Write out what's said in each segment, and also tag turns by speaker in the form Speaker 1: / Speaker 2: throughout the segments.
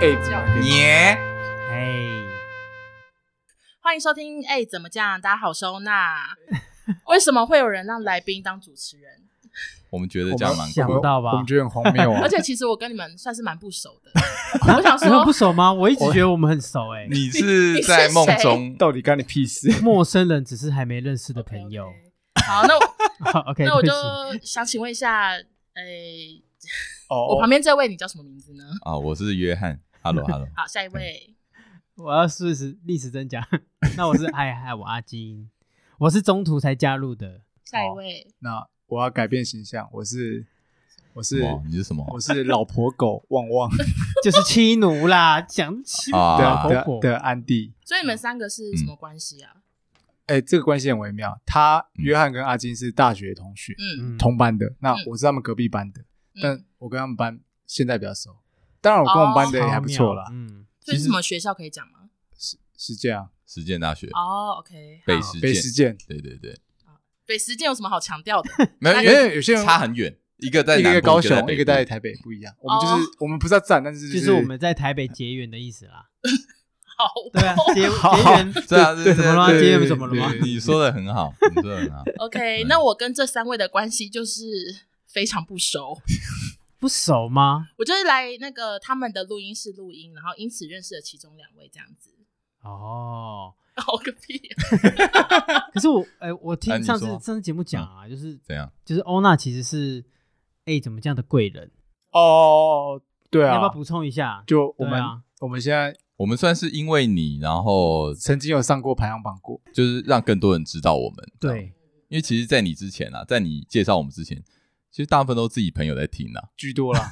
Speaker 1: 哎
Speaker 2: 欢迎收听。哎，怎么讲？大家好收纳。 为什么会有人让来宾当主 持人？
Speaker 3: 我们觉得
Speaker 4: 我
Speaker 3: 这样
Speaker 4: 们
Speaker 3: 蛮
Speaker 4: 想
Speaker 3: 酷
Speaker 4: 不
Speaker 3: 的。
Speaker 4: 到吧
Speaker 1: 我 们觉得很荒谬啊
Speaker 2: 而！且其实我跟你们算是蛮不 熟的。我想
Speaker 4: 你们
Speaker 2: 说
Speaker 4: 不，熟吗？我一直觉得我们很熟哎、
Speaker 3: 你是在梦中，
Speaker 1: 到底干你屁事？
Speaker 4: 陌生人只是还没认识的朋友。
Speaker 2: 好，那我
Speaker 4: 好 OK，
Speaker 2: 那我
Speaker 4: 对不起
Speaker 2: 就想请问一下，哎，
Speaker 1: 哦
Speaker 2: 我旁边这位你叫什么名字呢？
Speaker 3: 啊，我是约翰。Hello，Hello，
Speaker 2: 好，下一
Speaker 4: 哦
Speaker 2: 位。
Speaker 4: 我要事实历史真假。 那我是嗨嗨，我阿金，我是中途才加入的。
Speaker 2: 下一位，
Speaker 1: 那我要改变形象，我是我
Speaker 3: 什
Speaker 1: 是
Speaker 3: 么？你是什么？
Speaker 1: 我是老婆狗旺旺
Speaker 4: 就是妻奴啦，讲妻奴
Speaker 3: 啊
Speaker 4: 老
Speaker 1: 的
Speaker 4: 婆
Speaker 1: 的
Speaker 4: 婆，
Speaker 1: 的安迪。
Speaker 2: 所以你们三个是什么关系啊？
Speaker 1: 哎，这个关系很微妙。他
Speaker 3: 嗯
Speaker 1: 约翰跟阿金是大学同学，
Speaker 2: 嗯
Speaker 4: 嗯，
Speaker 1: 同班的。那
Speaker 2: 嗯
Speaker 1: 我是他们隔壁班的，但
Speaker 2: 嗯，
Speaker 1: 我跟他们班现在比较熟。当然，我跟我们班的也还不错
Speaker 4: 超
Speaker 1: 啦
Speaker 4: 妙。嗯，
Speaker 2: 所以是什么学校可以讲吗？
Speaker 1: 是这样，
Speaker 3: 实践大学
Speaker 2: 哦，OK，
Speaker 3: 北
Speaker 2: 好
Speaker 3: 实
Speaker 1: 北
Speaker 3: 践
Speaker 1: 实，践，
Speaker 3: 对对对，
Speaker 2: 北实践有什么好强 调的？
Speaker 3: 没有，
Speaker 2: 那
Speaker 3: 因
Speaker 1: 因
Speaker 3: 为
Speaker 1: 为有些人
Speaker 3: 差很远，一个在
Speaker 1: 一个
Speaker 3: 南
Speaker 1: 在
Speaker 3: 部
Speaker 1: 高
Speaker 3: 在
Speaker 1: 雄，
Speaker 3: 北
Speaker 1: 一个在
Speaker 3: 部
Speaker 1: 台北，不一样。我们就是我们不是要站，但是
Speaker 4: 就是我们在台北结缘的意思啦。
Speaker 2: 好，
Speaker 4: 对啊，结
Speaker 1: 好
Speaker 4: 结缘
Speaker 3: 对啊，对
Speaker 4: 怎么了吗？
Speaker 3: 对
Speaker 4: 结
Speaker 3: 对
Speaker 4: 缘怎么了吗
Speaker 1: 对？
Speaker 3: 你说的很好，你说的很好。
Speaker 2: OK，
Speaker 3: 嗯
Speaker 2: 那我跟这三位的关系就是非常不熟，
Speaker 4: 不熟吗？
Speaker 2: 我就是来那个他们的录音室录音，然后因此认识了其中两位这样子。
Speaker 4: 哦，
Speaker 2: 好个屁啊、
Speaker 4: 可是我哎，我
Speaker 3: 哎
Speaker 4: 听
Speaker 3: 你
Speaker 4: 上次
Speaker 3: 说
Speaker 4: 上次节目讲啊，就是
Speaker 3: 怎样？
Speaker 4: 就是欧娜其实是哎怎么这样的贵人，
Speaker 1: 哦，对
Speaker 4: 要
Speaker 1: 啊
Speaker 4: 不要，补充一下？
Speaker 1: 就我
Speaker 4: 对
Speaker 1: 们
Speaker 4: 啊
Speaker 1: 我们现在
Speaker 3: 我们算是因为你，然后
Speaker 1: 曾经有上过排行榜过。
Speaker 3: 就是让更多人知道我们。这样，
Speaker 4: 对，
Speaker 3: 因为其实，在你之前啊，在你介绍我们之前，其实大部分都自己朋友在听啊。
Speaker 1: 居多啦。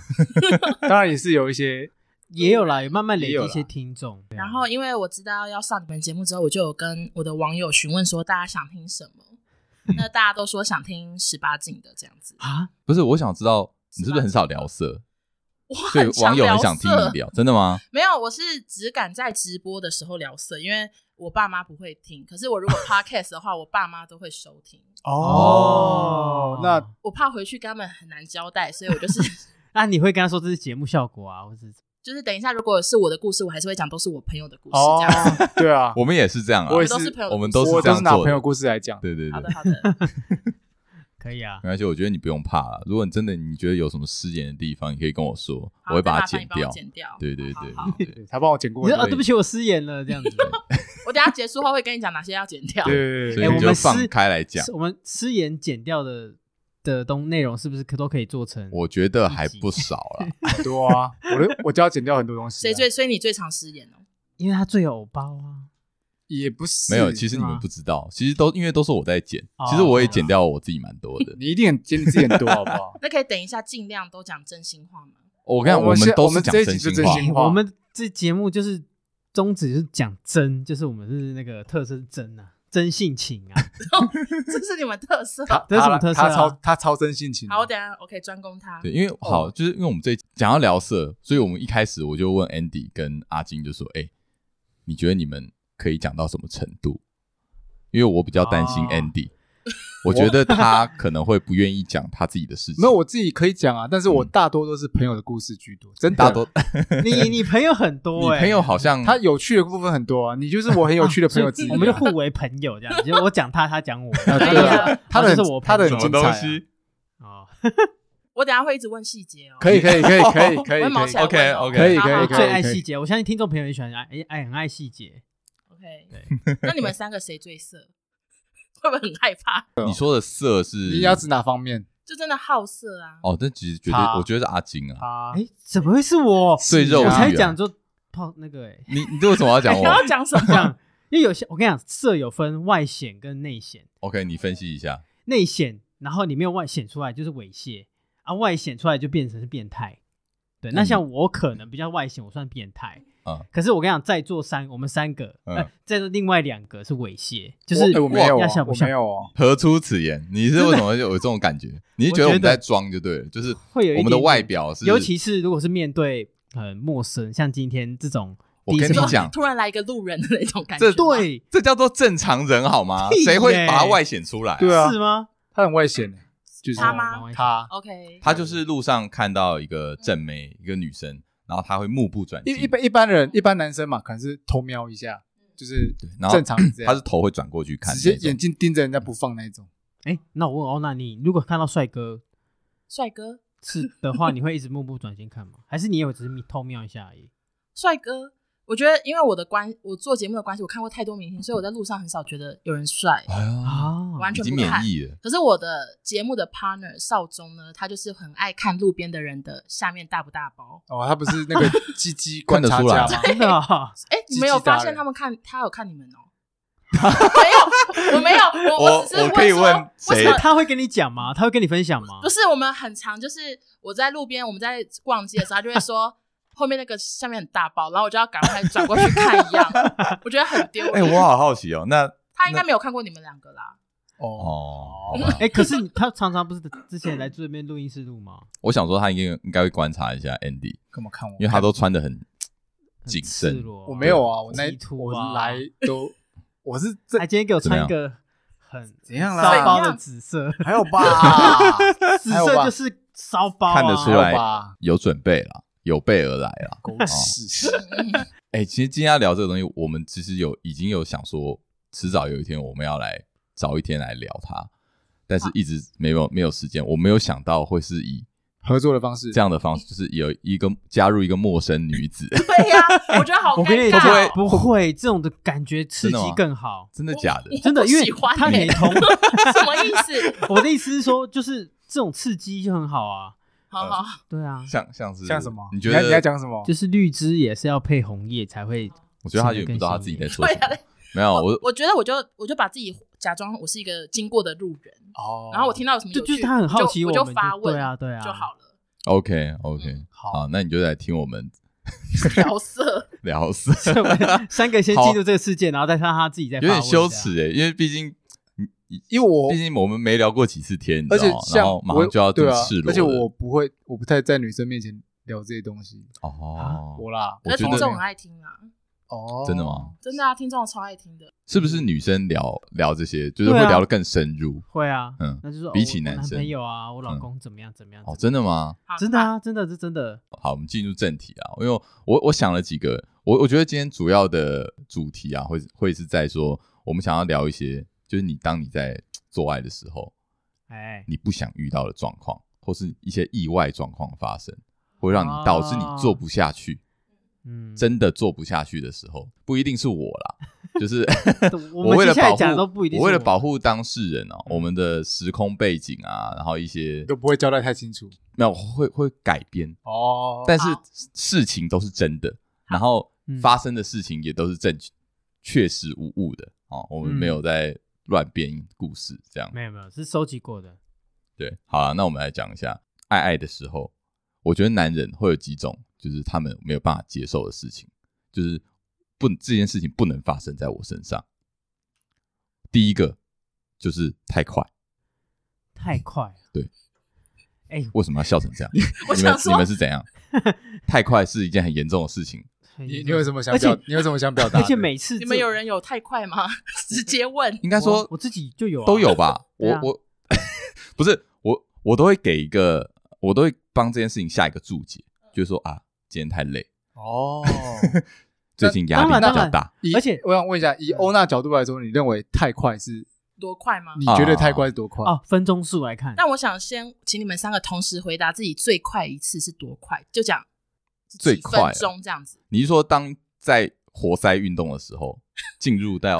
Speaker 1: 当然也是有一些
Speaker 4: 也有啦，有慢慢累
Speaker 1: 也
Speaker 4: 积
Speaker 1: 有啦
Speaker 4: 一些听众。对啊
Speaker 2: 然后因为我知道要上你们节目之后，我就有跟我的网友询问说大家想听什么，
Speaker 3: 嗯
Speaker 2: 那大家都说想听十八禁的这样子。
Speaker 4: 啊，
Speaker 3: 不是，我想知道你是不是很少聊色，
Speaker 2: 我
Speaker 3: 所以
Speaker 2: 很
Speaker 3: 网
Speaker 2: 常
Speaker 3: 友
Speaker 2: 聊
Speaker 3: 很
Speaker 2: 色，
Speaker 3: 想听你聊，真的 吗？
Speaker 2: 没有，我是只敢在直播的时候聊色，因为我爸妈不会听。可是我如果 podcast 的话，我爸妈都会收听，
Speaker 4: 哦
Speaker 1: 那
Speaker 2: 我怕回去跟他们很难交代，所以我就是。
Speaker 4: 那你会跟他说这是节目效果啊，或是
Speaker 2: 就是等一下，如果是我的故事，我还是会讲都是我朋友的故事，
Speaker 1: 哦
Speaker 2: 这样子。，
Speaker 1: 对啊，
Speaker 3: 我们也是这样啊，
Speaker 1: 我也
Speaker 2: 都是
Speaker 1: 是
Speaker 2: 朋友的故事，
Speaker 3: 我们都
Speaker 1: 我
Speaker 3: 是这
Speaker 1: 都
Speaker 3: 样
Speaker 1: 是拿
Speaker 3: 做
Speaker 1: 朋
Speaker 3: 的
Speaker 1: 友故事来讲。
Speaker 3: 对对
Speaker 2: 好的
Speaker 3: 对，
Speaker 2: 好的。
Speaker 4: 可以啊
Speaker 3: 没？关系，我觉得你不用怕了。如果你真的你觉得有什么失言的地方，你可以跟我说，
Speaker 2: 好
Speaker 3: 我会
Speaker 2: 再
Speaker 3: 把它
Speaker 2: 麻烦
Speaker 3: 剪
Speaker 2: 你帮
Speaker 3: 掉
Speaker 2: 我。剪掉。
Speaker 3: 对对
Speaker 2: 好
Speaker 3: 对
Speaker 2: 好好
Speaker 3: 对对，
Speaker 1: 对他帮我剪
Speaker 4: 你
Speaker 1: 过
Speaker 4: 说
Speaker 1: 的，
Speaker 4: 啊，对不起，我失言了这样子。
Speaker 2: 我等一下结束后会跟你讲哪些要剪掉。
Speaker 1: 对对
Speaker 3: 所
Speaker 1: 对
Speaker 3: 以
Speaker 4: 哎
Speaker 3: 你
Speaker 4: 我
Speaker 3: 就
Speaker 4: 们
Speaker 3: 放
Speaker 4: 是
Speaker 3: 开来讲
Speaker 4: 是。我们失言剪掉的的东内容是不是可都可以做成？
Speaker 3: 我觉得还不少啦。
Speaker 1: 很多啊，我的我就要剪掉很多东西啊。
Speaker 2: 谁最？所以你最常失言哦。
Speaker 4: 因为他最有偶包啊。
Speaker 1: 也不是
Speaker 3: 没有，其实你
Speaker 4: 是
Speaker 3: 们
Speaker 4: 吗
Speaker 3: 不知道，其实都因为都是我在剪
Speaker 4: 哦，
Speaker 3: 其实我也剪掉我自己蛮多的。
Speaker 1: 你一定很剪你自己很多，好不好
Speaker 2: ？那可以等一下尽量都讲真心话吗？
Speaker 3: 我跟你讲，
Speaker 1: 我
Speaker 3: 我
Speaker 1: 们
Speaker 3: 们
Speaker 1: 是
Speaker 3: 都
Speaker 1: 我
Speaker 3: 是
Speaker 1: 们
Speaker 3: 讲
Speaker 1: 这一集
Speaker 3: 心
Speaker 1: 就真
Speaker 3: 话，
Speaker 1: 心话
Speaker 4: 哎我们这节目就是宗旨是讲真，就是我们是那个特色是真啊，真性情啊。
Speaker 2: 这是你们特色。
Speaker 1: 他
Speaker 4: 这是什么特色
Speaker 1: 他
Speaker 4: 啊
Speaker 1: 他超他超真性情。
Speaker 2: 好，我等一下 OK 专攻他。
Speaker 3: 对，因
Speaker 4: 哦
Speaker 3: 为好，就是因为我们这一集讲要聊色，所以我们一开始我就问 Andy 跟阿金，就说：“哎、你觉得你们可以讲到什么程度？”因为我比较担心
Speaker 4: 哦
Speaker 3: Andy，、我 觉得他可能会不愿意讲他自己的事情。
Speaker 1: 没有，我自己可以讲啊，但是我
Speaker 3: 嗯
Speaker 1: 大多都是朋友的故事居多，真的
Speaker 3: 大多
Speaker 4: 你你朋友很
Speaker 3: 你
Speaker 4: 多哎，
Speaker 3: 朋友好像
Speaker 1: 他有趣的部分很多啊。你就是我很有趣的朋友之一啊，
Speaker 4: 我们就互为朋友这 样，就是我讲他，他讲我，
Speaker 1: 啊
Speaker 2: 对
Speaker 1: 对
Speaker 2: 啊
Speaker 1: 啊，他的
Speaker 4: 这
Speaker 1: 很
Speaker 4: 是我
Speaker 1: 他的
Speaker 4: 朋
Speaker 1: 很
Speaker 4: 友
Speaker 1: 精彩啊。
Speaker 4: 哦，
Speaker 2: 我等一下会一直问细节哦。
Speaker 1: 可以可以可以可以可以
Speaker 2: 我会毛起来
Speaker 1: 可以，
Speaker 2: 问哦。
Speaker 3: OK，OK 可以
Speaker 2: 好
Speaker 1: 可以
Speaker 4: 我
Speaker 2: 好好
Speaker 1: 可以
Speaker 4: 最爱细节，我相信听众朋友也喜欢爱哎爱很爱细节。
Speaker 2: OK。那你们三个谁最色？ 会不会很害怕？
Speaker 3: 你说的色是
Speaker 1: 啊你要指哪方面
Speaker 2: 就真的好色啊！
Speaker 3: 哦，但其实觉
Speaker 1: 他
Speaker 3: 得我觉得是阿金啊，
Speaker 1: 啊？
Speaker 4: 哎，怎么会是我？
Speaker 3: 最肉
Speaker 1: 对
Speaker 3: 欲、
Speaker 4: 我
Speaker 1: 啊
Speaker 4: 才讲就泡那个 哎，
Speaker 3: 你，你为什么要讲
Speaker 2: 你
Speaker 3: 我
Speaker 2: 要讲什
Speaker 4: 这
Speaker 2: 么？
Speaker 4: 样，因为有些我跟你讲，色有分外显跟内显，
Speaker 3: ？OK，你分析一下。
Speaker 4: 内显，然后你没有外显出来就是猥亵啊，外显出来就变成是变态。对，
Speaker 1: 嗯
Speaker 3: 那
Speaker 4: 那
Speaker 3: 你
Speaker 4: 像我可能比较外显，我算变态。
Speaker 3: 嗯
Speaker 4: 可是我跟你讲，在座三我们三个，
Speaker 3: 嗯
Speaker 4: 呃，在座另外两个是猥亵，就
Speaker 1: 我
Speaker 4: 是
Speaker 1: 哎我没有
Speaker 4: 要
Speaker 1: 哦，
Speaker 4: 想不
Speaker 1: 我
Speaker 4: 想
Speaker 1: 没有哦。
Speaker 3: 何出此言？你是为什么有这种感觉？你是觉得我们在装就对了，就是
Speaker 4: 会有一
Speaker 3: 我们的
Speaker 4: 点点
Speaker 3: 外表是，
Speaker 4: 尤其是如果是面对很陌生，像今天这种
Speaker 3: 我
Speaker 4: 第一
Speaker 3: 跟
Speaker 4: 次
Speaker 3: 你
Speaker 4: 碰，
Speaker 3: 讲，
Speaker 2: 突然来一个路人的那种感觉
Speaker 3: 这
Speaker 2: 吗。
Speaker 4: 对，
Speaker 3: 这叫做正常人好吗？
Speaker 4: 屁
Speaker 3: 谁会
Speaker 4: 耶
Speaker 3: 把它外显出来、
Speaker 1: 对啊
Speaker 4: 是吗？
Speaker 1: 他很外显，就是
Speaker 2: 他吗
Speaker 4: 哦
Speaker 1: 他
Speaker 2: OK，
Speaker 3: 他就是路上看到一个正妹，一个女生，然后他会目不转
Speaker 1: 一
Speaker 3: 睛。
Speaker 1: 一般一般人一般男生嘛，可能是偷瞄一下，就是
Speaker 3: 对，然后
Speaker 1: 正常是这样
Speaker 3: 他是头会转过去看
Speaker 1: 直
Speaker 3: 那种，
Speaker 1: 接眼睛盯着人家不放那一种。
Speaker 4: 哎、那我问欧娜，你如果看到帅哥
Speaker 2: 帅哥，
Speaker 4: 是的话，你会一直目不转睛看吗？还 是你也有只是瞄偷瞄一下而已？
Speaker 2: 帅哥。我觉得，因为我的关，我做节目的关系，我看过太多明星，所以我在路上很少觉得有人帅，
Speaker 3: 哎呀，
Speaker 4: 啊，
Speaker 2: 完
Speaker 3: 已
Speaker 2: 全
Speaker 3: 经
Speaker 2: 不
Speaker 3: 免
Speaker 2: 看。
Speaker 3: 疫了，
Speaker 2: 可是我的节目的 partner 少宗呢，他就是很爱看路边的人的下面大不大包。
Speaker 1: 哦，他不是那个 鸡鸡
Speaker 3: 看
Speaker 1: 观
Speaker 3: 得
Speaker 1: 察
Speaker 3: 出来
Speaker 1: 家吗？
Speaker 4: 真的啊，
Speaker 2: 哎、你们
Speaker 1: 鸡鸡
Speaker 2: 有发
Speaker 1: 达
Speaker 2: 现
Speaker 1: 人
Speaker 2: 他们看他有看你们哦？没有，我没有，我
Speaker 3: 我
Speaker 2: 只是
Speaker 3: 我可以
Speaker 2: 说
Speaker 3: 问
Speaker 2: 为
Speaker 3: 谁
Speaker 2: 什么
Speaker 4: 他会跟你讲吗？他会跟你分享吗
Speaker 2: 不？是我们很常就是我在路边我们在逛街的时候，他就会说后面那个下面很大包，然后我就要赶快转过去看一 样，我觉得很丢
Speaker 3: 哎，
Speaker 2: 脸。
Speaker 3: 我好好奇哦，那
Speaker 2: 他应该没有看过你们两个啦，
Speaker 1: 哦，
Speaker 3: 哦，好吧
Speaker 4: 哎、可是你他常常不是之前来这边录音室录吗？
Speaker 3: 我想说他应该应该会观察一下 Andy，
Speaker 1: 干嘛看我？
Speaker 3: 因为他都穿的很
Speaker 4: 很
Speaker 3: 谨
Speaker 4: 赤
Speaker 3: 慎，
Speaker 4: 裸啊
Speaker 1: 我没有啊，我那
Speaker 4: 极兔啊哎
Speaker 1: 我来 都我是这
Speaker 4: 他今天给我穿一个很
Speaker 1: 怎样啦哎
Speaker 4: 骚包的 紫色，
Speaker 1: 还有吧，
Speaker 4: 紫
Speaker 1: 还有
Speaker 4: 色
Speaker 1: 吧
Speaker 4: 就是骚包、啊，
Speaker 3: 看得 出
Speaker 1: 还有
Speaker 3: 来
Speaker 1: 吧
Speaker 3: 有准备啦，有备而来啦。
Speaker 1: 狗屎！
Speaker 3: 哎，其实今天要聊这个东西，我们其实有已经有想说，迟早有一天我们要来早一天来聊它，但是一直没有没有时间，我没有想到会是以
Speaker 1: 合作的方式
Speaker 3: 这样的方式，就是有一个加入一个陌生女子，
Speaker 2: 对呀、我觉得好
Speaker 4: 我跟
Speaker 2: 尴
Speaker 4: 你
Speaker 2: 尬
Speaker 4: 讲
Speaker 2: 哦。，
Speaker 4: 不会这种的感觉刺
Speaker 3: 真的
Speaker 4: 激
Speaker 3: 吗
Speaker 4: 更好，
Speaker 3: 真的假的？
Speaker 4: 真的，
Speaker 2: 我
Speaker 4: 因为
Speaker 2: 喜欢
Speaker 4: 他
Speaker 2: 欸
Speaker 4: 没同。
Speaker 2: 什么意思？
Speaker 4: 我的意思是说，就是这种刺激就很好啊。
Speaker 2: 好好，
Speaker 4: 对啊，
Speaker 3: 像像是
Speaker 1: 像什么？
Speaker 3: 你觉
Speaker 1: 要
Speaker 3: 得
Speaker 1: 你要讲什么？
Speaker 4: 就是绿枝也是要配红叶才会。
Speaker 3: 我觉得他有点不知道他自己在
Speaker 4: 嗯
Speaker 3: 说
Speaker 2: 对
Speaker 3: 什
Speaker 2: 呀、
Speaker 3: 么。没有，我
Speaker 2: 啊我觉得我就我就把自己假装我是一个经过的路人，
Speaker 1: 哦
Speaker 2: 然后我听到有什么有
Speaker 4: 就
Speaker 2: 趣，
Speaker 4: 就是他很好奇
Speaker 2: 我
Speaker 4: 我
Speaker 2: 就
Speaker 4: 们
Speaker 2: 我就发问，
Speaker 4: 对啊对啊
Speaker 2: 就好了。
Speaker 3: OK OK
Speaker 2: 嗯
Speaker 3: 好，那你就来听我们
Speaker 2: 聊色，
Speaker 3: 聊色，
Speaker 4: 我们三个先记录这个事件，然后再让他自己再
Speaker 3: 有
Speaker 4: 发
Speaker 3: 点
Speaker 4: 问
Speaker 3: 羞
Speaker 4: 这样。
Speaker 3: 耻哎，因为毕竟
Speaker 1: 因为我
Speaker 3: 毕竟我们没聊过几次天，你
Speaker 1: 而
Speaker 3: 知
Speaker 1: 且
Speaker 3: 道吗然
Speaker 1: 像
Speaker 3: 后马上就
Speaker 1: 我
Speaker 3: 要这
Speaker 1: 对
Speaker 3: 么
Speaker 1: 啊
Speaker 3: 赤，裸
Speaker 1: 而且
Speaker 3: 了
Speaker 1: 我不会，我不太在女生面前聊这些东西。
Speaker 4: 啊
Speaker 3: 哦，
Speaker 1: 我啦，
Speaker 3: 我
Speaker 2: 那
Speaker 3: 觉得
Speaker 2: 听众很爱听啊，
Speaker 1: 哦，
Speaker 3: 真的吗？
Speaker 2: 真的啊，听众超爱听的。
Speaker 3: 是不是女生聊聊这些，就是会
Speaker 4: 对啊
Speaker 3: 聊得更深入？
Speaker 4: 会啊，
Speaker 3: 嗯
Speaker 4: 那就是说
Speaker 3: 比
Speaker 4: 哦
Speaker 3: 起
Speaker 4: 我
Speaker 3: 男生嗯
Speaker 4: 朋友啊，我老公怎么样怎么样？
Speaker 3: 哦，
Speaker 4: 怎
Speaker 3: 真的吗？
Speaker 4: 么
Speaker 2: 好
Speaker 4: 样真的啊，真的是真的。
Speaker 3: 好，我们进入正题啊，因为我我想了几个，我我觉得今天主要的主题啊，会会是在说我们想要聊一些，就是你当你在做爱的时候，
Speaker 4: 哎，
Speaker 3: 你不想遇到的状况，或是一些意外状况发生，会让你导致
Speaker 4: 啊
Speaker 3: 你做不下去，
Speaker 4: 嗯，
Speaker 3: 真的做不下去的时候，不一定是我 啦，就是
Speaker 4: 我
Speaker 3: 为了
Speaker 4: 接下
Speaker 3: 保
Speaker 4: 来讲
Speaker 3: 护
Speaker 4: 都不一定是嗯
Speaker 3: 我为了保
Speaker 4: 护，
Speaker 3: 护当事人哦、我们的时空背景啊，然后一些
Speaker 1: 都不会交代太清楚
Speaker 3: 没有会会改变，
Speaker 1: 哦。
Speaker 3: 但是
Speaker 2: 好
Speaker 3: 事情都是真的，然后
Speaker 4: 嗯
Speaker 3: 发生的事情也都是正确、确实无误的哦，我们
Speaker 4: 嗯
Speaker 3: 没有在乱编故事这样。
Speaker 4: 没有没有，是收集过的。
Speaker 3: 对，好啊了，那我们来讲一下爱爱的时候，我觉得男人会有几种，就是他们没有办法接受的事情，就是不这件事情不能发生在我身上。第一个就是太快，
Speaker 4: 太快了。
Speaker 3: 对。
Speaker 4: 哎，
Speaker 3: 为什么要笑成这 样？
Speaker 2: 我
Speaker 3: 你们
Speaker 2: 想
Speaker 3: 你
Speaker 2: 说
Speaker 3: 们是怎样？太快是一件很严重的事情，
Speaker 1: 你你有什么想
Speaker 4: 而且
Speaker 1: 表？你有什么想表达
Speaker 4: 而
Speaker 1: 的？
Speaker 4: 且每次
Speaker 2: 你
Speaker 4: 这
Speaker 2: 们有人有太快吗？ 直接问。
Speaker 3: 应该说
Speaker 4: 我我自己就有啊
Speaker 3: 都有吧？
Speaker 4: 对
Speaker 3: 我
Speaker 4: 啊
Speaker 3: 我不是我我都会给一个，我都会帮这件事情下一个注解，就是说啊，今天太累，
Speaker 1: 哦，
Speaker 3: 最近压力
Speaker 4: 当然
Speaker 3: 比较
Speaker 4: 当然
Speaker 3: 大。
Speaker 1: 以
Speaker 4: 而且嗯
Speaker 1: 我想问一下，以欧娜角度来说，你认为太快是？
Speaker 2: 多快吗？
Speaker 4: 嗯
Speaker 1: 你觉得太快是多快？
Speaker 4: 哦，分钟数来看，
Speaker 2: 但我想先请你们三个同时回答自己最快一次是多快，就讲
Speaker 3: 最
Speaker 2: 几
Speaker 3: 快啊
Speaker 2: 分钟这样子。
Speaker 3: 你是说当在活塞运动的 时候，进入到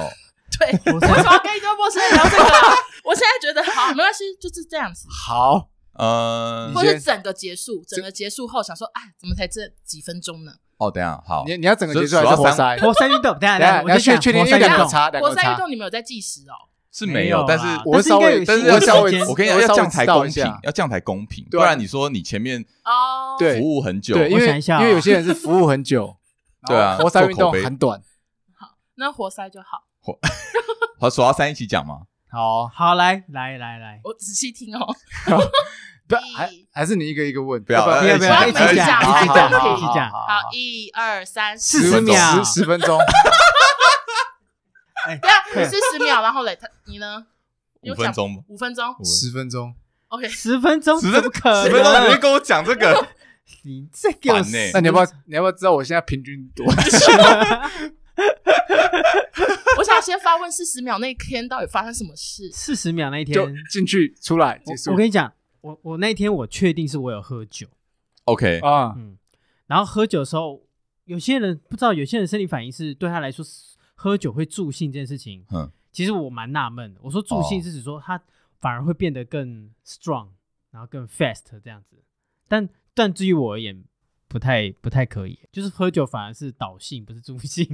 Speaker 2: 对，为什么要跟一个陌生人聊这个啊？我现在觉得好，没关系，就是这样子，
Speaker 1: 好，
Speaker 3: 呃
Speaker 1: 你
Speaker 2: 或
Speaker 1: 先
Speaker 2: 是整个结束，整个结束后想说，哎，怎么才这几分钟呢？
Speaker 3: 哦，等一下好，
Speaker 1: 你你要整个结束还
Speaker 3: 所以
Speaker 1: 是
Speaker 3: 数到
Speaker 1: 活塞？
Speaker 3: 三
Speaker 4: 活塞运动，等一
Speaker 1: 等
Speaker 4: 下
Speaker 1: 一下
Speaker 4: 下，我
Speaker 1: 你
Speaker 4: 就
Speaker 1: 要确
Speaker 4: 讲
Speaker 1: 确定
Speaker 4: 活
Speaker 1: 因为
Speaker 4: 塞
Speaker 1: 两
Speaker 4: 运
Speaker 1: 个
Speaker 4: 动
Speaker 1: 差，两
Speaker 2: 活
Speaker 1: 个
Speaker 2: 塞运
Speaker 1: 差。
Speaker 2: 动你们有在计时哦？
Speaker 3: 是没有，但是
Speaker 4: 啊
Speaker 1: 我会稍微
Speaker 4: 但
Speaker 3: 但是
Speaker 4: 是应该有
Speaker 3: 要
Speaker 1: 我稍微
Speaker 3: 这样
Speaker 4: 新的时间
Speaker 3: 我跟你讲
Speaker 1: 我
Speaker 3: 要这
Speaker 1: 稍微
Speaker 3: 样才
Speaker 1: 知道一
Speaker 3: 公平
Speaker 1: 下，
Speaker 3: 要这样才公平，不
Speaker 1: 对啊
Speaker 3: 然你说你前面
Speaker 2: 哦，
Speaker 1: 对
Speaker 3: 服务很久，
Speaker 1: 对，因
Speaker 4: 我
Speaker 1: 为
Speaker 4: 想一下啊
Speaker 1: 因为有些人是服务很久，
Speaker 3: 对啊
Speaker 1: 然后活塞运
Speaker 3: 做口
Speaker 1: 动
Speaker 3: 碑
Speaker 1: 很短。
Speaker 2: 那活塞就好，
Speaker 3: 好数到三一起讲嘛，
Speaker 1: 好，
Speaker 4: 好，来来来来，
Speaker 2: 我仔细听哦。
Speaker 1: 不
Speaker 2: 一
Speaker 1: 还还是你一个一个问，
Speaker 3: 不要
Speaker 4: 不要不呃要，一
Speaker 2: 一
Speaker 4: 起
Speaker 2: 起
Speaker 4: 讲，一起
Speaker 2: 讲
Speaker 4: 讲，
Speaker 2: 好
Speaker 4: 一起讲。
Speaker 2: 好，一二三，
Speaker 4: 四十
Speaker 1: 分钟
Speaker 4: 秒
Speaker 1: 十十分 钟，
Speaker 4: 哎
Speaker 2: 对啊，你是十秒，然后嘞，他你呢？你
Speaker 3: 五
Speaker 2: 有
Speaker 3: 分
Speaker 2: 讲
Speaker 3: 钟，
Speaker 2: 五分钟
Speaker 3: 五分
Speaker 1: 十分钟。
Speaker 2: ，OK，
Speaker 4: 十分钟，
Speaker 3: 十
Speaker 4: 怎
Speaker 3: 分
Speaker 4: 么可
Speaker 3: 十分钟你
Speaker 4: 能
Speaker 3: 就？跟我讲这
Speaker 1: 呃
Speaker 3: 个，
Speaker 4: 你再给我
Speaker 3: 烦欸
Speaker 1: 那你要不要你要不要知道我现在平均多久？
Speaker 2: 我想先发问四十秒，那天到底发生什么事？
Speaker 4: 四十秒那一天，
Speaker 1: 就进去出来结
Speaker 4: 我
Speaker 1: 束
Speaker 4: 我跟你讲，我我那一天我确定是我有喝酒，
Speaker 3: OK，
Speaker 1: 啊，
Speaker 4: 嗯，然后喝酒的时候，有些人不知道，有些人生理反应是对他来说，喝酒会助兴这件事情，
Speaker 3: 嗯，
Speaker 4: 其实我蛮纳闷的。我说助
Speaker 3: 哦
Speaker 4: 兴是指说他反而会变得更 strong，然后更 fast 这样子，但但至于我而言，不太不太可以，就是喝酒反而是导性，不是助兴，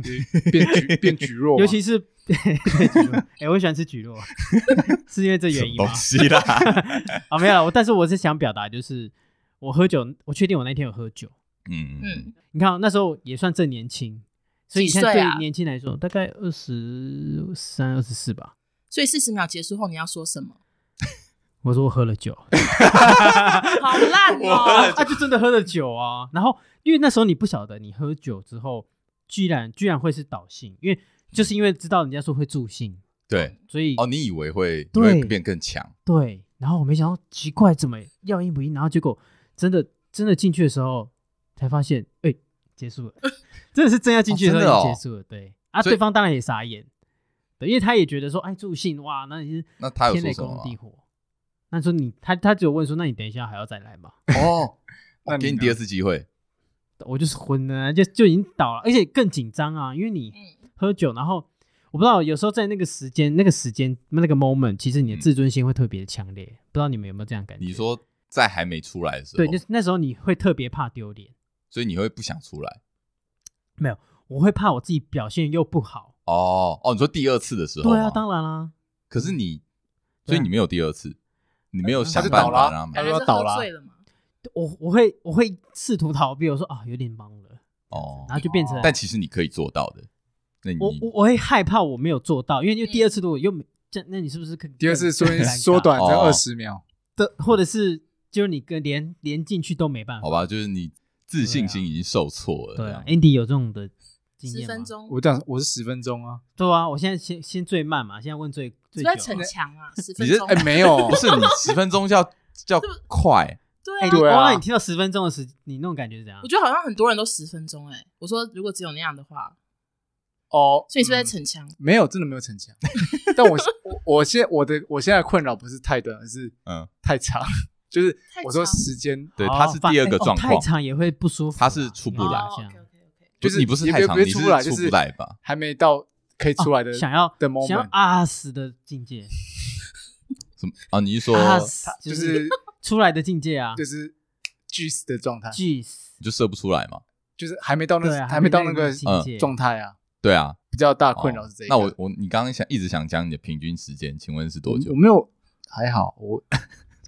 Speaker 1: 变橘变橘弱嘛，
Speaker 4: 尤其是。 哎、我很喜欢吃蒟蒻， 是因为这
Speaker 3: 什
Speaker 4: 原
Speaker 3: 么
Speaker 4: 因吗
Speaker 3: 东？西啦？
Speaker 4: 啊，没有啦，我但是我是想表达，就是我喝酒，我确定我那天有喝酒。
Speaker 3: 嗯嗯
Speaker 2: 嗯，
Speaker 4: 你看哦那时候也算正年轻，所以你
Speaker 2: 几
Speaker 4: 看
Speaker 2: 岁
Speaker 4: 对
Speaker 2: 啊
Speaker 4: 年轻来说，大概二十三、二十四吧。
Speaker 2: 所以四十秒结束后你要说什么？
Speaker 4: 我说我喝了酒，
Speaker 2: 好烂
Speaker 4: 啊
Speaker 2: 哦！
Speaker 4: 啊，就真的喝了酒啊。然后因为那时候你不晓得，你喝酒之后居然居然会是导性，因为就是因为知道人家说会助兴，
Speaker 3: 对。
Speaker 4: 所以、
Speaker 3: 哦，你以为会你
Speaker 4: 对
Speaker 3: 会变更强？
Speaker 4: 对。然后我没想到奇怪，怎么要硬不硬？然后结果真的真的进去的时候才发现，哎、结束了，真的是真要进去的时
Speaker 3: 哦
Speaker 4: 候
Speaker 3: 真
Speaker 4: 已
Speaker 3: 的
Speaker 4: 经
Speaker 3: 哦
Speaker 4: 结束了。对啊，
Speaker 3: 所以
Speaker 4: 对方当然也傻眼，对，因为他也觉得说，哎，助兴哇，那你是
Speaker 3: 那他有
Speaker 4: 天
Speaker 3: 说
Speaker 4: 雷
Speaker 3: 什
Speaker 4: 勾
Speaker 3: 么
Speaker 4: 动
Speaker 3: 吗
Speaker 4: 地？火。那说你他他只有问说，那你等一下还要再来吗？
Speaker 3: 哦，
Speaker 1: 那
Speaker 3: 我
Speaker 1: 你
Speaker 3: 给你
Speaker 1: 呢
Speaker 3: 第二次机会。
Speaker 4: 我就是昏了，啊就就已经倒了，而且更紧张啊，因为你
Speaker 2: 嗯
Speaker 4: 喝酒，然后我不知道有时候在那个时间、那个时间、那个 moment，其实
Speaker 3: 嗯
Speaker 4: 你的自尊心会特别强烈，不知道你们有没有这样感觉？
Speaker 3: 你说在还没出来的时候，
Speaker 4: 对，就是那时候你会特别怕丢脸，
Speaker 3: 所以你会不想出来。
Speaker 4: 我会怕我自己表现又不好。
Speaker 3: 哦哦，你说第二次的时候吗，
Speaker 4: 对啊，当然啦、
Speaker 3: 可是你，所
Speaker 4: 对啊
Speaker 3: 以你没有第二次，你没有想
Speaker 1: 他就
Speaker 3: 办
Speaker 1: 倒
Speaker 3: 法
Speaker 1: 了啊哎
Speaker 3: 让他们
Speaker 2: 感
Speaker 1: 他
Speaker 2: 觉
Speaker 1: 要
Speaker 2: 是
Speaker 1: 倒了
Speaker 2: 喝醉了嘛？
Speaker 4: 我我会我会试图逃避，我说啊有点忙了，
Speaker 3: 哦
Speaker 4: 然。后就变成、
Speaker 3: 但其实你可以做到的。那你
Speaker 4: 啊我我我会害怕我没有做到，因为因为第
Speaker 2: 嗯
Speaker 4: 二次如果又没这，那你是不是更
Speaker 1: 第二次缩
Speaker 4: 更尴尬
Speaker 1: 缩短成
Speaker 3: 哦
Speaker 1: 二十秒，
Speaker 4: 的，或者是就是你跟连连进去都没办法
Speaker 3: 好。吧，就是你自信心已经受挫了。
Speaker 4: 啊对啊
Speaker 3: 这样
Speaker 4: ，Andy 有这种的经验
Speaker 2: 十
Speaker 4: 吗
Speaker 2: 分。钟，
Speaker 1: 我讲我是十分钟啊，
Speaker 4: 对啊，我现在先先最慢嘛，现在问最
Speaker 2: 是
Speaker 4: 最
Speaker 2: 不是在
Speaker 4: 久
Speaker 2: 逞
Speaker 4: 嘛。
Speaker 2: 强啊？十
Speaker 3: 你
Speaker 2: 分
Speaker 3: 是
Speaker 2: 钟，
Speaker 1: 哎，没有
Speaker 3: 不，是你十分钟就 要就要快，
Speaker 2: 对
Speaker 4: 哎，
Speaker 2: 啊
Speaker 4: 你，
Speaker 1: 对啊
Speaker 4: 哇那你听到十分钟的时，你那种感觉是怎样
Speaker 2: 我？觉得好像很多人都十分钟哎。我说如果只有那样的话，
Speaker 1: 哦，
Speaker 2: 所以你是不是在
Speaker 1: 嗯
Speaker 2: 逞强？
Speaker 1: 没有，真的没有逞强。 但我我我现在我的我现在的困扰不是太短，而是
Speaker 3: 嗯，
Speaker 1: 太长。 就是
Speaker 2: 太
Speaker 1: 我说
Speaker 2: 长
Speaker 1: 时间，
Speaker 3: 对，
Speaker 4: 哦
Speaker 3: 他是
Speaker 4: 反
Speaker 3: 第二个
Speaker 4: 哎哦
Speaker 3: 状
Speaker 4: 太
Speaker 3: 况，
Speaker 4: 长也会不舒服啊。
Speaker 3: 他是出不
Speaker 4: 你
Speaker 3: 来
Speaker 4: 想
Speaker 2: 哦
Speaker 4: 象
Speaker 2: OK OK OK，
Speaker 1: 就是
Speaker 3: 你不是
Speaker 1: 也
Speaker 3: 太
Speaker 1: 别
Speaker 3: 长，
Speaker 1: 别
Speaker 3: 你是
Speaker 1: 出不来，就
Speaker 3: 出
Speaker 1: 是
Speaker 3: 不来吧？
Speaker 1: 还没到可以出来的。
Speaker 4: 哦想要
Speaker 1: 的 moment
Speaker 4: 想要啊死的境界，
Speaker 3: 什么啊？你是说
Speaker 4: 啊死
Speaker 1: 就
Speaker 4: 就是
Speaker 1: 是
Speaker 4: 出来的境界啊
Speaker 1: 就是 juice 的状态，
Speaker 4: ，jeez，
Speaker 3: 你就射不出来嘛？
Speaker 1: 就是还没到
Speaker 4: 对
Speaker 1: 那
Speaker 4: 啊，
Speaker 1: 没
Speaker 4: 没
Speaker 1: 到那
Speaker 4: 那
Speaker 1: 个
Speaker 4: 境界。
Speaker 1: 状态啊。
Speaker 3: 对啊，
Speaker 1: 比较大
Speaker 3: 哦
Speaker 1: 困扰是这一个。
Speaker 3: 那我我你刚刚想一直想讲你的平均时间，请问是多久
Speaker 1: 我？没有还好，我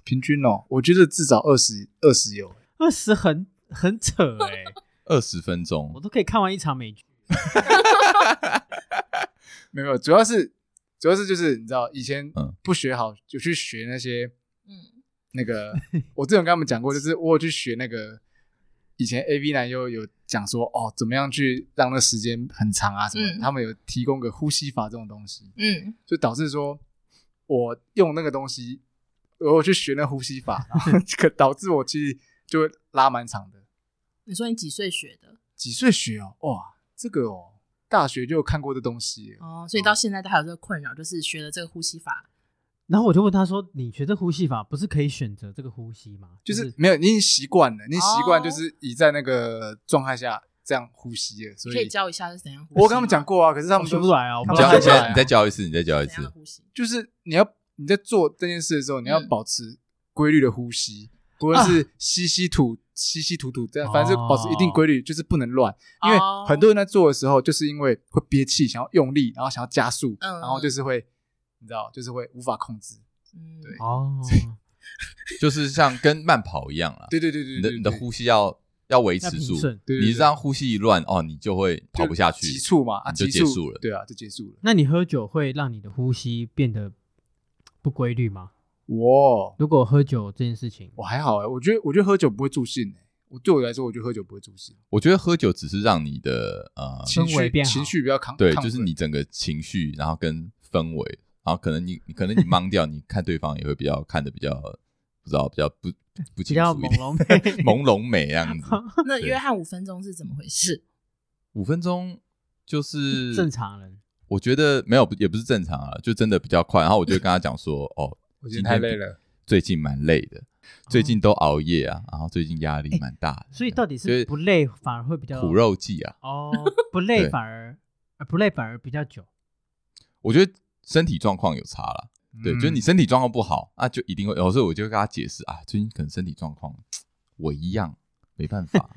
Speaker 1: 平均哦，我觉得至少二十二十有。
Speaker 4: 二十很很扯哎，
Speaker 3: 二十分钟
Speaker 4: 我。都可以看完一场美剧。
Speaker 1: 没有没有，主要是主要是就是你知道以前
Speaker 3: 嗯
Speaker 1: 不学好，就去学那些
Speaker 2: 嗯，
Speaker 1: 那个，我之前有跟他们讲过，就是我有去学那个以前 A V 男优有讲说哦，怎么样去让那时间很长啊什么的，
Speaker 2: 嗯
Speaker 1: 他们有提供个呼吸法这种东西，
Speaker 2: 嗯，
Speaker 1: 就导致说我用那个东西，我去学那呼吸法，然后 这个导致我其实就会拉蛮长的。
Speaker 2: 你说你几岁学的？
Speaker 1: 几岁学哦？哇，这个哦，大学就有看过这东西了。
Speaker 2: 哦，所以到现在都还有这个困扰，就是学了这个呼吸法，
Speaker 4: 然后我就问他说：“你学这呼吸法不是可以选择这个呼吸吗？”
Speaker 1: 就是没有，你已经习惯了，你习惯
Speaker 2: 哦
Speaker 1: 就是你在那个状态下这样呼吸了，所
Speaker 2: 你可以教哦一下是怎样呼吸吗。
Speaker 1: 我跟他们讲过啊，可是他
Speaker 4: 我
Speaker 1: 们
Speaker 4: 学
Speaker 1: 都
Speaker 4: 不来啊，我
Speaker 1: 他
Speaker 4: 不
Speaker 3: 你
Speaker 4: 知
Speaker 1: 们太
Speaker 3: 教你
Speaker 4: 道他
Speaker 1: 小
Speaker 3: 再
Speaker 1: 了
Speaker 3: 你再教一次，你再教一
Speaker 2: 怎
Speaker 3: 次
Speaker 2: 样的。呼吸。
Speaker 1: 就是你要你在做这件事的时候，你
Speaker 4: 嗯
Speaker 1: 要保持规律的呼吸，不
Speaker 4: 啊
Speaker 1: 论是吸吸吐、吸吸吐吐，这样反
Speaker 4: 哦
Speaker 1: 正就保持一定规律，就是不能乱。因为
Speaker 2: 哦
Speaker 1: 很多人在做的时候，就是因为会憋气，想要用力，然后想要加速，
Speaker 2: 嗯
Speaker 1: 然后就是会你知道，就是会无法控制。
Speaker 2: 嗯，
Speaker 1: 对
Speaker 4: 哦，
Speaker 3: 就是像跟慢跑一样啦，
Speaker 1: 对对对对对
Speaker 3: 你的
Speaker 1: 对，
Speaker 3: 你的呼吸要要维持
Speaker 4: 要平
Speaker 3: 住
Speaker 4: 顺，
Speaker 1: 对对
Speaker 3: 你
Speaker 1: 对
Speaker 3: 这样呼吸一乱哦，你就会跑不下去，
Speaker 1: 急促嘛，啊，
Speaker 3: 你就
Speaker 1: 急
Speaker 3: 结
Speaker 1: 促
Speaker 3: 束了
Speaker 1: 对啊，就结束了。
Speaker 4: 那你喝酒会让你的呼吸变得不规律吗？
Speaker 1: 哇，
Speaker 4: 如果喝酒这件事情，
Speaker 1: 我还好哎、我觉得我觉得喝酒不会助兴哎、我对我来说，我觉得喝酒不会助兴，
Speaker 3: 我觉得喝酒只是让你的呃，
Speaker 1: 情
Speaker 4: 氛围
Speaker 1: 绪
Speaker 4: 变好
Speaker 1: 情绪比较抗，
Speaker 3: 对，
Speaker 1: 亢
Speaker 3: 就是
Speaker 1: 奋
Speaker 3: 你整个情绪，然后跟氛围，然后可能你你可 能你懵掉，你看对方也会比较看的比较不知道比较不不
Speaker 4: 比
Speaker 3: 清
Speaker 4: 较
Speaker 3: 楚一
Speaker 4: 朦
Speaker 3: 点，
Speaker 4: 胧美。
Speaker 3: 朦胧美样子。
Speaker 2: 那
Speaker 3: 对
Speaker 2: 约翰五分钟是怎么回事？
Speaker 3: 五分钟就是
Speaker 4: 正。常人
Speaker 3: 我觉得没有，也不是正常啊，就真的比较快。然后我就跟他讲说，哦，
Speaker 1: 我觉得太累了。
Speaker 3: 最近蛮累的，最近都熬夜啊，然后最近压力蛮大的。
Speaker 4: 所以到底
Speaker 3: 就是
Speaker 4: 不累反而会比较
Speaker 3: 苦肉计啊，
Speaker 4: 哦，不累
Speaker 3: 对
Speaker 4: 反而呃不累反而比较久
Speaker 3: 我觉得身体状况有差啦。
Speaker 1: 嗯
Speaker 3: 对，就是你身体状况不好，那、就一定会。有时候我就会跟他解释啊，最近可能身体状况我一样，没办法。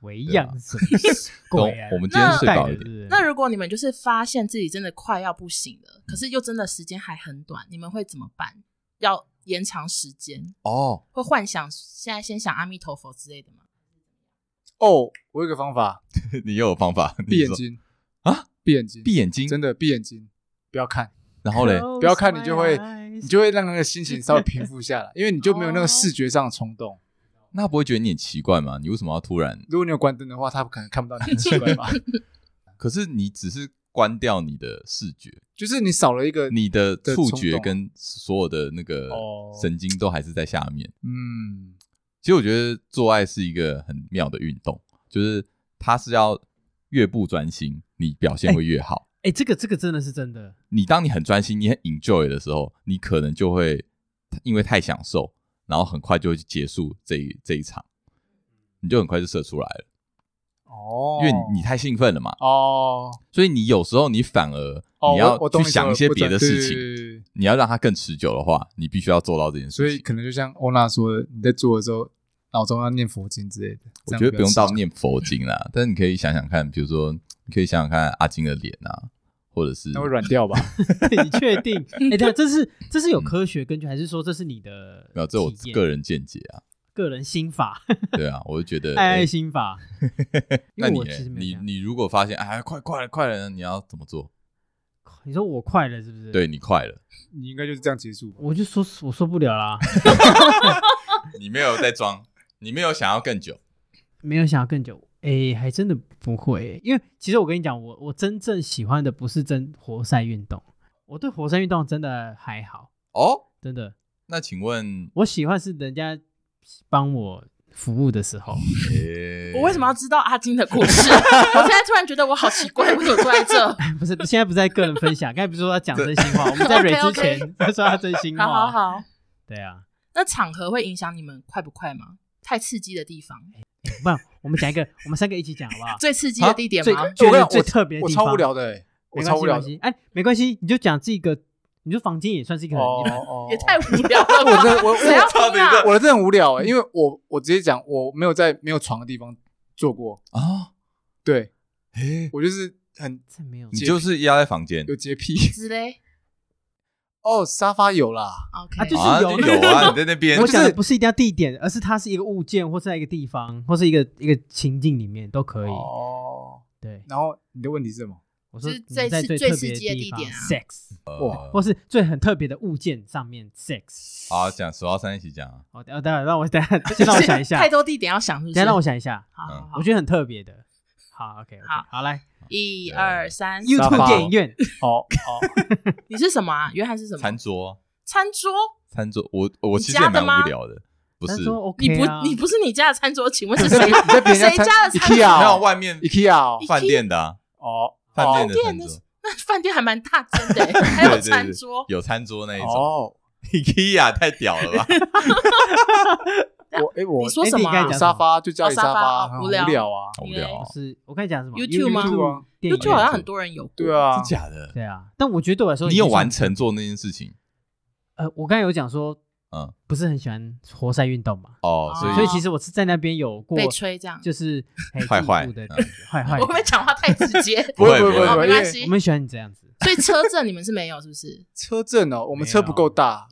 Speaker 4: 为
Speaker 3: 对啊
Speaker 4: 样啊什么 鬼啊？
Speaker 3: 我们今天睡饱一点
Speaker 4: 点
Speaker 2: 那如果你们就是发现自己真的快要不行了，可是又真的时间还很短，你们会怎么办？要延长时间，
Speaker 3: 哦，
Speaker 2: 会幻想现在先想阿弥陀佛之类的吗？
Speaker 1: 哦，我有一个方法，
Speaker 3: 你又有方法，你
Speaker 1: 闭眼
Speaker 3: 说，
Speaker 1: 睛
Speaker 3: 啊，
Speaker 1: 闭眼睛，
Speaker 3: 闭眼睛，
Speaker 1: 真的闭眼睛，不要看，
Speaker 3: 然后嘞，
Speaker 1: 不要看你就会你就会让那个心情稍微平复下 来，因为你就没有那个视觉上的冲动。
Speaker 2: 哦
Speaker 3: 那不会觉得你很奇怪吗？你为什么要突然？
Speaker 1: 如果你有关灯的话，他可能看不到你，很奇 怪吧？
Speaker 3: 可是你只是关掉你的视觉，
Speaker 1: 就是你少了一个，
Speaker 3: 你的
Speaker 1: 的
Speaker 3: 触
Speaker 1: 冲
Speaker 3: 觉
Speaker 1: 动
Speaker 3: 跟所有的那个
Speaker 1: 哦
Speaker 3: 神经都还是在下面。
Speaker 1: 嗯，
Speaker 3: 其实我觉得做爱是一个很妙的运动，就是它是要越不专心，你表现会越好。
Speaker 4: 哎，这个这个真的是真的，
Speaker 3: 你当你很专心、你很 enjoy 的时候，你可能就会因为太享受，然后很快就会结束这一这一场，你就很快就射出来了，
Speaker 1: 哦
Speaker 3: 因为你你太兴奋了嘛。
Speaker 1: 哦，
Speaker 3: 所以你有时候你反而
Speaker 1: 哦我
Speaker 3: 你要
Speaker 1: 我懂
Speaker 3: 去
Speaker 1: 你说
Speaker 3: 想
Speaker 1: 的
Speaker 3: 一些
Speaker 1: 不
Speaker 3: 别
Speaker 1: 准
Speaker 3: 的事
Speaker 1: 对
Speaker 3: 情，
Speaker 1: 对对对
Speaker 3: 你要让它更持久的话，你必须要做到这件
Speaker 1: 所
Speaker 3: 事
Speaker 1: 以
Speaker 3: 情。
Speaker 1: 可能就像欧娜说的，你在做的时候脑中要念佛经之类的。
Speaker 3: 我
Speaker 1: 这样
Speaker 3: 觉得不用到
Speaker 1: 比较
Speaker 3: 念佛经 啦，但是你可以想想看，比如说你可以想想看阿金的脸啊，或者是
Speaker 1: 持久，那会软掉吧？
Speaker 4: 你确定？哎，对，这是这是有科学根据，还是说这是你的
Speaker 3: 嗯没有，这我
Speaker 4: 体验
Speaker 3: 个人见解啊。
Speaker 4: 个人心法，
Speaker 3: 对啊，我就觉 得，
Speaker 4: 爱爱
Speaker 3: 哎
Speaker 4: 心法？因
Speaker 3: 那
Speaker 4: 为
Speaker 3: 你
Speaker 4: 我
Speaker 3: 呢
Speaker 4: 其实没有
Speaker 3: 你
Speaker 4: 这样
Speaker 3: 你如果发现哎，快快了快了，你要怎么做？
Speaker 4: 你说我快了是不是？
Speaker 3: 对，你快了，
Speaker 1: 你应该就是这样结束吧？
Speaker 4: 我就说我受不了啦，
Speaker 3: 你没有在装，你没有想要更久。
Speaker 4: 没有想要更久。哎，还真的不会，因为其实我跟你讲，我我真正喜欢的不是真活塞运动，我对活塞运动真的还好，
Speaker 3: 哦，
Speaker 4: 真的。
Speaker 3: 那请问，
Speaker 4: 我喜欢是人家帮我服务的时候，
Speaker 3: 诶
Speaker 2: 我为什么要知道阿金的故 事？我现在突然觉得我好奇怪，为什么坐在这？
Speaker 4: 不是现在不是在个人分享，刚才不是说要讲真心话，我们在蕊 之
Speaker 2: OK，OK
Speaker 4: 前在说他真
Speaker 3: 嗯
Speaker 4: 心话，
Speaker 3: 啊
Speaker 2: 好好好，
Speaker 4: 对啊，
Speaker 2: 那场合会影响你们快不快吗？太刺激的地方，
Speaker 4: 不然我们讲一个，我们三个一起讲好 不好？
Speaker 2: 最刺激的地点吗？
Speaker 4: 啊最
Speaker 1: 我跟你讲
Speaker 4: 最
Speaker 1: 我
Speaker 4: 特别的
Speaker 1: 我
Speaker 4: 地方
Speaker 1: 超无聊的欸，我
Speaker 4: 没
Speaker 1: 超
Speaker 4: 关
Speaker 1: 无聊
Speaker 4: 系，没关
Speaker 1: 的。
Speaker 4: 系，哎，没关系，你就讲这个，你就房间也算是一个很，
Speaker 1: 哦哦，
Speaker 2: 也太无聊了
Speaker 1: 我
Speaker 2: 吧！
Speaker 1: 这我我
Speaker 2: 谁要
Speaker 1: 我
Speaker 2: 听啊？
Speaker 1: 我的真的很无聊哎，因为我我直接讲，我没有在没有床的地方做过，
Speaker 3: 啊？
Speaker 1: 对
Speaker 3: 诶，
Speaker 1: 我就是很
Speaker 4: 这没有
Speaker 3: 你就是压在房间
Speaker 1: 有洁癖。
Speaker 2: 之类
Speaker 1: 哦，沙发有啦，
Speaker 2: ，OK，
Speaker 4: 啊就是
Speaker 3: 啊，
Speaker 4: 有
Speaker 3: 就有啊，你在那边
Speaker 4: 我
Speaker 1: 就是
Speaker 4: 讲的不是一定要地点，而是它是一个物件，或是在一个地方，或是一个一个情境里面都可以。
Speaker 1: 哦，
Speaker 4: 对，
Speaker 1: 然后你的问题是什么？
Speaker 4: 我说
Speaker 2: 就是
Speaker 4: 你
Speaker 2: 最
Speaker 4: 在
Speaker 2: 刺
Speaker 4: 最
Speaker 2: 最
Speaker 4: 特
Speaker 2: 刺
Speaker 4: 别
Speaker 2: 激的
Speaker 4: 地
Speaker 2: 地
Speaker 4: 方
Speaker 2: 点啊
Speaker 4: sex，
Speaker 1: 哇
Speaker 4: 或是最很特别的物件上面 sex。
Speaker 3: 好讲数到三一起讲啊。
Speaker 4: 哦，等等会儿让我等下先让我想一下，
Speaker 2: 太
Speaker 4: 等
Speaker 2: 多地点要想，是不是？
Speaker 4: 下让我想一下，
Speaker 2: 好好
Speaker 3: 嗯
Speaker 2: 好
Speaker 4: 我觉得很特别的。好，OK，
Speaker 2: 好
Speaker 4: 好来
Speaker 2: 一二三
Speaker 1: 沙
Speaker 4: ，YouTube
Speaker 1: 发
Speaker 4: 电影院，
Speaker 1: 哦哦，
Speaker 2: 你是什么啊？约翰是什么
Speaker 3: 餐？桌，
Speaker 2: 餐桌？
Speaker 3: 餐桌，我我
Speaker 2: 你
Speaker 3: 其实也
Speaker 2: 家的
Speaker 3: 蛮
Speaker 2: 吗
Speaker 3: 无聊的，不是
Speaker 4: 他？说 OK
Speaker 2: 你不
Speaker 4: 啊
Speaker 2: 你不是你家的餐桌？请问是
Speaker 1: 你 在
Speaker 2: 谁
Speaker 1: 别你在别人
Speaker 2: 谁
Speaker 1: 餐
Speaker 2: 家的餐
Speaker 1: IKEA
Speaker 2: 桌？
Speaker 1: 哦
Speaker 3: 没有外 面
Speaker 1: IKEA 哦
Speaker 3: 饭店的啊，
Speaker 1: 哦，
Speaker 3: 饭店
Speaker 1: 的
Speaker 3: 的餐
Speaker 2: 饭店的
Speaker 3: 桌，
Speaker 2: 那饭店还蛮大间的欸，还有
Speaker 3: 对对对
Speaker 2: 餐桌。
Speaker 3: 有餐桌那一种。
Speaker 1: 哦，
Speaker 3: IKEA 太屌了吧？
Speaker 1: 我哎我
Speaker 2: 你说
Speaker 4: 哎
Speaker 2: 什
Speaker 4: 你
Speaker 2: 么
Speaker 4: 刚才
Speaker 2: 啊？
Speaker 4: 讲
Speaker 1: 有沙发就家里
Speaker 2: 哦沙发
Speaker 1: 发，
Speaker 2: 哦
Speaker 1: 很
Speaker 2: 无
Speaker 1: 无
Speaker 2: 聊
Speaker 1: 啊，
Speaker 3: 好无聊哦，
Speaker 4: 是我刚才讲什么
Speaker 2: YouTube 吗
Speaker 4: YouTube
Speaker 1: 啊
Speaker 4: 电影
Speaker 2: YouTube 好
Speaker 4: 院
Speaker 2: 像很多人有过，
Speaker 1: 对啊
Speaker 3: 真，假的？
Speaker 4: 对啊，但我觉得对我来说
Speaker 3: 你有
Speaker 4: 已经
Speaker 3: 完
Speaker 4: 算？
Speaker 3: 成做那件事情？
Speaker 4: 呃，我刚才有讲说
Speaker 3: 嗯，
Speaker 4: 不是很喜欢活塞运动嘛，
Speaker 3: 哦，
Speaker 2: 哦
Speaker 3: 所以
Speaker 4: 所以其实我是在那边有过
Speaker 2: 被吹这样。
Speaker 4: 就是很
Speaker 3: 坏坏嗯
Speaker 4: 嫉妒的感觉，坏坏的。
Speaker 2: 我们讲话太直 接，
Speaker 3: 不会
Speaker 1: 不会
Speaker 2: 好
Speaker 1: 不会
Speaker 2: 哦没
Speaker 1: 因
Speaker 2: 关
Speaker 1: 为
Speaker 2: 系
Speaker 4: 我。们喜欢你这样子，
Speaker 2: 所以车震你们是没有，是不是？
Speaker 1: 车震哦，我们车不够大，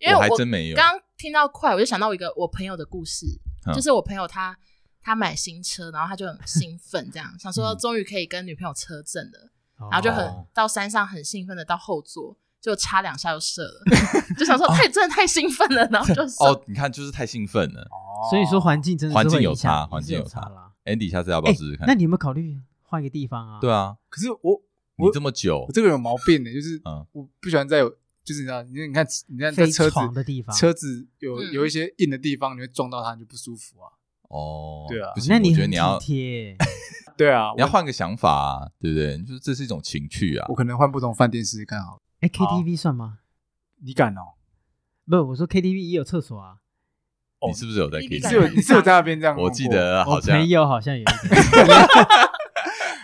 Speaker 2: 因为
Speaker 3: 我还
Speaker 2: 我
Speaker 3: 真没有。
Speaker 2: 刚听到快，我就想到一个我朋友的故事，
Speaker 3: 嗯
Speaker 2: 就是我朋友他他买新车，然后他就很兴奋，这样想说终于可以跟女朋友车震了，然后就很
Speaker 3: 嗯哦
Speaker 2: 到山上很兴奋的到后座，就插两下就射了， 就想说太真的太兴奋了，然后就射。
Speaker 3: 哦，你看，就是太兴奋了。
Speaker 1: 哦
Speaker 4: 所以说环境真的是
Speaker 3: 环境
Speaker 4: 会
Speaker 3: 有
Speaker 4: 影响
Speaker 3: 差环境
Speaker 4: 也
Speaker 3: 有
Speaker 4: 是有
Speaker 3: 差
Speaker 4: 啦。
Speaker 3: Andy，下次要不
Speaker 4: 哎
Speaker 3: 要试试，看
Speaker 4: 那？你有没有考虑换一个地方啊？
Speaker 3: 对啊，
Speaker 1: 可是我
Speaker 3: 你
Speaker 1: 我
Speaker 3: 这么久
Speaker 1: 我，这个人有毛病的，就是
Speaker 3: 嗯
Speaker 1: 我不喜欢在有，就是你知道，你你看你看在
Speaker 4: 飞
Speaker 1: 车子
Speaker 4: 床的地方，
Speaker 1: 车子有
Speaker 2: 嗯
Speaker 1: 有一些硬的地方，你会撞到它，你就不舒服啊。
Speaker 3: 哦，
Speaker 1: 对啊
Speaker 3: 不行，
Speaker 4: 那
Speaker 3: 我觉得
Speaker 4: 很
Speaker 3: 你要
Speaker 4: 体 贴，
Speaker 1: 对啊，
Speaker 3: 你要换个想法、啊，对不对？你就是这是一种情趣啊
Speaker 1: 我，可能换不同饭店试试看好了。
Speaker 4: 哎
Speaker 1: 好
Speaker 4: ，KTV 算吗？
Speaker 1: 你敢哦？
Speaker 4: 不，我说 KTV 也有厕所啊，
Speaker 3: 你是不是有在
Speaker 2: 你
Speaker 3: K
Speaker 1: 你
Speaker 2: 敢
Speaker 1: 是有
Speaker 3: T？
Speaker 1: 你是有在那边这样弄过？
Speaker 3: 我记得啊好
Speaker 4: 我
Speaker 3: 像
Speaker 4: 朋友好像有一个，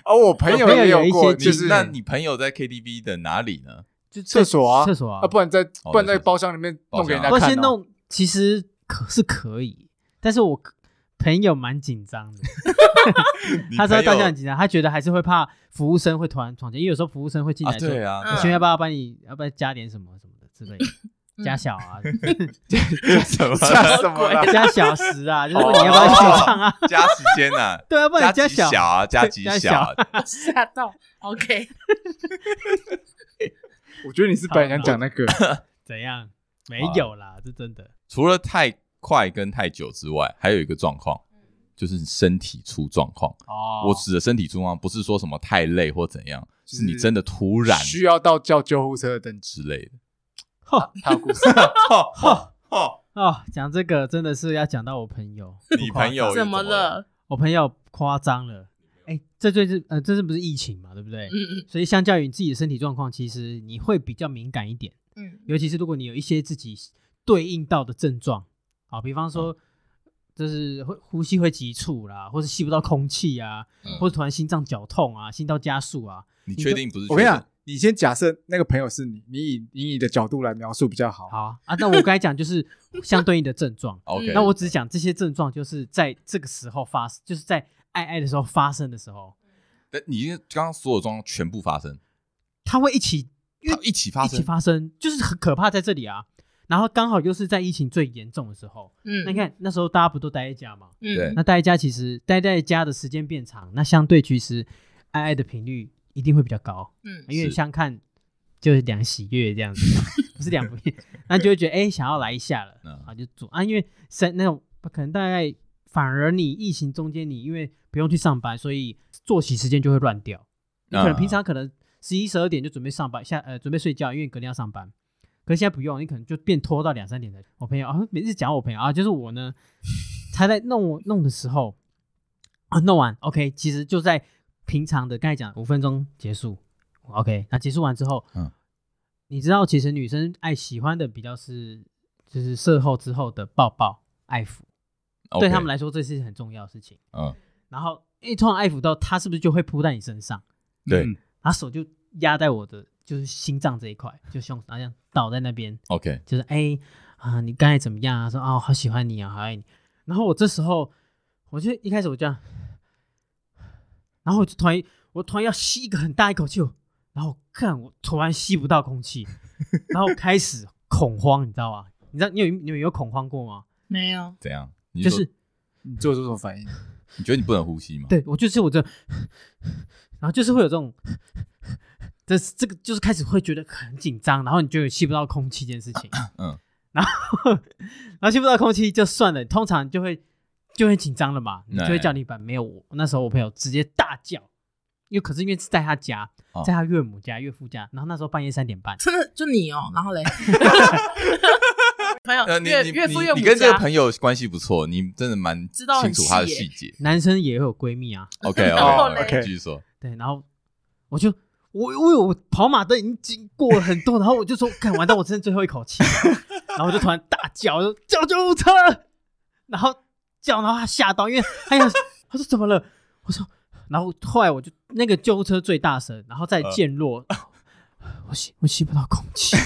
Speaker 1: 哦，我朋友
Speaker 4: 我朋友
Speaker 1: 也
Speaker 4: 有一
Speaker 1: 过，
Speaker 4: 些
Speaker 1: 就
Speaker 4: 经
Speaker 1: 是
Speaker 3: 那你朋友在 KTV 的哪里呢？
Speaker 4: 就
Speaker 1: 厕所啊
Speaker 4: 厕所啊
Speaker 1: 啊，，不然在
Speaker 3: 哦
Speaker 1: 不然在
Speaker 3: 对
Speaker 1: 包厢里面弄给人家
Speaker 4: 要
Speaker 1: 看
Speaker 4: 先
Speaker 1: 哦。
Speaker 4: 弄，其实可是可以，但是我朋友蛮紧张的，
Speaker 3: 你
Speaker 4: 他说
Speaker 3: 朋
Speaker 4: 大
Speaker 3: 友
Speaker 4: 家很紧张，他觉得还是会怕服务生会突然闯进，因为有时候服务生会进
Speaker 3: 啊，
Speaker 4: 来说，
Speaker 3: 对啊，
Speaker 4: 你
Speaker 2: 嗯
Speaker 4: 前面要不要帮你，要不要加点什么什么的之类的，
Speaker 2: 嗯
Speaker 4: 加小 啊，
Speaker 3: 什么
Speaker 1: 吓什 么啦？
Speaker 4: 加小时 啊，就是问你要不要一起唱啊，
Speaker 3: 加时间 呐？
Speaker 4: 对啊，不然
Speaker 3: 哦加
Speaker 4: 你加
Speaker 3: 几小
Speaker 4: 小，
Speaker 3: 啊， 加几
Speaker 4: 加
Speaker 3: 小啊，
Speaker 2: 吓到。OK，
Speaker 1: 我觉得你是本来想讲那 个，
Speaker 4: 怎样？没有啦，这真的
Speaker 3: 除了太快跟太久之外，还有一个状况，就是身体出状况。
Speaker 4: 哦
Speaker 3: 我指的身体状况，不是说什么太累或怎样，
Speaker 1: 就是
Speaker 3: 是你真的突然
Speaker 1: 需要到叫救护车的等级。
Speaker 3: 之类的。
Speaker 1: 他 有故事，
Speaker 3: 吼吼吼
Speaker 4: 哦，讲这个真的是要讲到我朋友，
Speaker 3: 你
Speaker 4: 不夸张
Speaker 3: 朋友又
Speaker 2: 怎
Speaker 3: 么
Speaker 2: 么？了？
Speaker 4: 我朋友夸张了，哎，这最是呃，这是不是疫情嘛，对不对？
Speaker 2: 嗯
Speaker 4: 所以相较于你自己的身体状况，其实你会比较敏感一点，
Speaker 2: 嗯嗯，
Speaker 4: 尤其是如果你有一些自己对应到的症状，啊，比方
Speaker 3: 嗯
Speaker 4: 说就是会呼吸会急促啦，或是吸不到空气啊，
Speaker 3: 嗯
Speaker 4: 或者突然心脏绞痛啊、心跳加速啊，
Speaker 3: 你确定不是？，
Speaker 1: 我跟你讲，，你先假设那个朋友是你，你以你以你的角度来描述比较好。
Speaker 4: 好啊，啊那我刚才讲就是相对应的症状
Speaker 3: OK，
Speaker 2: 嗯
Speaker 4: 那我只讲这些症状就是在这个时候发，就是在爱爱的时候发生的时候，
Speaker 3: 但你刚刚所有状况全部发生，
Speaker 4: 它会一起因为
Speaker 3: 它一起发
Speaker 4: 一起
Speaker 3: 生，
Speaker 4: 发生，就是很可怕在这里啊。然后刚好又是在疫情最严重的时候，
Speaker 2: 嗯
Speaker 4: 那你，看那时候大家不都待在家嘛？
Speaker 2: 嗯
Speaker 3: 对
Speaker 4: 那待在家其实待在家的时间变长，那相对其实爱爱的频率一定会比较高，
Speaker 2: 嗯
Speaker 4: 因为
Speaker 3: 是
Speaker 4: 相看就是两喜悦这样子，不是两不厌，那就会觉得哎、想要来一下了，
Speaker 3: 嗯
Speaker 4: 啊就做啊，因为三那种可能大概反而你疫情中间你因为不用去上班，所以作息时间就会乱掉，你可能
Speaker 3: 嗯
Speaker 4: 平常可能十一十二点就准备上班下呃准备睡觉，因为隔天要上班。可是现在不用，你可能就变拖到两三点才。我朋友啊，每次讲我朋友啊，就是我呢，他在弄我弄的时候啊，弄完 OK，其实就在平常的刚才讲五分钟结束，OK，那结束完之后，
Speaker 3: 嗯
Speaker 4: 你知道其实女生爱喜欢的比较是就是事后之后的抱抱爱抚，对他们
Speaker 3: 来，
Speaker 4: 来说这是很重要的事情。
Speaker 3: 嗯，
Speaker 4: 然后一通常爱抚到他是不是就会扑在你身上？
Speaker 3: 对
Speaker 1: 嗯
Speaker 4: 他手就压在我的就是心脏这一块，就胸，然后这样倒在那边，
Speaker 3: ，OK，
Speaker 4: 就是哎啊、你刚才怎么样啊？说啊，我好喜欢你啊，好爱你。然后我这时候，我就一开始我这样，然后我就突然，我突然要吸一个很大一口气，我然后看我突然吸不到空气，然后开始恐慌，你知道吗？你知道你有你有有恐慌过吗？
Speaker 2: 没有，
Speaker 3: 怎样？你
Speaker 4: 就
Speaker 3: 说
Speaker 4: 是
Speaker 1: 你做出什么反应？
Speaker 3: 你觉得你不能呼吸吗？，
Speaker 4: 对我就是我这，然后就是会有这种，这这个就是开始会觉得很紧张，然后你就有吸不到空气这件事情
Speaker 3: 嗯，
Speaker 4: 然后然后吸不到空气就算了，通常就会就会紧张了嘛，你就会
Speaker 3: 哎
Speaker 4: 叫你板没有我那时候我朋友直接大叫，因为可是因为是在他家
Speaker 3: 哦，
Speaker 4: 在他岳母家岳父家，然后那时候半夜三点半，
Speaker 2: 真的就你哦。然后嘞，朋友
Speaker 3: 呃，你
Speaker 2: 岳
Speaker 3: 你
Speaker 2: 岳父
Speaker 3: 你
Speaker 2: 岳母
Speaker 3: 你跟这个
Speaker 2: 家
Speaker 3: 朋友关系不错，你真的蛮
Speaker 2: 知道
Speaker 3: 清
Speaker 2: 很
Speaker 3: 楚他的
Speaker 2: 细
Speaker 3: 细
Speaker 2: 耶
Speaker 3: 节。
Speaker 4: 男生也会有闺蜜啊，
Speaker 3: OK
Speaker 2: 然后
Speaker 3: OK
Speaker 2: 嘞
Speaker 3: OK，继续说。
Speaker 4: 对，然后我就我我有跑马灯已经经过了很多，然后我就说，看完蛋，我剩最后一口气，然后我就突然大叫，我就叫救护车，然后叫，然后他吓到，因为他要他说怎么了？我说，然后后来我就那个救护车最大声，然后再渐落，我吸我吸不到空气，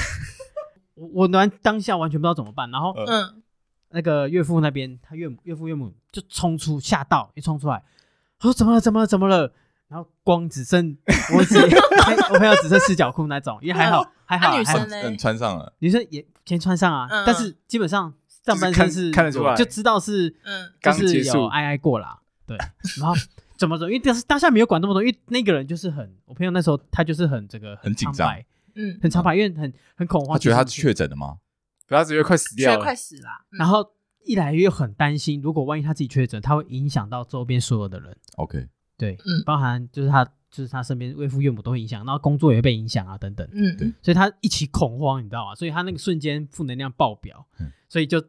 Speaker 4: 我我完当下完全不知道怎么办，然后
Speaker 3: 呃
Speaker 2: 嗯
Speaker 4: 那个岳父那边，他岳母岳父岳母就冲出吓到，一冲出来，他说怎么了怎么了怎么了，然后光只 剩我只我朋友只剩四角裤那种，因为还好还好、
Speaker 2: 啊女
Speaker 4: 还好
Speaker 3: 嗯，
Speaker 2: 生呢
Speaker 3: 嗯穿上了，
Speaker 4: 女生也先穿上啊，
Speaker 2: 嗯
Speaker 4: 但是基本上上半身
Speaker 1: 就是
Speaker 4: 是
Speaker 1: 看看得出来
Speaker 4: 就知道是
Speaker 2: 嗯
Speaker 4: 就
Speaker 1: 刚结
Speaker 4: 是
Speaker 1: 束
Speaker 4: 有爱爱过啦，对，然后。怎么走？因为当时当下没有管那么多，因为那个人就是很，我朋友那时候他就是很这个
Speaker 3: 很紧
Speaker 4: 苍
Speaker 3: 张
Speaker 4: 白
Speaker 2: 嗯，
Speaker 4: 很苍白，因为很很恐慌。
Speaker 3: 他觉得他
Speaker 4: 就是
Speaker 3: 确诊了吗？
Speaker 1: 不要直接快死
Speaker 2: 学
Speaker 1: 掉了
Speaker 2: 快。死啦。嗯
Speaker 4: 然后一来又很担心，如果万一他自己确诊，他会影响到周边所有的人，
Speaker 3: OK，
Speaker 4: 对，
Speaker 2: 嗯
Speaker 4: 包含就是他就是他身边岳父岳母都会影响，然后工作也会被影响啊等等，
Speaker 2: 嗯
Speaker 3: 对
Speaker 4: 所以他一起恐慌，你知道吗？所以他那个瞬间负能量爆表
Speaker 3: 嗯，
Speaker 4: 所以就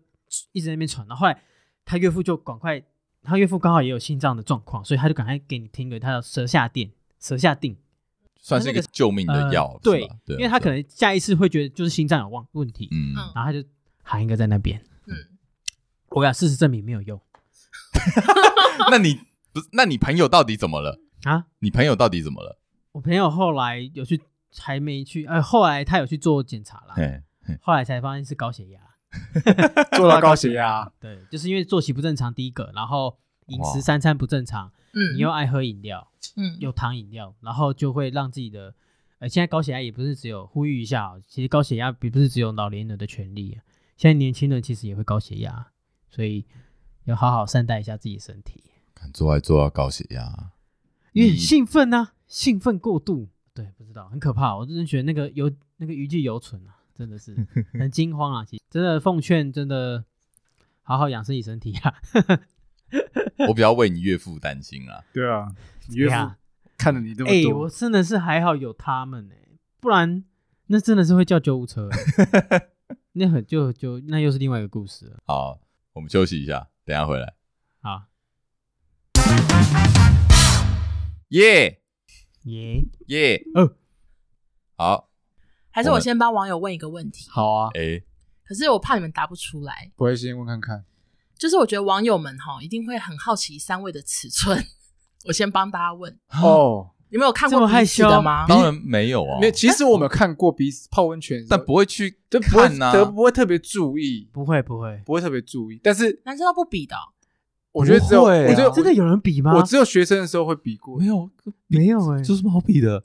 Speaker 4: 一直在那边传，然后后来他岳父就赶快他岳父刚好也有心脏的状况，所以他就赶快给你听个他的舌下定，舌下定，
Speaker 3: 算是一个救命
Speaker 2: 嗯
Speaker 3: 的药，
Speaker 4: 呃
Speaker 3: 是吧对啊，
Speaker 4: 因为他可
Speaker 3: 对啊
Speaker 4: 能下一次会觉得就是心脏有问问题，
Speaker 3: 嗯，
Speaker 2: 嗯
Speaker 4: 然后他就喊一个在那边。
Speaker 2: 嗯
Speaker 4: 我讲事实证明没有用
Speaker 2: 嗯
Speaker 3: 那你不是？那你朋友到底怎么了？
Speaker 4: 啊！
Speaker 3: 你朋友到底怎么了？
Speaker 4: 我朋友后来有去，还没去，呃，后来他有去做检查
Speaker 2: 啊
Speaker 4: 啦，
Speaker 3: 嘿，
Speaker 4: 后来才发现是高血压。
Speaker 1: 做到高血压，
Speaker 4: 对，就是因为作息不正常，第一个，然后饮
Speaker 3: 哇
Speaker 4: 食三餐不正常，
Speaker 2: 嗯，
Speaker 4: 你又爱喝饮料，
Speaker 2: 嗯
Speaker 4: 有糖饮料，然后就会让自己的，呃，现在高血压也不是只有呼吁一下、哦，其实高血压并不是只有老年人的权利、啊，现在年轻人其实也会高血压，所以要好好善待一下自己的身体。
Speaker 3: 看做爱做到高血压，
Speaker 4: 因为很
Speaker 3: 你
Speaker 4: 兴奋啊，兴奋过度，对，不知道，很可怕。我真的觉得那个游那个余悸犹存啊，真的 是很惊慌啊。其实真的奉劝，真的好好养自己身体啊。
Speaker 3: 我比较为你岳父担心啊。
Speaker 1: 对啊，你岳父
Speaker 4: 呀
Speaker 1: 看了你这么
Speaker 4: 哎、我
Speaker 1: 多，
Speaker 4: 真的是还好有他们哎、不然那真的是会叫救护 车欸、那很就就那又是另外一个故事了。
Speaker 3: 好，我们休息一下，等一下回来。
Speaker 4: 好，
Speaker 3: 耶
Speaker 4: 耶、
Speaker 3: 耶，
Speaker 4: 哦
Speaker 3: 好，
Speaker 2: 还是我先帮网友问一个问题，
Speaker 1: 好啊，
Speaker 3: 哎，
Speaker 2: 可是我怕你们答不出来。
Speaker 1: 我会先问看看，
Speaker 2: 就是我觉得网友们哈一定会很好奇三位的尺寸， 我先帮大家问，
Speaker 3: 啊
Speaker 1: 哦，
Speaker 2: 你们有看过
Speaker 4: 这么害
Speaker 2: 彼此的
Speaker 4: 羞
Speaker 2: 吗？
Speaker 3: 当然没有啊
Speaker 1: 没，有，其实我们有看过彼此泡温泉的时候，
Speaker 3: 但不会去
Speaker 1: 就不会
Speaker 3: 看啊呐。
Speaker 1: 得不会特别注意，
Speaker 4: 不会不会，
Speaker 1: 不会特别注意，但是
Speaker 2: 男生都不比的哦、
Speaker 1: 我觉得只有，
Speaker 3: 不会啊
Speaker 1: 我觉得
Speaker 4: 真的有人比吗？
Speaker 1: 我只有学生的时候会比过
Speaker 3: 没，有
Speaker 4: 没有
Speaker 1: 欸
Speaker 4: 哎、
Speaker 3: 有什么好比的？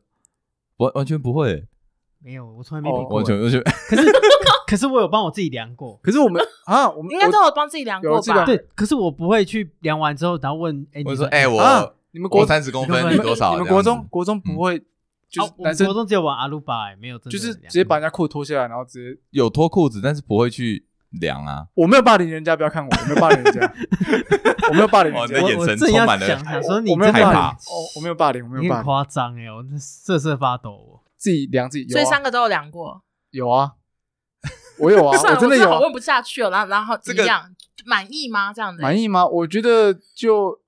Speaker 3: 完完全不会，
Speaker 4: 没有，我从来没比
Speaker 1: 哦
Speaker 4: 过
Speaker 3: 完
Speaker 4: 欸、
Speaker 3: 全完全
Speaker 4: 可是可是我有帮我自己量过。
Speaker 1: 可是我们啊，我们
Speaker 2: 应该
Speaker 1: 我
Speaker 2: 都有帮自己量过
Speaker 1: 有基本
Speaker 3: 啊
Speaker 2: 吧？
Speaker 1: 上
Speaker 4: 对，可是我不会去量完之后，然后问，哎、你
Speaker 3: 我就说，
Speaker 4: 的
Speaker 3: 哎，
Speaker 1: 啊
Speaker 3: 我
Speaker 1: 你们国
Speaker 3: 我三十公分，
Speaker 4: 你
Speaker 3: 你
Speaker 4: 们
Speaker 3: 多少？啊
Speaker 1: 你们
Speaker 3: 这样
Speaker 1: 国
Speaker 3: 子
Speaker 1: 中国中不会，就
Speaker 4: 哦
Speaker 1: 是
Speaker 4: 我
Speaker 1: 男
Speaker 4: 们
Speaker 1: 生
Speaker 4: 国中只有玩阿鲁巴、欸，没有真的
Speaker 1: 就是
Speaker 4: 量
Speaker 1: 直接把
Speaker 4: 过
Speaker 1: 人家裤脱下来，然后直接，
Speaker 3: 有脱裤子，但是不会去量啊。
Speaker 1: 我没有霸凌人家，不要看我，我没有霸凌人家，我没有霸凌
Speaker 3: 哦
Speaker 1: 人 家，
Speaker 3: 那眼
Speaker 1: 我
Speaker 4: 我
Speaker 3: 神
Speaker 4: 正
Speaker 3: 充
Speaker 4: 要
Speaker 3: 满了
Speaker 4: 想想说你
Speaker 1: 我没有
Speaker 4: 真
Speaker 3: 害
Speaker 4: 的
Speaker 1: 霸凌，
Speaker 3: 怕
Speaker 1: 哦，我没有霸凌，我没
Speaker 4: 你
Speaker 1: 有霸
Speaker 4: 很
Speaker 1: 凌，
Speaker 4: 夸张哎，我这瑟瑟发抖哦。
Speaker 1: 自己量自己，有
Speaker 2: 所以
Speaker 1: 啊
Speaker 2: 三个都有量过。
Speaker 1: 有啊，我有 啊，
Speaker 2: 算了，
Speaker 1: 真的有
Speaker 2: 好
Speaker 1: 啊，
Speaker 2: 问不下去了。然后，然后
Speaker 3: 这
Speaker 2: 怎
Speaker 3: 个
Speaker 2: 么样？满意吗？这样的
Speaker 1: 满意吗？我觉得 就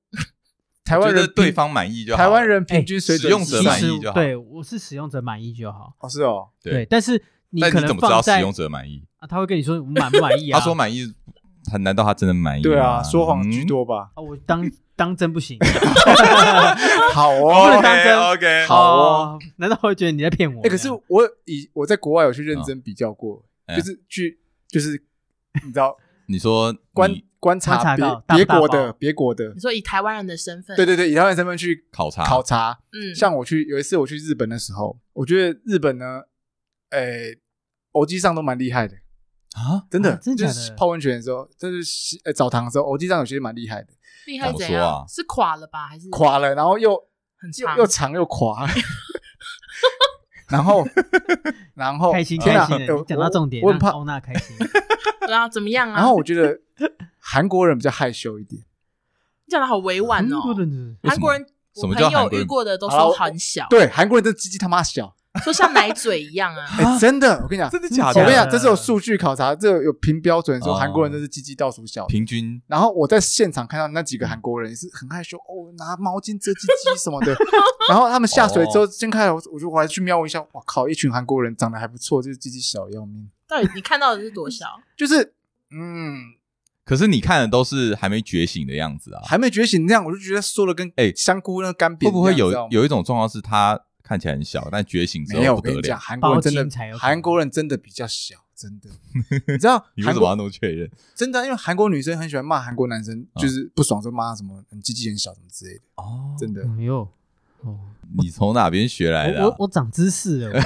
Speaker 1: 台
Speaker 3: 我
Speaker 1: 湾
Speaker 3: 觉
Speaker 1: 人
Speaker 3: 得
Speaker 1: 平
Speaker 3: 对方满意就好。
Speaker 1: 台湾人平均
Speaker 4: 哎
Speaker 1: 水
Speaker 3: 使
Speaker 1: 准
Speaker 3: 用
Speaker 1: 是
Speaker 3: 者
Speaker 1: 十
Speaker 3: 满
Speaker 4: 其
Speaker 3: 意
Speaker 4: 实
Speaker 3: 就好
Speaker 4: 对我是使用者满意就好。
Speaker 1: 哦是哦，
Speaker 3: 对
Speaker 4: 对，但是你
Speaker 3: 但
Speaker 4: 可
Speaker 3: 你怎
Speaker 4: 能
Speaker 3: 么知道
Speaker 4: 放
Speaker 3: 使
Speaker 4: 在
Speaker 3: 用者满意？
Speaker 4: 啊，他会跟你说满不满意 啊？
Speaker 3: 他说满意，他难道他真的满意吗？
Speaker 1: 对啊，说谎居
Speaker 3: 嗯。
Speaker 1: 多 吧，
Speaker 4: 啊，我当当真 不行，
Speaker 1: 好
Speaker 4: 不
Speaker 1: 哦
Speaker 4: 能。当真
Speaker 3: OK，
Speaker 1: 好哦
Speaker 4: 哦。难道我会觉得你在骗我？
Speaker 1: 哎，可是我以我在国外有去认真比较过，
Speaker 3: 哦嗯
Speaker 1: 就是去就是你知道
Speaker 3: 你说
Speaker 1: 观
Speaker 3: 你
Speaker 1: 观察
Speaker 4: 观察
Speaker 1: 别
Speaker 4: 到大不
Speaker 1: 别
Speaker 4: 大
Speaker 1: 国
Speaker 4: 包
Speaker 1: 的别国的
Speaker 2: 你，说以台湾人的身份，
Speaker 1: 对，对对，以台湾身份去
Speaker 3: 考察
Speaker 1: 考察。
Speaker 2: 嗯，
Speaker 1: 像我去有一次我去日本的时候，我觉得日本呢，哎，偶机上都蛮厉害的。
Speaker 3: 啊？
Speaker 1: 真的，
Speaker 4: 啊真的
Speaker 1: 就
Speaker 4: 假
Speaker 1: 是
Speaker 4: 的
Speaker 1: 泡温泉的时候，就是洗呃澡堂的时候，偶机上有些蛮厉害的，
Speaker 2: 厉害
Speaker 3: 怎么
Speaker 2: 怎
Speaker 3: 说
Speaker 2: 样？
Speaker 3: 啊
Speaker 2: 是垮了吧？还是
Speaker 1: 垮了，然后又
Speaker 2: 很长
Speaker 1: 又？又长又垮， 然 后然后
Speaker 4: 开心
Speaker 1: 天
Speaker 4: 开
Speaker 1: 啊
Speaker 4: 心的，欸
Speaker 1: 呃
Speaker 4: 你讲到重点，
Speaker 1: 我我很
Speaker 4: 让
Speaker 1: 怕。
Speaker 4: 欧娜开心。
Speaker 2: 然后怎么样啊？
Speaker 1: 然后我觉得韩国人比较害羞一点，
Speaker 2: 你讲的好委婉哦。
Speaker 4: 嗯对对
Speaker 3: 为
Speaker 4: 对
Speaker 3: 什么
Speaker 2: 韩国人，
Speaker 3: 什
Speaker 2: 我
Speaker 3: 么
Speaker 2: 朋
Speaker 3: 叫韩
Speaker 2: 友
Speaker 3: 国人
Speaker 2: 遇过的都
Speaker 1: 好
Speaker 2: 说
Speaker 1: 啦我
Speaker 2: 很小，
Speaker 1: 对，韩国人这鸡鸡他妈小，
Speaker 2: 说像奶嘴一样啊。
Speaker 1: 哎，真的，我跟你讲，
Speaker 3: 真的
Speaker 1: 我
Speaker 3: 假
Speaker 4: 假
Speaker 1: 跟你
Speaker 4: 啊的
Speaker 1: 讲，这是有数据考察，这有凭标准说
Speaker 3: 哦
Speaker 1: 韩国人都是鸡鸡倒数小的。
Speaker 3: 平均
Speaker 1: 然后我在现场看到那几
Speaker 3: 嗯
Speaker 1: 个韩国人也是很害羞哦，拿毛巾遮鸡鸡什么的。 然后他们下水
Speaker 3: 哦
Speaker 1: 之后，先开始我我就我还去瞄一下，我靠，一群韩国人长得还不错，就是鸡鸡小得要命，
Speaker 2: 到底你看到的是多 少？
Speaker 1: 就是嗯，
Speaker 3: 可是你看的都是还没觉醒的样子啊。
Speaker 1: 还没觉醒那样，我就觉得缩的跟
Speaker 3: 哎
Speaker 1: 香菇那干瘪一
Speaker 3: 会
Speaker 1: 样，
Speaker 3: 不会有
Speaker 1: 知道吗
Speaker 3: 有一种状况是他看起来很小，但觉醒之
Speaker 1: 没有？
Speaker 3: 后
Speaker 1: 我
Speaker 3: 不
Speaker 1: 跟
Speaker 3: 得
Speaker 1: 你讲，
Speaker 3: 了？
Speaker 1: 韩国人真
Speaker 4: 包金才有
Speaker 1: 的
Speaker 4: 可能
Speaker 1: 韩国人真的比较小，真 的，你知道
Speaker 3: 你为
Speaker 1: 韩
Speaker 3: 什么要
Speaker 1: 国
Speaker 3: 那么确认？
Speaker 1: 真的，因为韩国女生很喜欢骂韩国男生，
Speaker 3: 啊
Speaker 1: 就是不爽就骂什么你鸡鸡很小什么之类的，
Speaker 3: 哦，
Speaker 1: 真的。
Speaker 4: 哎呦，哦，
Speaker 3: 你从哪边学来的
Speaker 4: 我
Speaker 3: 啊
Speaker 4: 我？我长知识 了，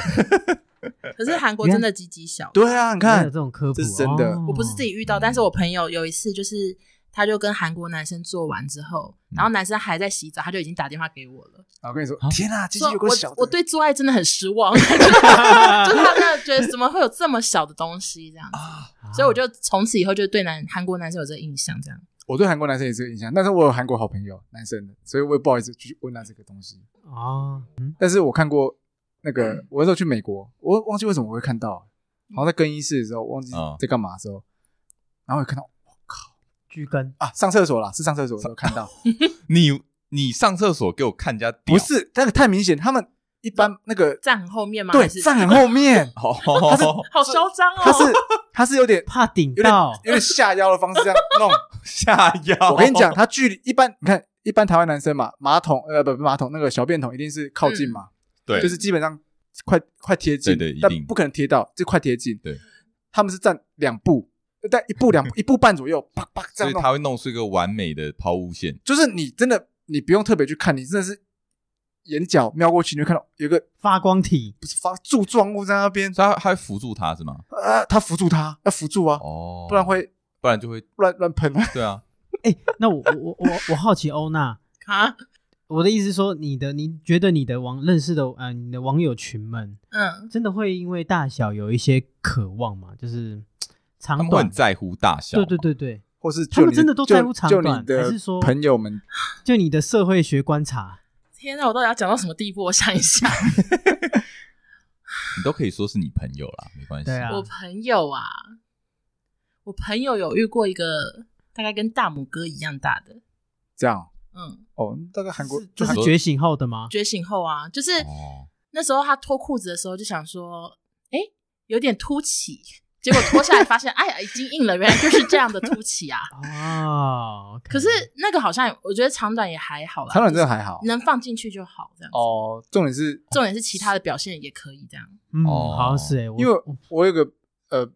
Speaker 2: 可是韩国真的鸡鸡小。
Speaker 1: 对嗯啊，你
Speaker 4: 我有
Speaker 1: 看
Speaker 4: 这，种科普，
Speaker 1: 这是真的
Speaker 4: 哦
Speaker 2: 我不是 自己遇到，但是我朋友有一次就是，他就跟韩国男生做完之后，
Speaker 1: 嗯
Speaker 2: 然后男生还在洗澡，他就已经打电话给我了，
Speaker 1: 啊我跟你说
Speaker 3: 啊，
Speaker 1: 天啊，鸡鸡
Speaker 2: 说
Speaker 1: 有个小
Speaker 2: 我
Speaker 1: 的
Speaker 2: 我对做爱真的很失 望， 就是
Speaker 4: 啊
Speaker 2: 他真的觉得怎么会有这么小的东西这样子，
Speaker 1: 啊
Speaker 2: 所以我就从此以后就对男韩国男生有这个印象，这样
Speaker 1: 我对韩国男生也是有印象，但是我有韩国好朋友男生的，所以我也不好意思去问他这个东西。
Speaker 4: 哦，嗯
Speaker 1: 但是我看过那个，我那时候去美国，我忘记为什么我会看到，好像在更衣室的时候，忘记
Speaker 3: 嗯
Speaker 1: 在干嘛的时候，然后我看到，我靠，
Speaker 4: 巨根，
Speaker 1: 啊，上厕所啦，是上厕所的时候看到，
Speaker 3: 你你上厕所给我看人家屌，
Speaker 1: 不是那个太明显，他们一般那个
Speaker 2: 站很后面吗？
Speaker 1: 对
Speaker 2: 还是
Speaker 1: 站很后面
Speaker 3: 哦，
Speaker 2: 好嚣张哦！
Speaker 1: 他是他是有点
Speaker 4: 怕顶
Speaker 1: 有点
Speaker 4: 到，
Speaker 1: 有点下腰的方式这样弄。
Speaker 3: 下腰。
Speaker 1: 我跟你讲，，他距离一般，你看一般台湾男生嘛，马桶呃不不马桶那个小便桶一定是靠近嘛，
Speaker 3: 对，
Speaker 1: 就是基本上快快贴近，
Speaker 3: 对对一定
Speaker 1: 但不可能贴到，就快贴近。
Speaker 3: 对，
Speaker 1: 他们是站两步，但一步 两一步半左右，啪啪这样
Speaker 3: 所以
Speaker 1: 弄，
Speaker 3: 他会弄出一个完美的抛物线。
Speaker 1: 就是你真的你不用特别去看，你真的是眼角瞄过去，你就看到有一个
Speaker 4: 发光体，
Speaker 1: 不是发柱状物在那边，
Speaker 3: 所以他他会扶住他是吗？
Speaker 1: 啊，他扶住他，要扶住啊，
Speaker 3: 哦，
Speaker 1: 不然会
Speaker 3: 不然就会
Speaker 1: 乱乱喷啊。
Speaker 3: 对啊，
Speaker 4: 哎，那我我我我我好奇欧娜，
Speaker 2: 啊，
Speaker 4: 我的意思是说，你的你觉得你的网认识的呃你的网友群们，
Speaker 2: 嗯，
Speaker 4: 真的会因为大小有一些渴望吗？就是嘖
Speaker 3: 他
Speaker 4: 长
Speaker 3: 们会
Speaker 4: 短
Speaker 3: 很，在乎大小
Speaker 4: 对
Speaker 3: 嘛。
Speaker 4: 对对对，
Speaker 1: 或是
Speaker 4: 他
Speaker 1: 就
Speaker 4: 们
Speaker 1: 你
Speaker 4: 真的都
Speaker 1: 就
Speaker 4: 在乎长
Speaker 1: 就
Speaker 4: 短
Speaker 1: 你的
Speaker 4: 还是说
Speaker 1: 朋友们
Speaker 4: 就你的社会学观察，
Speaker 2: 天哪，我到底要讲到什么地步？我想 一下，
Speaker 3: 你都可以说是你朋友啦，没关系。
Speaker 4: 对啊
Speaker 2: 我朋友啊，我朋友有遇过一个大概跟大拇哥一样大的，
Speaker 1: 这样
Speaker 2: 嗯，
Speaker 1: 哦，大概韩国
Speaker 4: 是
Speaker 1: 就
Speaker 4: 这
Speaker 1: 是
Speaker 4: 是
Speaker 3: 说
Speaker 4: 觉醒后的吗？
Speaker 2: 觉醒后啊，就是
Speaker 3: 哦，
Speaker 2: 那时候他脱裤子的时候就想说，哎，有点凸起， 结果脱下来发现，哎呀，已经硬了，原来就是这样的凸起啊。
Speaker 4: 哦，
Speaker 2: 可是那个好像我觉得长短也还好啦，
Speaker 1: 长短真的还好
Speaker 2: 能放进去就好这样子。
Speaker 1: 哦。重点是
Speaker 2: 重点是其他的表现也可以这样。
Speaker 4: 嗯，
Speaker 3: 哦
Speaker 4: 好像是哎，我
Speaker 1: 因为我有个呃，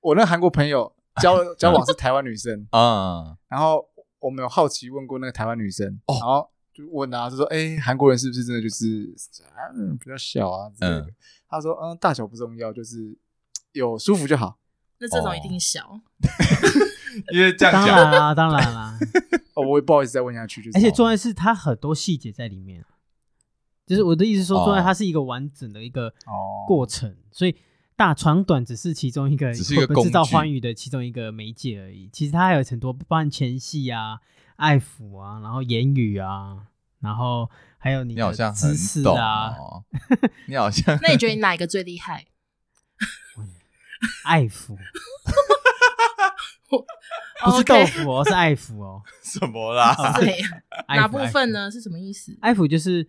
Speaker 1: 我那韩国朋友交交往是台湾女生，
Speaker 3: 啊，
Speaker 1: 然后我们有好奇问过那个台湾女生，
Speaker 3: 哦
Speaker 1: 然后就问啊，就说哎，韩国人是不是真的就是嗯比较小啊之类的
Speaker 3: 嗯？
Speaker 1: 他说嗯，大小不重要，就是有舒服就好。
Speaker 2: 那这
Speaker 3: 哦
Speaker 2: 种一定小，
Speaker 3: 因为这样
Speaker 4: 当
Speaker 3: 讲，
Speaker 4: 然啦，当然啦，
Speaker 1: 哦，我也不好意思再问下去，就是
Speaker 4: 而且重要的是它很多细节在里面，啊就是我的意思说，
Speaker 3: 哦
Speaker 4: 重要它是一个完整的一个
Speaker 1: 哦
Speaker 4: 过程，所以大长短只是其中一个，
Speaker 3: 只是一个
Speaker 4: 我们制造
Speaker 3: 工具
Speaker 4: 欢愉的其中一个媒介而已。其实它还有很多，包含前戏啊、爱抚啊，然后言语啊，然后还有你
Speaker 3: 你好
Speaker 4: 的
Speaker 3: 像很
Speaker 4: 姿势
Speaker 3: 懂
Speaker 4: 啊、
Speaker 3: 哦，你好像
Speaker 2: 那你觉得你哪一个最厉害？
Speaker 4: 爱抚，不啊是
Speaker 2: OK
Speaker 4: 豆腐哦，是爱抚 哦，
Speaker 3: 什 么啦？
Speaker 2: 对，
Speaker 4: 爱抚
Speaker 2: 哪部
Speaker 4: 爱抚
Speaker 2: 分呢？是什么意思？
Speaker 4: 爱抚就是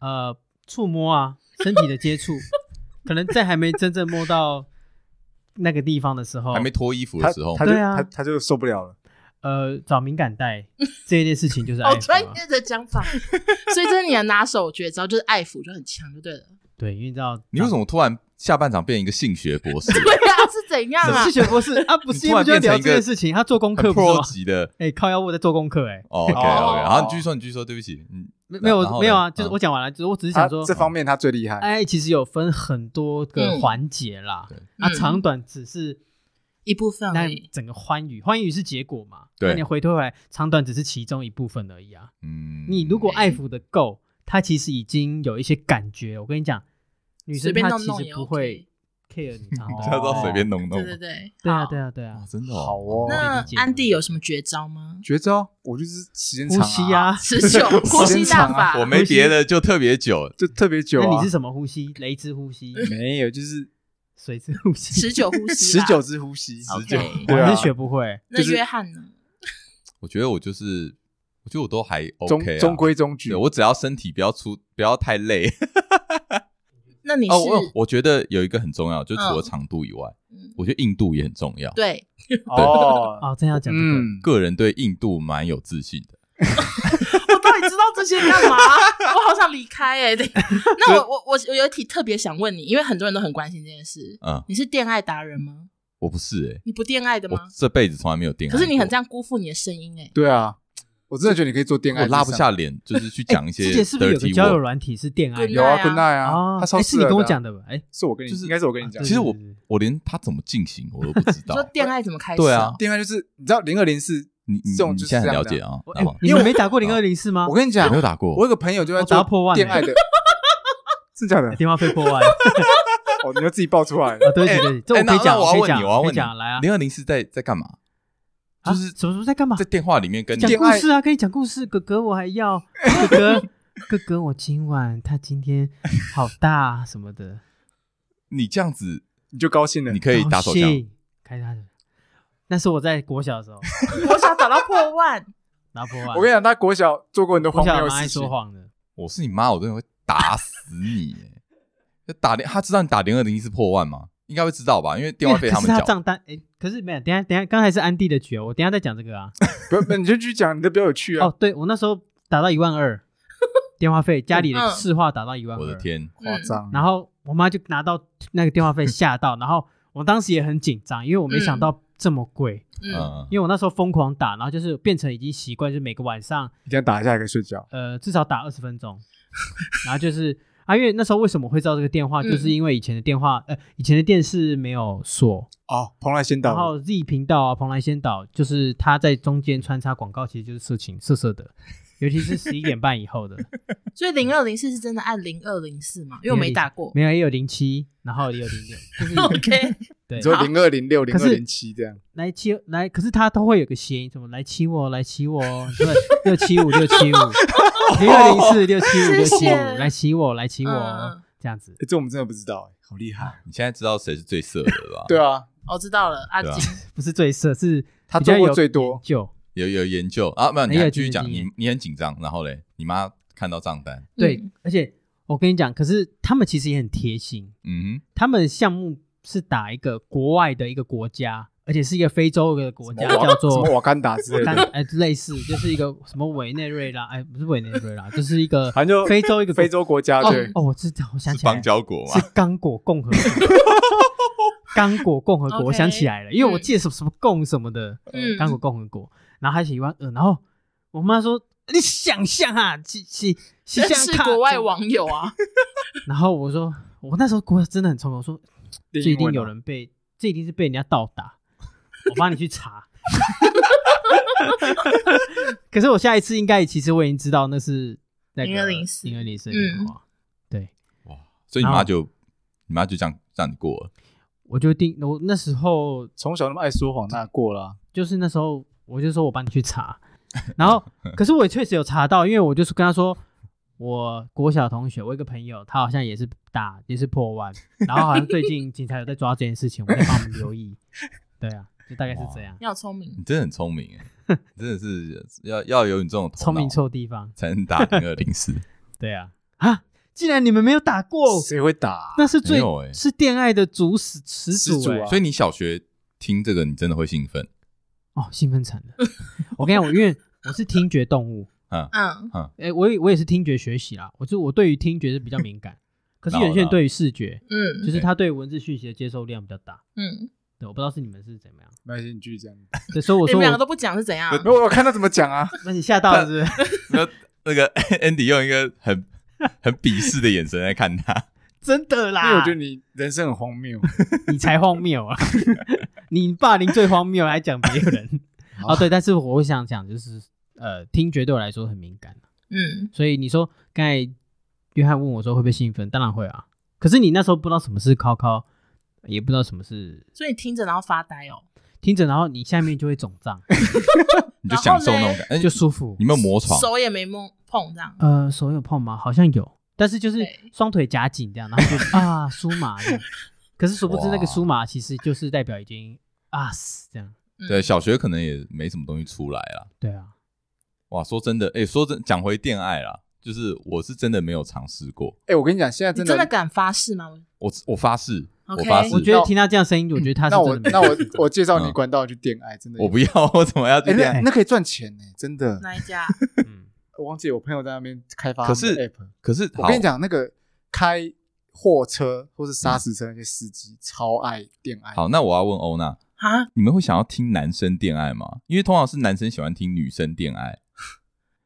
Speaker 4: 呃触摸啊，身体的接触，可能在还没真正摸到那个地方的时候，
Speaker 3: 还没脱衣服
Speaker 1: 他
Speaker 3: 的时候
Speaker 1: 哦他就
Speaker 4: 对啊
Speaker 1: 他他就受不了了。
Speaker 4: 呃找敏感带这一件事 情就是爱
Speaker 2: 好
Speaker 4: 抚、
Speaker 2: 专
Speaker 4: 啊，
Speaker 2: 业的讲法， 所以这是你的拿手绝招，就是爱抚就很强，就对了。
Speaker 4: 对，因为你知道
Speaker 3: 你为什么突然下半场变一个性学博士？
Speaker 2: 对啊，是怎样啊
Speaker 4: 是？学博士啊？不是，
Speaker 3: 你突然
Speaker 4: 因为就
Speaker 3: 变成
Speaker 4: 聊
Speaker 3: 一
Speaker 4: 这
Speaker 3: 个
Speaker 4: 件事情，他做功
Speaker 3: 很
Speaker 4: 课不是吗
Speaker 3: pro？级的。
Speaker 4: 哎、靠腰，我在做功课哎、
Speaker 3: OK OK，
Speaker 1: 哦
Speaker 3: 然后你继续说，你继续说，对不起，嗯，
Speaker 4: 没没有
Speaker 3: 然后呢
Speaker 4: 没有啊，就是
Speaker 3: 嗯
Speaker 4: 我讲完了，就是我只是
Speaker 1: 他
Speaker 4: 想说
Speaker 1: 这方面他最厉害，
Speaker 4: 哎、其实有分很多个
Speaker 2: 嗯
Speaker 4: 环节啦，
Speaker 3: 对
Speaker 4: 啊，
Speaker 2: 嗯
Speaker 4: 长短只是
Speaker 2: 一部分
Speaker 4: 那
Speaker 2: 而已。
Speaker 4: 整个欢愉，欢愉是结果嘛？
Speaker 3: 对
Speaker 4: 那你回推回来，长短只是其中一部分而已啊。
Speaker 3: 嗯，
Speaker 4: 你如果 爱抚的够，它其实已经有一些感觉。我跟你讲，女生
Speaker 2: 随便
Speaker 4: 她
Speaker 2: 弄
Speaker 4: 其
Speaker 2: 弄
Speaker 4: 实
Speaker 2: 也
Speaker 4: 不
Speaker 2: OK
Speaker 4: 会 care 你长短，
Speaker 3: 叫到随便弄弄
Speaker 2: 对，对对，
Speaker 4: 对啊，
Speaker 2: 好
Speaker 4: 对。啊，对啊
Speaker 3: 哇，，真的
Speaker 1: 好哦
Speaker 2: 那
Speaker 4: 理解
Speaker 2: 安迪有什么绝 招吗？
Speaker 1: 绝招，我就是时间
Speaker 4: 呼
Speaker 1: 长
Speaker 4: 吸 啊，
Speaker 2: 持久呼吸大法，
Speaker 3: 啊我没别的，就特别久，
Speaker 1: 就特别久
Speaker 4: 那
Speaker 1: 啊。
Speaker 4: 你是什么呼吸？雷之呼吸、
Speaker 2: 嗯
Speaker 1: 没有，就是
Speaker 4: 水之呼吸，啊
Speaker 2: 持久呼吸
Speaker 1: 十
Speaker 2: 啦，
Speaker 1: 九支呼吸，
Speaker 2: OK
Speaker 3: 久
Speaker 1: 对
Speaker 4: 我
Speaker 1: 啊
Speaker 4: 还是学不会。
Speaker 2: 那
Speaker 1: 就是
Speaker 2: 约翰呢？
Speaker 3: 我觉得我就是，我觉得我都还
Speaker 1: 中
Speaker 3: OK，、啊、
Speaker 1: 中规中矩
Speaker 3: 对。我只要身体不要出，不要太累。
Speaker 2: 那你
Speaker 3: 哦，我
Speaker 2: 是
Speaker 3: 我觉得有一个很重要，就除了
Speaker 2: 嗯
Speaker 3: 长度以外，
Speaker 2: 嗯
Speaker 3: 我觉得硬度也很重要。
Speaker 2: 对，
Speaker 1: 哦，
Speaker 4: 哦，真要讲这个，
Speaker 1: 嗯，
Speaker 3: 个人对硬度蛮有自信的，
Speaker 2: 我到底知道这些干嘛？我好想离开哎、对那我我我我有一题特别想问你，因为很多人都很关心这件事。
Speaker 3: 嗯，
Speaker 2: 你是恋爱达人吗？
Speaker 3: 我不是哎、
Speaker 2: 你不恋爱的
Speaker 3: 我
Speaker 2: 吗？
Speaker 3: 这辈子从来没有电爱
Speaker 2: 可
Speaker 3: 过，
Speaker 2: 是你很这样辜负你的声音哎、
Speaker 1: 对啊，我真的觉得你可以做电爱，
Speaker 4: 哎
Speaker 3: 我拉不下。脸， 就是去讲一些
Speaker 4: 之前是不是有个
Speaker 3: dirty
Speaker 4: 交友
Speaker 3: word
Speaker 4: 软体是恋爱
Speaker 2: 对
Speaker 1: 有啊，
Speaker 2: 啊
Speaker 1: 滚蛋啊！
Speaker 4: 啊？
Speaker 1: 他超
Speaker 4: 哎是
Speaker 1: 适
Speaker 4: 你
Speaker 1: 合
Speaker 4: 跟我
Speaker 1: 啊
Speaker 4: 讲，的吧？哎，
Speaker 1: 是我跟你，
Speaker 3: 就是
Speaker 1: 应该是我跟你讲
Speaker 4: 啊。
Speaker 3: 其实我
Speaker 4: 对对对
Speaker 3: 我连他怎么进行我都不知
Speaker 2: 你
Speaker 3: 道
Speaker 2: 说。恋爱怎么开始？
Speaker 3: 对啊，，
Speaker 1: 恋爱就是你知道零二零四
Speaker 3: 你你
Speaker 1: 这种
Speaker 3: 你
Speaker 1: 就是
Speaker 3: 现在很
Speaker 1: 这
Speaker 3: 了
Speaker 1: 样
Speaker 3: 解
Speaker 1: 的
Speaker 3: 啊？
Speaker 4: 我
Speaker 3: 然后
Speaker 4: 哎你们 没打过零二零四吗？
Speaker 1: 我跟你
Speaker 3: 我
Speaker 1: 讲
Speaker 3: 没有，打过，
Speaker 1: 我有个朋友就在
Speaker 4: 我打哦破
Speaker 1: 做
Speaker 4: 万
Speaker 1: 恋
Speaker 4: 了
Speaker 1: 爱的， 是假的
Speaker 4: 哎？电话费破万
Speaker 1: 哦，你就自己爆出来
Speaker 4: 啊
Speaker 1: 了。！
Speaker 4: 对不起，对不起，这
Speaker 3: 哎
Speaker 4: 我可以
Speaker 3: 那
Speaker 4: 讲，
Speaker 3: 那我要
Speaker 4: 可以
Speaker 3: 问
Speaker 4: 讲，
Speaker 3: 你，我要
Speaker 4: 可
Speaker 3: 问
Speaker 4: 以
Speaker 3: 你
Speaker 4: 讲，来啊！
Speaker 3: 零二零是在在干嘛？
Speaker 4: 啊
Speaker 3: 就是
Speaker 4: 什么时候在干嘛
Speaker 3: 在？电话里面跟你
Speaker 4: 讲
Speaker 1: 电
Speaker 4: 故
Speaker 1: 爱
Speaker 4: 事啊，跟你讲故事，哥哥我还要哥 哥哥哥，我今晚他今天好大啊什么的，
Speaker 3: 你这样子，
Speaker 1: 你就高兴了
Speaker 4: 哦
Speaker 3: 你，可以打手
Speaker 4: 高
Speaker 3: 枪。
Speaker 4: 兴开他的，那是我在国小的时候，
Speaker 2: 我想找到破万，嗯
Speaker 4: 拿破 万。
Speaker 1: 我跟你讲，他国小做过很多
Speaker 4: 国
Speaker 1: 荒
Speaker 4: 小
Speaker 1: 谬的
Speaker 4: 蛮爱
Speaker 1: 事情
Speaker 4: 说，谎的，
Speaker 3: 我是你妈，我真的会打死你耶！就打电，他知道你打零二零一是破万吗？应该会知道吧，因为电话费
Speaker 4: 可是
Speaker 3: 们
Speaker 4: 他
Speaker 3: 缴。
Speaker 4: 账单，哎，可是没有，等一下等一下，刚才是安迪的局哦，我等一下再讲这个啊。
Speaker 1: 不不，你就去讲，你的比较有趣啊
Speaker 4: 哦，。对我那时候打到一万二，电话费家里的
Speaker 2: 嗯
Speaker 4: 市话打到一万二，
Speaker 3: 我的天，
Speaker 2: 嗯
Speaker 1: 夸张，
Speaker 4: 然后我妈就拿到那个电话费吓到，然后我当时也很紧张，因为我没想到这么贵，
Speaker 2: 嗯，
Speaker 3: 嗯，
Speaker 4: 因为我那时候疯狂打，然后就是变成已经习惯，就是每个晚上
Speaker 1: 一定要打一下，可以睡觉。
Speaker 4: 呃至少打二十分钟，然后就是啊，因为那时候为什么会知道这个电话，
Speaker 2: 嗯
Speaker 4: 就是因为以前的电话呃以前的电视没有锁，
Speaker 1: 哦，蓬莱仙
Speaker 4: 然
Speaker 1: 岛，
Speaker 4: 后 Z 频道啊蓬莱仙岛就是它在中间穿插广告，其实就是色情色色的，尤其是十一点半以后的，
Speaker 2: 所以零二零四是真的按零二零四嘛？因为我没打过。
Speaker 4: 没有也有零七，然后也有零六，就是
Speaker 2: OK，
Speaker 4: 对
Speaker 1: 你说
Speaker 2: 好
Speaker 1: 零二零六、零
Speaker 4: 可
Speaker 1: 二
Speaker 4: 是
Speaker 1: 零七这样，
Speaker 4: 来七来，可是他都会有个谐音，什么来七我，来七我，对，六七五六七五， 零二零四六七五六
Speaker 2: 谢
Speaker 4: 七
Speaker 2: 谢
Speaker 4: 五，来七我，来七我
Speaker 2: 嗯，
Speaker 4: 这样子。
Speaker 1: 诶这我们真的不知道，诶好厉害。
Speaker 3: 你现在知道谁是最色的了吧？
Speaker 1: 对啊，
Speaker 2: 我哦知道了，阿金
Speaker 3: 对啊
Speaker 4: 不是最色，是
Speaker 1: 他
Speaker 4: 比较
Speaker 1: 做过
Speaker 4: 有
Speaker 1: 最多，
Speaker 4: 就
Speaker 3: 有有研究啊，没有，你
Speaker 4: 没有
Speaker 3: 还继续讲，
Speaker 4: 就是
Speaker 3: 你你很紧张，然后嘞，你妈看到账单，
Speaker 4: 对
Speaker 2: 嗯，
Speaker 4: 而且我跟你讲，可是他们其实也很贴心，
Speaker 3: 嗯
Speaker 4: 他们项目是打一个国外的一个国家，而且是一个非洲的国家，
Speaker 1: 什么瓦
Speaker 4: 叫
Speaker 1: 什
Speaker 4: 做
Speaker 1: 么瓦干达之类
Speaker 4: 但
Speaker 1: 的，
Speaker 4: 哎，类似就是一个什么委内瑞拉，哎，不是委内瑞拉，就是一个
Speaker 1: 反正就
Speaker 4: 非洲一个国
Speaker 1: 非洲国家
Speaker 4: 哦
Speaker 1: 对。
Speaker 4: 哦，我知道，我想
Speaker 3: 哼，是
Speaker 4: 起来
Speaker 3: 邦
Speaker 4: 了，
Speaker 3: 交国啊
Speaker 4: 是
Speaker 3: 嘛？
Speaker 4: 刚果共和国。刚果共和国
Speaker 2: OK
Speaker 4: 我想起来了，因为我
Speaker 2: 嗯
Speaker 4: 记得什么什么共什么的，
Speaker 2: 嗯
Speaker 4: 刚果共和国，然后还写一万二，然后我妈说你想象啊，是是是
Speaker 2: 认
Speaker 4: 这样
Speaker 2: 识
Speaker 4: 看
Speaker 2: 国外，网友啊，
Speaker 4: 然后我说我那时候国真的很冲动，我说这
Speaker 1: 英
Speaker 4: 一定
Speaker 1: 文
Speaker 4: 有
Speaker 1: 哦
Speaker 4: 人被，这一定是被人家倒 打，我帮你去查。 可是我下一次应该其实我已经知道那是那个
Speaker 2: 0204
Speaker 4: 零二零四的电话，对，
Speaker 3: 哇，所以你
Speaker 4: 然后
Speaker 3: 妈就你妈就这样让你过了，
Speaker 4: 我就定我那时候
Speaker 1: 从小那么爱说谎，那过了啊
Speaker 4: 就是那时候我就说我帮你去查，然后可是我也确实有查到，因为我就是跟他说，我国小同学，我有一个朋友，他好像也是打也是破万，然后好像最近警察有在抓这件事情，我在帮我们留意。对啊，就大概是这样，
Speaker 2: 你好聪明
Speaker 3: 你。真的很聪明哎，你真的是要要有你这种头脑
Speaker 4: 聪明错地方。
Speaker 3: 才能打零二零 四，
Speaker 4: 对啊，啊，既然你们没有打过，
Speaker 1: 谁会打啊？
Speaker 4: 那是最、
Speaker 3: 没有欸
Speaker 4: 是恋爱的主始始祖、
Speaker 1: 始祖
Speaker 4: 欸
Speaker 1: 啊
Speaker 3: 所以你小学听这个，你真的会兴奋，
Speaker 4: 哦，兴奋惨了。我跟你讲，我因为我是听觉动物，
Speaker 2: 嗯，
Speaker 4: 哎、我也我也是听觉学习啦，我就我对于听觉是比较敏 感，可是有些人对于视觉，就
Speaker 2: 嗯
Speaker 4: 是他对文字讯息的接受量比较大。
Speaker 2: 嗯，
Speaker 4: 对，我不知道是你们是怎么样，
Speaker 1: 没关系，你继续讲。
Speaker 4: 对，所以我
Speaker 2: 你
Speaker 4: 说
Speaker 2: 们两
Speaker 4: 我
Speaker 2: 个都不讲是怎样？
Speaker 1: 没有，我看他怎么讲 啊。
Speaker 4: 那你吓到了是不是？
Speaker 3: 那那个 Andy 用一个很很鄙视的眼神在看他，
Speaker 4: 真的
Speaker 1: 因为我
Speaker 4: 啦
Speaker 1: 觉得，你人生很荒 谬。
Speaker 4: 你才荒谬啊！ 你霸凌最荒谬，还讲别 人哦，对，但是我想讲就是，呃，听觉对我来说很敏感，
Speaker 2: 嗯，
Speaker 4: 所以你说刚才约翰问我说会不会兴奋，当然会啊。可是你那时候不知道什么是靠靠，也不知道什么是
Speaker 2: 所以你听着然后发呆哦。
Speaker 4: 听着，然后你下面就会肿胀，
Speaker 3: 你就享受那
Speaker 2: 然
Speaker 3: 种
Speaker 2: 后嘞
Speaker 3: 感，哎，
Speaker 4: 就舒服
Speaker 3: 你。有没有磨床？
Speaker 2: 手也没碰碰这样。
Speaker 4: 呃，手有碰吗？好像有，但是就是
Speaker 2: 对
Speaker 4: 双腿夹紧这样，然后 就啊舒麻这样。可是殊不知那个
Speaker 3: 哇
Speaker 4: 舒麻其实就是代表已经啊死这样。
Speaker 2: 嗯
Speaker 3: 对，小学可能也没什么东西出来啦。
Speaker 4: 对啊，
Speaker 3: 哇，说真的，哎、说真，讲回恋爱啦，就是我是真的没有尝试过，
Speaker 1: 哎，我跟你讲，现在
Speaker 2: 你
Speaker 1: 真
Speaker 2: 真的
Speaker 1: 的，
Speaker 2: 敢发誓吗？
Speaker 3: 我我发誓
Speaker 2: OK
Speaker 3: 我发誓，
Speaker 4: 我觉
Speaker 3: 得
Speaker 4: 得听他这样声音，我觉得他是
Speaker 1: 那我
Speaker 4: 真的没
Speaker 1: 那
Speaker 4: 有
Speaker 1: 我 我介绍你
Speaker 3: 嗯
Speaker 1: 管道去恋爱，真的有。
Speaker 3: 我不要， 我怎么要去
Speaker 1: 哎，
Speaker 3: 恋爱？
Speaker 1: 那那可以赚钱呢，真的。
Speaker 2: 哪一家？
Speaker 4: 嗯
Speaker 1: 我忘记我朋友在那边开发
Speaker 3: 可
Speaker 1: 他们的
Speaker 3: 是
Speaker 1: app，
Speaker 3: 可是
Speaker 1: 我跟你
Speaker 3: 好，
Speaker 1: 讲，那个开货车或是砂石车那些司机超爱恋爱。
Speaker 3: 好，那我要问欧娜，
Speaker 2: 啊，
Speaker 3: 你们会想要听男生恋爱吗？因为通常是男生喜欢听女生恋爱，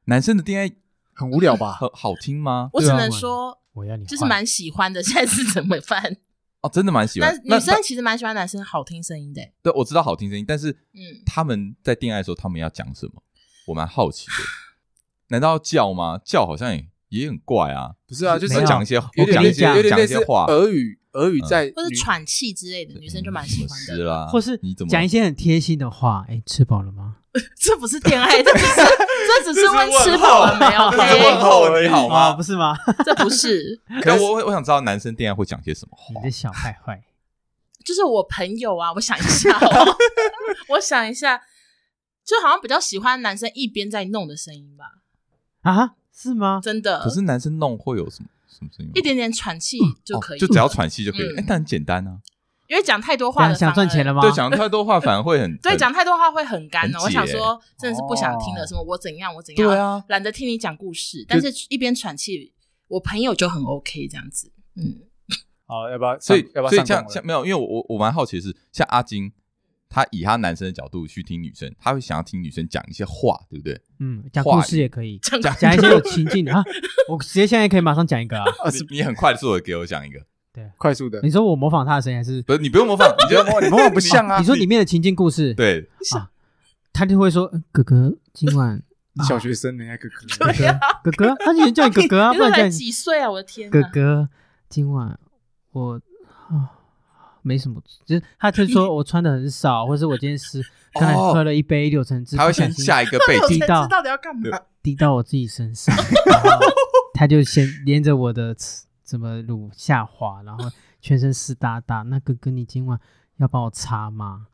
Speaker 3: 男生的恋爱
Speaker 1: 很无聊吧？
Speaker 3: 好好听吗？
Speaker 2: 我只
Speaker 4: 对啊
Speaker 2: 能
Speaker 4: 我
Speaker 2: 说
Speaker 4: 我要你
Speaker 2: 就是
Speaker 4: 换
Speaker 2: 蛮喜欢的， 下次怎么办？
Speaker 3: 哦，真的蛮喜
Speaker 2: 但
Speaker 3: 欢。
Speaker 2: 女
Speaker 3: 那
Speaker 2: 生其实蛮喜欢男生好听声音的。欸
Speaker 3: 对，我知道好听声音，但是
Speaker 2: 嗯，
Speaker 3: 他们在恋爱的时候，他们要讲什么？我蛮好奇的。难道要叫吗？叫好像也也很怪啊，
Speaker 1: 不是啊，
Speaker 4: 没
Speaker 1: 就是
Speaker 4: 有
Speaker 3: 讲一些
Speaker 4: 我跟你
Speaker 3: 讲一些
Speaker 4: 讲
Speaker 1: 有点
Speaker 3: 讲
Speaker 1: 类
Speaker 3: 一
Speaker 1: 似呃
Speaker 3: 些话，嗯
Speaker 1: 俄语，俄语在
Speaker 2: 或是
Speaker 1: 女
Speaker 2: 喘气之类的，女生就蛮喜欢
Speaker 3: 是
Speaker 2: 的。
Speaker 3: 啦，
Speaker 4: 或是
Speaker 3: 啊你怎么
Speaker 4: 讲一些很贴心的话，哎，吃饱了吗？
Speaker 2: 这不是恋爱，这 只是这只是问吃饱了没有
Speaker 3: 这是问
Speaker 2: ？OK，
Speaker 3: 候而已好
Speaker 4: 啊，
Speaker 3: 吗
Speaker 4: 不？是吗？
Speaker 2: 这不是，
Speaker 3: 可是我我想知道男生恋爱会讲些什么话
Speaker 4: 你。的小坏坏，
Speaker 2: 就是我朋友啊，我想一下、哦， 我想一下，就好像比较喜欢男生一边在弄的声音吧，
Speaker 4: 啊？是吗？
Speaker 2: 真的
Speaker 3: 可，是男生弄会有什么什么声音吗？
Speaker 2: 一点点喘气就可以，
Speaker 3: 哦，就只要，喘气就可以
Speaker 2: 嗯。
Speaker 3: 哎，但很简单啊。
Speaker 2: 因为讲太多
Speaker 4: 这
Speaker 2: 话
Speaker 4: 样
Speaker 2: 了，
Speaker 4: 想赚钱了
Speaker 2: 吗？
Speaker 4: 吗？
Speaker 3: 对，讲太多话反而 会很
Speaker 2: 对，
Speaker 3: 很
Speaker 2: 讲太多话会很干哦。
Speaker 3: 很
Speaker 2: 我想
Speaker 4: 欸
Speaker 3: 解
Speaker 2: 说，真的是不想听了，
Speaker 3: 哦
Speaker 2: 什么我怎样我怎样，
Speaker 3: 对啊，
Speaker 2: 懒得听你讲故事，但是一边喘气，我朋友就很 OK 这样子，嗯。
Speaker 1: 好，要不要上？
Speaker 3: 所以
Speaker 1: 要不要
Speaker 3: 所以
Speaker 1: 上
Speaker 3: 像
Speaker 1: 工
Speaker 3: 像
Speaker 1: 了？
Speaker 3: 没有，因为我我我蛮好奇的是，像阿金，他以他男生的角度去听女生，他会想要听女生讲一些话，对不对？
Speaker 4: 嗯，讲
Speaker 3: 话
Speaker 4: 故
Speaker 3: 语
Speaker 4: 事也可以，
Speaker 2: 讲
Speaker 4: 讲一些有情境的 啊。我直接现在可以马上讲一个啊。
Speaker 3: 你你很快速的给我讲一个，
Speaker 1: 呃快速的
Speaker 4: 你，说我模仿他的声音还是？哦
Speaker 3: 不是你不用模仿，你就模
Speaker 1: 你模仿不像啊
Speaker 4: 你说里面的情境故事，，
Speaker 3: 对，
Speaker 4: 他就会说嗯哥哥今晚
Speaker 1: 你小学生人家哥哥
Speaker 4: 哥哥哥哥，他就叫你哥哥啊，
Speaker 2: 你
Speaker 4: 不然
Speaker 2: 你才
Speaker 4: 叫你
Speaker 2: 几岁啊？我的天哪！
Speaker 4: 哥哥今晚我啊没什么，就是他就说我穿的很少，或是我今天是刚才
Speaker 3: 哦
Speaker 4: 喝了一杯柳橙汁，
Speaker 3: 他会
Speaker 4: 不小
Speaker 3: 先
Speaker 4: 心
Speaker 3: 下一个背
Speaker 2: 我才
Speaker 3: 景
Speaker 4: 听，
Speaker 2: 知
Speaker 4: 到
Speaker 2: 道底要干嘛？
Speaker 4: 滴到我自己身上，然后他就先连着我的怎么乳下滑，然后全身湿哒哒。那哥哥，你今晚要帮我擦吗？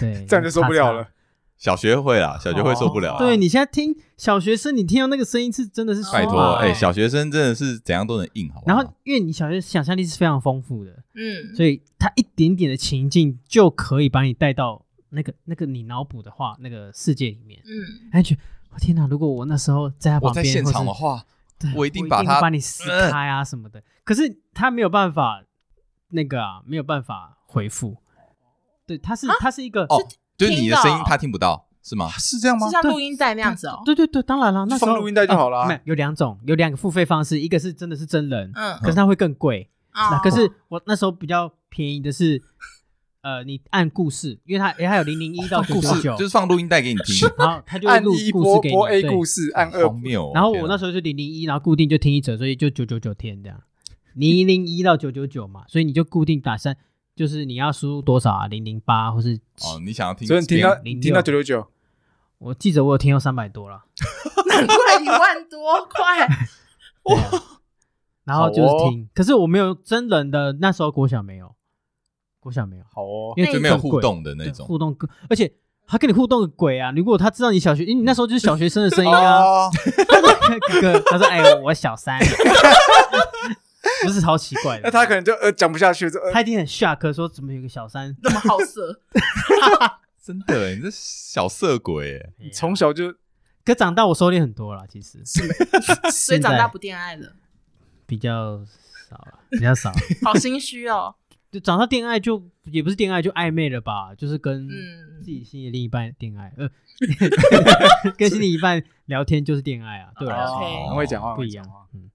Speaker 4: 对，
Speaker 1: 这样就受不了了。
Speaker 3: 小学会啦，小学会受不了
Speaker 4: 擦
Speaker 3: 啊。
Speaker 4: 擦。对你现在听小学生，你听到那个声音是真的是啊舒服
Speaker 3: 拜托，
Speaker 2: 哦
Speaker 3: 哎，小学生真的是怎样都能硬，好不好？
Speaker 4: 然后，因为你小学想象力是非常丰富的，
Speaker 2: 嗯，
Speaker 4: 所以他一点点的情境就可以把你带到那个那个你脑补的话那个世界里面。
Speaker 2: 嗯，
Speaker 4: 哎，觉得哦天哪！如果我那时候在他
Speaker 3: 我
Speaker 4: 旁
Speaker 3: 在
Speaker 4: 边，
Speaker 3: 现
Speaker 4: 或
Speaker 3: 场
Speaker 4: 是
Speaker 3: 的话，
Speaker 4: 对
Speaker 3: 我一定把
Speaker 4: 会
Speaker 3: 它
Speaker 4: 把你撕
Speaker 3: 呃
Speaker 4: 开啊什么的。可是他没有办法，那个啊，没有办法回复。对，他
Speaker 2: 啊
Speaker 4: 是他是一个
Speaker 3: 哦，就是你的声
Speaker 2: 听
Speaker 3: 音
Speaker 2: 到
Speaker 3: 他听不到 是 吗？
Speaker 1: 是这样吗
Speaker 2: 是？像录音带那样子哦。
Speaker 4: 对对对，当然了，那时候
Speaker 1: 放录音带就好了啊
Speaker 4: 啊没有有两种，有两个付费方式，一个是真的是真人，
Speaker 2: 嗯
Speaker 4: 可是它会更贵。那
Speaker 3: 哦
Speaker 2: 啊，
Speaker 4: 可是我那时候比较便宜的是，呃，你按故事，因为它它有零零一到
Speaker 3: 哦故事
Speaker 4: 九九
Speaker 3: 就
Speaker 4: 九
Speaker 3: 是，放录音带给你听，
Speaker 4: 然后他就会
Speaker 1: 按
Speaker 4: 录
Speaker 1: 一
Speaker 4: 故
Speaker 1: 播
Speaker 4: 事给你
Speaker 1: 播 A
Speaker 4: 对
Speaker 1: 故事，按二
Speaker 3: 荒谬哦。
Speaker 4: 然后
Speaker 3: 天
Speaker 4: 我
Speaker 3: 啊
Speaker 4: 那时候是零零一，然后固定就听一折，所以就九九九天这样，零零一到九九九嘛，所以你就固定打算就是你要输入多少啊，零零八或是七
Speaker 3: 哦，你想要听，
Speaker 1: 所以你听到
Speaker 4: 零
Speaker 1: 你
Speaker 4: 零
Speaker 1: 听到九
Speaker 4: 六
Speaker 1: 九九，
Speaker 4: 我记得我有听到三百多了，
Speaker 2: 难怪一万多块。
Speaker 4: 啊然后就是
Speaker 1: 好哦
Speaker 4: 听，可是我没有真人的，那时候国小没有，国小没有，
Speaker 1: 好哦
Speaker 4: 因，为
Speaker 3: 就没有互动的那
Speaker 4: 对
Speaker 3: 种。
Speaker 4: 互动更，而且他跟你互动个鬼啊！如果他知道你小学，因为你那时候就是小学生的声音 啊，
Speaker 1: 哦，
Speaker 4: 他说 哥哥，他说哎我小三， 不是超奇怪的，
Speaker 1: 那他可能就呃讲不下去，就呃
Speaker 4: 他一定很 shock，说怎么有个小三？
Speaker 2: 那么好色，
Speaker 3: 真的耶，你这小色鬼耶，
Speaker 1: 从小就
Speaker 4: 可长大我收敛很多了，其实
Speaker 2: 所以长大不恋爱了，
Speaker 4: 比较少了，比 较少了。
Speaker 2: 好心虚 哦。
Speaker 4: 就长大恋爱就也不是恋爱，就暧昧了吧，就是跟自
Speaker 2: 嗯，
Speaker 4: 己心里另一半恋爱， 呃，跟心里一半聊天就是恋爱啊，对我来说
Speaker 2: 哦 OK
Speaker 1: 哦很会讲话，
Speaker 4: 不
Speaker 1: 很会
Speaker 4: 一
Speaker 1: 讲
Speaker 4: 样
Speaker 1: 话。。
Speaker 4: 嗯，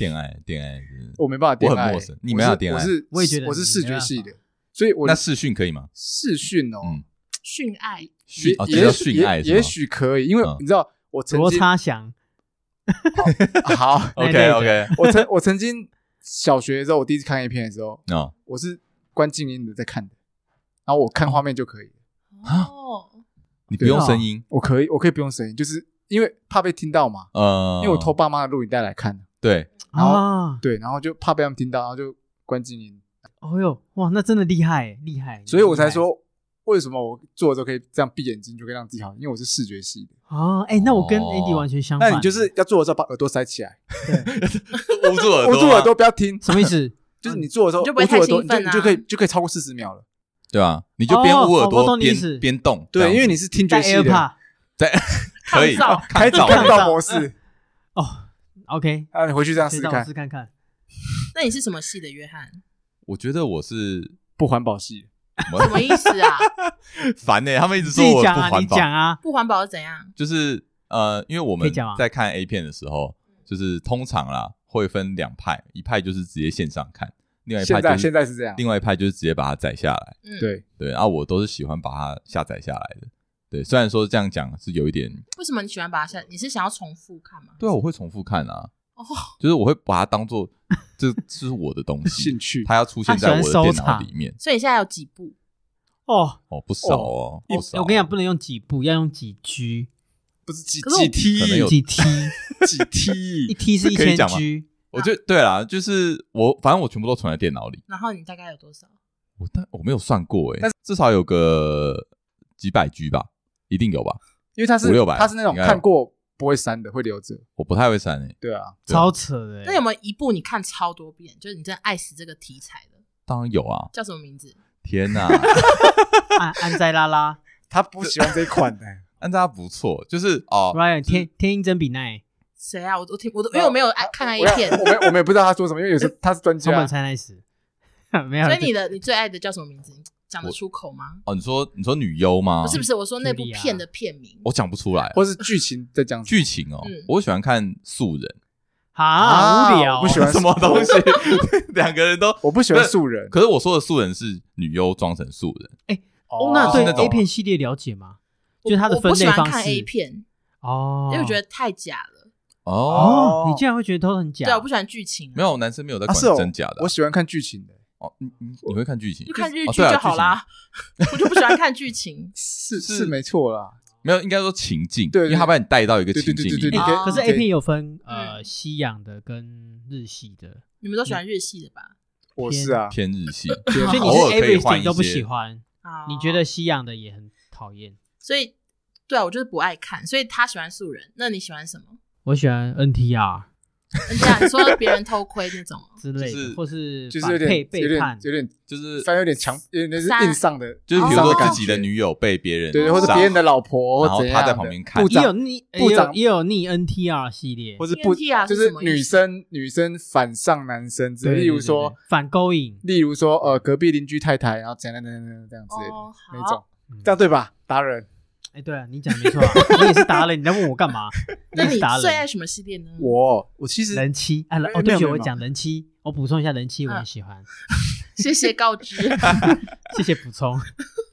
Speaker 3: 恋爱，恋爱是
Speaker 1: 我没办法
Speaker 3: 我
Speaker 1: 点
Speaker 3: 很
Speaker 1: 爱，欸
Speaker 3: 陌生你没办法点爱
Speaker 1: 我是
Speaker 4: 我也觉得
Speaker 1: 我是
Speaker 4: 你
Speaker 1: 视
Speaker 4: 没
Speaker 1: 觉
Speaker 4: 办法
Speaker 1: 系的，所以我
Speaker 3: 那视讯可以吗？
Speaker 1: 视讯哦，
Speaker 3: 嗯，
Speaker 2: 训爱
Speaker 3: 讯
Speaker 1: 也
Speaker 3: 哦，这
Speaker 1: 也
Speaker 3: 叫
Speaker 1: 许
Speaker 3: 训爱
Speaker 1: 也
Speaker 3: 是吗
Speaker 1: 也许可以，因为
Speaker 3: 嗯
Speaker 1: 你知道我曾
Speaker 4: 罗
Speaker 1: 经
Speaker 4: 差祥，
Speaker 1: 好，
Speaker 4: 那一类
Speaker 3: ，OK
Speaker 4: 的
Speaker 3: OK，
Speaker 1: 我曾我曾经小学的时候，我第一次看 A 片的时候，
Speaker 3: 哦，
Speaker 1: 我是关静音的在看的，然后我看画面就可以了，
Speaker 4: 啊
Speaker 2: 哦，
Speaker 3: 你不
Speaker 1: 啊
Speaker 3: 用声音，
Speaker 1: 我可以我可以不用声音，就是因为怕被听到嘛，
Speaker 3: 呃，
Speaker 1: 因为我偷爸妈的录影带来看，
Speaker 3: 对，
Speaker 1: 然后
Speaker 4: 啊，
Speaker 1: 对，然后就怕被他们听到，然后就关静音，
Speaker 4: 哦呦，哇，那真的厉害厉害，
Speaker 1: 所以我才说为什么我做的时候可以这样闭眼睛就可以让自己好，因为我是视觉系的，
Speaker 4: 啊，哎，那我跟
Speaker 3: 哦
Speaker 4: AD 完全相反，
Speaker 1: 那你就是要做的时候把耳朵塞起来，
Speaker 3: 捂住耳朵，
Speaker 1: 捂住耳朵，啊不要听，
Speaker 4: 什么 意思？
Speaker 1: 就是你做的时候
Speaker 2: 你就不
Speaker 1: 捂
Speaker 2: 会
Speaker 1: 住耳朵，
Speaker 2: 太
Speaker 1: 你就
Speaker 2: 兴奋
Speaker 1: 你
Speaker 2: 啊
Speaker 1: 就可以就可以超过四十秒了，
Speaker 3: 对吧？你就边捂耳
Speaker 4: 哦我
Speaker 3: 朵
Speaker 4: 懂你意
Speaker 3: 边
Speaker 4: 思
Speaker 3: 边动，这样
Speaker 1: 对，啊
Speaker 3: 子
Speaker 1: 因为你是听觉
Speaker 4: 带
Speaker 1: 系
Speaker 4: AirPod
Speaker 1: 的，
Speaker 3: 对，可以
Speaker 2: 抗噪
Speaker 1: 开
Speaker 3: 照
Speaker 1: 启看到模式。
Speaker 4: 哦，OK，
Speaker 1: 啊，你回去这样试试
Speaker 4: 先让我
Speaker 1: 看
Speaker 4: 试，看看。
Speaker 2: 那你是什么系的，约翰？
Speaker 3: 我觉得我是
Speaker 1: 不环保系，
Speaker 2: 什么意思啊？
Speaker 3: 烦呢，他们一直
Speaker 4: 自
Speaker 3: 说
Speaker 4: 己
Speaker 3: 我
Speaker 4: 讲
Speaker 3: 不
Speaker 4: 啊，你
Speaker 3: 环保，
Speaker 4: 讲啊，
Speaker 2: 不环保是怎样？
Speaker 3: 就是呃，因为我
Speaker 4: 可
Speaker 3: 们
Speaker 4: 以讲啊吗
Speaker 3: 在看 A 片的时候，就是通常啦会分两派，一派就是直接线上看，另外一
Speaker 1: 现
Speaker 3: 派就
Speaker 1: 在
Speaker 3: 是
Speaker 1: 现在是这样，
Speaker 3: 另外一派就是直接把它载下来。
Speaker 2: 嗯，，
Speaker 1: 对，
Speaker 3: 对，啊，我都是喜欢把它下载下来的。对，虽然说这样讲是有一点，
Speaker 2: 为什么你喜欢把它下？你是想要重复看吗？
Speaker 3: 对啊，我会重复看啊，
Speaker 2: 哦，
Speaker 3: 就是我会把它当做这这是我的东西，
Speaker 1: 兴趣
Speaker 3: 它要出现在我
Speaker 4: 他
Speaker 3: 的
Speaker 4: 喜欢收
Speaker 3: 电
Speaker 4: 藏
Speaker 3: 脑里面。
Speaker 2: 所以你现在有几部？
Speaker 4: 哦，
Speaker 3: 哦，不少哦，不少
Speaker 4: 我跟你讲，不能用几步，要用几 G，
Speaker 1: 不是几
Speaker 2: 可是我
Speaker 1: 几 T
Speaker 3: 可能有
Speaker 4: 几 T，
Speaker 1: 几 T，
Speaker 4: 一 T 是一
Speaker 3: 这可以
Speaker 4: 千
Speaker 3: 讲吗
Speaker 4: G，
Speaker 3: 我就对啦，就是我，反正我全部都存在电脑里。
Speaker 2: 然后你大概有多少？
Speaker 3: 我但我没有算过哎、至少有个几百 G 吧，一定有吧？
Speaker 1: 因为他是
Speaker 3: 五六百
Speaker 1: 他是那种
Speaker 3: 应该有
Speaker 1: 看过不会删的，会留着。
Speaker 3: 我不太会删哎、
Speaker 1: 对啊，
Speaker 3: 对
Speaker 4: 超扯的欸。
Speaker 2: 那有没有一部你看超多遍，就是你真的爱死这个题材的？
Speaker 3: 当然有啊！
Speaker 2: 叫什么名字？
Speaker 3: 天哪、
Speaker 4: 安安塞拉拉
Speaker 1: 他不喜欢这一款的、
Speaker 3: 安扎不错，就是哦，
Speaker 4: Ryan 天天鹰真比奈
Speaker 2: 谁啊？我都听我都因为我没有爱看他一
Speaker 1: 我要
Speaker 2: 片，
Speaker 1: 我们我们也不知道他说什么，因为有时
Speaker 3: 哎
Speaker 1: 候他是啊专
Speaker 4: 从
Speaker 1: 家
Speaker 4: 本。才开始， 没有啦。
Speaker 2: 所以你的你最爱的叫什么名字？你讲得出口吗？
Speaker 3: 哦，你说你说女优吗？
Speaker 2: 不是不是，我说那部
Speaker 4: Julia
Speaker 2: 片的片名。
Speaker 3: 我讲不出来
Speaker 1: 或是剧情在讲什么
Speaker 3: 剧情哦。
Speaker 2: 嗯
Speaker 3: 我喜欢看素人，
Speaker 4: 啊无聊
Speaker 1: 我不，喜欢
Speaker 3: 什么东西， 两个人都。
Speaker 1: 我不喜欢素人。
Speaker 3: 可是我说的素人是女优装成素人，
Speaker 4: 哦，那对
Speaker 3: 是那种
Speaker 4: A 片系列了解吗？
Speaker 2: 我
Speaker 4: 就是它的
Speaker 2: 我不
Speaker 4: 分
Speaker 2: 喜
Speaker 4: 类
Speaker 2: 欢
Speaker 4: 方
Speaker 2: 看 A
Speaker 4: 式
Speaker 2: 片，
Speaker 4: 哦
Speaker 2: 因，为我觉得太假了。
Speaker 3: 哦，
Speaker 4: 哦，你竟然会觉得都很假，
Speaker 2: 对啊，我不喜欢剧情啊。
Speaker 3: 没有男生没有在
Speaker 1: 啊
Speaker 3: 管
Speaker 1: 是哦
Speaker 3: 真假的啊
Speaker 1: 我。喜欢看剧情的，。
Speaker 3: 哦，你你你会看剧情？
Speaker 2: 就看日
Speaker 3: 哦
Speaker 2: 剧
Speaker 3: 对啊
Speaker 2: 就好啦。 我就不喜欢看剧情
Speaker 1: 是
Speaker 3: 是
Speaker 1: 是没错啦。
Speaker 3: 没有，应该说情境，
Speaker 1: 对对
Speaker 3: 因为他把你带到一个情境
Speaker 1: 对对对
Speaker 3: 里
Speaker 1: 对
Speaker 3: 面
Speaker 2: 对。
Speaker 4: 可是
Speaker 2: 哦
Speaker 4: A 片
Speaker 1: 对
Speaker 4: 也有分呃
Speaker 2: 嗯
Speaker 4: 西洋的跟日系的，
Speaker 2: 你们都喜欢日系的吧？
Speaker 1: 我是啊，
Speaker 3: 偏日系，
Speaker 1: 对
Speaker 4: 所以你
Speaker 3: 偶尔
Speaker 4: 是
Speaker 3: 可以换
Speaker 4: everything
Speaker 3: 一
Speaker 4: 都不
Speaker 3: 些
Speaker 4: 喜欢，
Speaker 2: 啊
Speaker 4: 你觉得？西洋的也很讨厌。
Speaker 2: 所以，对啊，我就是不爱看。所以他喜欢素人，那你喜欢什么？
Speaker 4: 我喜欢 NTR
Speaker 2: 你这样你说别人偷窥那种哦
Speaker 4: 之类
Speaker 3: 就是
Speaker 4: 的，或是
Speaker 1: 就是
Speaker 4: 反
Speaker 1: 有
Speaker 4: 背
Speaker 1: 点有
Speaker 4: 背
Speaker 1: 点
Speaker 4: 叛，
Speaker 1: 有点，
Speaker 3: 就是
Speaker 1: 反正有点强，有点是
Speaker 2: 三
Speaker 1: 硬上的，
Speaker 3: 就是比如
Speaker 1: 硬上的
Speaker 3: 说
Speaker 1: 感
Speaker 3: 自己的
Speaker 1: 觉
Speaker 3: 女友被别人
Speaker 1: 啊对，或者
Speaker 3: 上
Speaker 1: 别人的老婆，
Speaker 3: 然后
Speaker 1: 或怎样的
Speaker 3: 他在旁边看
Speaker 1: 部
Speaker 4: 也有
Speaker 1: 长
Speaker 4: 逆也
Speaker 1: 部
Speaker 4: 有
Speaker 1: 长
Speaker 4: 也有逆 NTR 系列，
Speaker 1: 或是不
Speaker 2: TNT 啊
Speaker 1: 就是是
Speaker 2: 什么意思
Speaker 1: 女生女生反上男生之类，
Speaker 4: 对
Speaker 1: 例如
Speaker 4: 对对
Speaker 1: 说
Speaker 4: 对反勾引，
Speaker 1: 例如说呃隔壁邻居太太，然后怎样怎样怎样这样 之类的
Speaker 2: 哦好
Speaker 1: 那种，
Speaker 4: 嗯
Speaker 1: 这样对吧？达人，
Speaker 4: 哎，对啊，你讲没错啊，你也是达人，你在问我干嘛？
Speaker 2: 那
Speaker 4: 也
Speaker 2: 你
Speaker 4: 是达
Speaker 2: 最爱
Speaker 4: 人，
Speaker 2: 什么系列呢？
Speaker 1: 我我其实
Speaker 4: 人妻啊，
Speaker 1: 哎
Speaker 4: 哦，
Speaker 1: 没
Speaker 4: 对
Speaker 1: 有
Speaker 4: 不起，
Speaker 1: 没有
Speaker 4: 我讲人妻，我补充一下人妻，我
Speaker 2: 嗯
Speaker 4: 很喜欢，
Speaker 2: 谢谢告 知。
Speaker 4: 谢谢补充。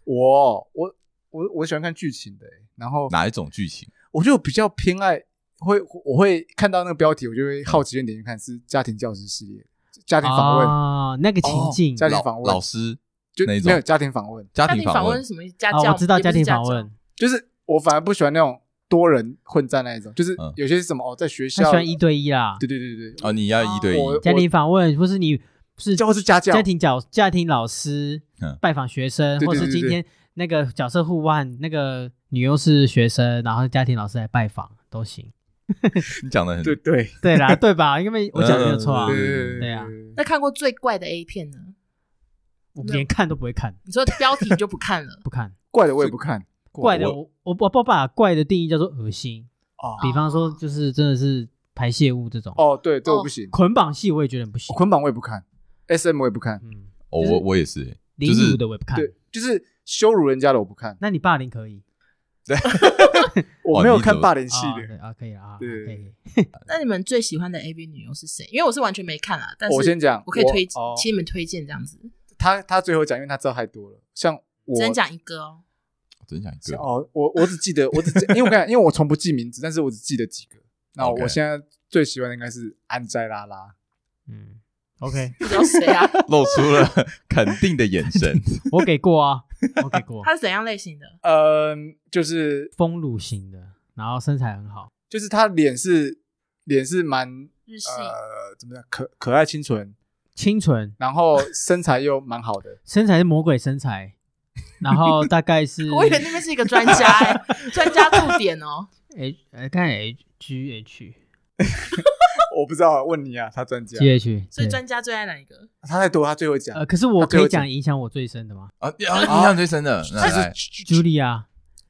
Speaker 1: 我我我我喜欢看剧情的欸，然后
Speaker 3: 哪一种剧情？
Speaker 1: 我就比较偏爱会我会看到那个标题，我就会好奇一点去看是家庭教师系列、 家庭访问，
Speaker 4: 啊，那个情境
Speaker 1: 哦家庭
Speaker 3: 老
Speaker 1: 访问
Speaker 3: 老师
Speaker 1: 就
Speaker 3: 哪
Speaker 1: 没
Speaker 3: 一种
Speaker 1: 有家庭访问，
Speaker 3: 家
Speaker 2: 家
Speaker 3: 庭
Speaker 2: 庭访问
Speaker 3: 问
Speaker 2: 是什么意思？家
Speaker 4: 啊，
Speaker 2: 教？
Speaker 4: 我知道
Speaker 2: 也不
Speaker 4: 家
Speaker 2: 是
Speaker 4: 庭
Speaker 2: 家
Speaker 4: 访
Speaker 2: 教
Speaker 4: 问，，
Speaker 1: 就是我反而不喜欢那种多人混战那一种，就是
Speaker 3: 嗯
Speaker 1: 有些是什么哦，在学
Speaker 4: 他
Speaker 1: 校
Speaker 4: 喜，欢一对一啦，
Speaker 1: 对对对对对，
Speaker 3: 哦，你要一对
Speaker 1: 我
Speaker 3: 一
Speaker 4: 家庭访问，或是你是
Speaker 1: 教或是家教
Speaker 4: 家庭角家庭老师
Speaker 3: 嗯
Speaker 4: 拜访学生，
Speaker 1: 对对
Speaker 4: 或是
Speaker 1: 对
Speaker 4: 今
Speaker 1: 对
Speaker 4: 天那个角色互换，那个女优是学生，然后家庭老师来拜访都行。
Speaker 3: 你讲的很
Speaker 1: 对对
Speaker 4: 对 啦，对吧？因为我讲的没有错啊
Speaker 1: 对，
Speaker 3: 嗯
Speaker 1: 对
Speaker 4: 对啊
Speaker 2: 那看过最怪的 A 片呢？
Speaker 4: 我连看都不会看，
Speaker 2: 你说标题你就不看 了
Speaker 4: 不看
Speaker 1: 怪的我也不看，
Speaker 4: 怪的，我我我把怪的定义叫做恶心，
Speaker 1: 哦
Speaker 4: 比方说就是真的是排泄物这种，
Speaker 1: 哦，对对
Speaker 2: 哦
Speaker 1: 我不行，
Speaker 4: 捆绑戏我也觉得很不行，
Speaker 1: 捆绑我也不看，SM 我也不看，
Speaker 4: 嗯，
Speaker 3: 哦我我也是欸，
Speaker 4: 凌
Speaker 3: 就是
Speaker 4: 辱的我也不看。
Speaker 1: 对，就是羞辱人家的我不看，
Speaker 4: 那你霸凌可以，
Speaker 1: 我哦没有看
Speaker 3: 你怎么
Speaker 1: 霸凌系
Speaker 4: 啊
Speaker 1: 列。
Speaker 4: 对啊，可以啊，啊可
Speaker 1: 对
Speaker 4: 以可以。
Speaker 2: 那你们最喜欢的 AV 女优是谁？因为我是完全没看啊，但是
Speaker 1: 我先讲
Speaker 2: 我可以推，
Speaker 1: 我哦
Speaker 2: 请你们推荐这样子，
Speaker 1: 他他最后讲，因为他知道太多了，像我
Speaker 2: 只能讲一个哦。
Speaker 3: 真想一
Speaker 1: 是
Speaker 3: 个
Speaker 1: 哦，我我只记得我只记 因为我刚才因为我从不记名字，但是我只记得几个。那
Speaker 3: OK
Speaker 1: 我现在最喜欢的应该是安斋拉拉，
Speaker 4: 嗯，OK，
Speaker 2: 你知道 谁啊？
Speaker 3: 露出了 肯定的眼神。
Speaker 4: 我给过啊， 我给过
Speaker 2: 她是怎样类型的？
Speaker 1: 嗯，就是
Speaker 4: 丰乳型的，然后身材很好，
Speaker 1: 就是他脸是脸是蛮
Speaker 2: 日系、
Speaker 1: 呃怎么样可可爱清纯，
Speaker 4: 清纯，，
Speaker 1: 然后身材又蛮好的
Speaker 4: 身材是魔鬼身材，然后大概是
Speaker 2: 我以为那边是一个专家、 欸，专家驻点哦。
Speaker 4: H 呃，看 H G H
Speaker 1: 我不知道问你啊，他专家
Speaker 4: G H，
Speaker 2: 所
Speaker 4: 对
Speaker 2: 以专家最爱哪一个？
Speaker 1: 他太多，他最后讲
Speaker 4: 呃，可是我
Speaker 1: 他最
Speaker 4: 可
Speaker 1: 后
Speaker 4: 以讲影响我最深的吗
Speaker 3: 啊，你啊印象最深的，那
Speaker 1: 就
Speaker 3: 来哦
Speaker 1: 是
Speaker 4: ？Julia，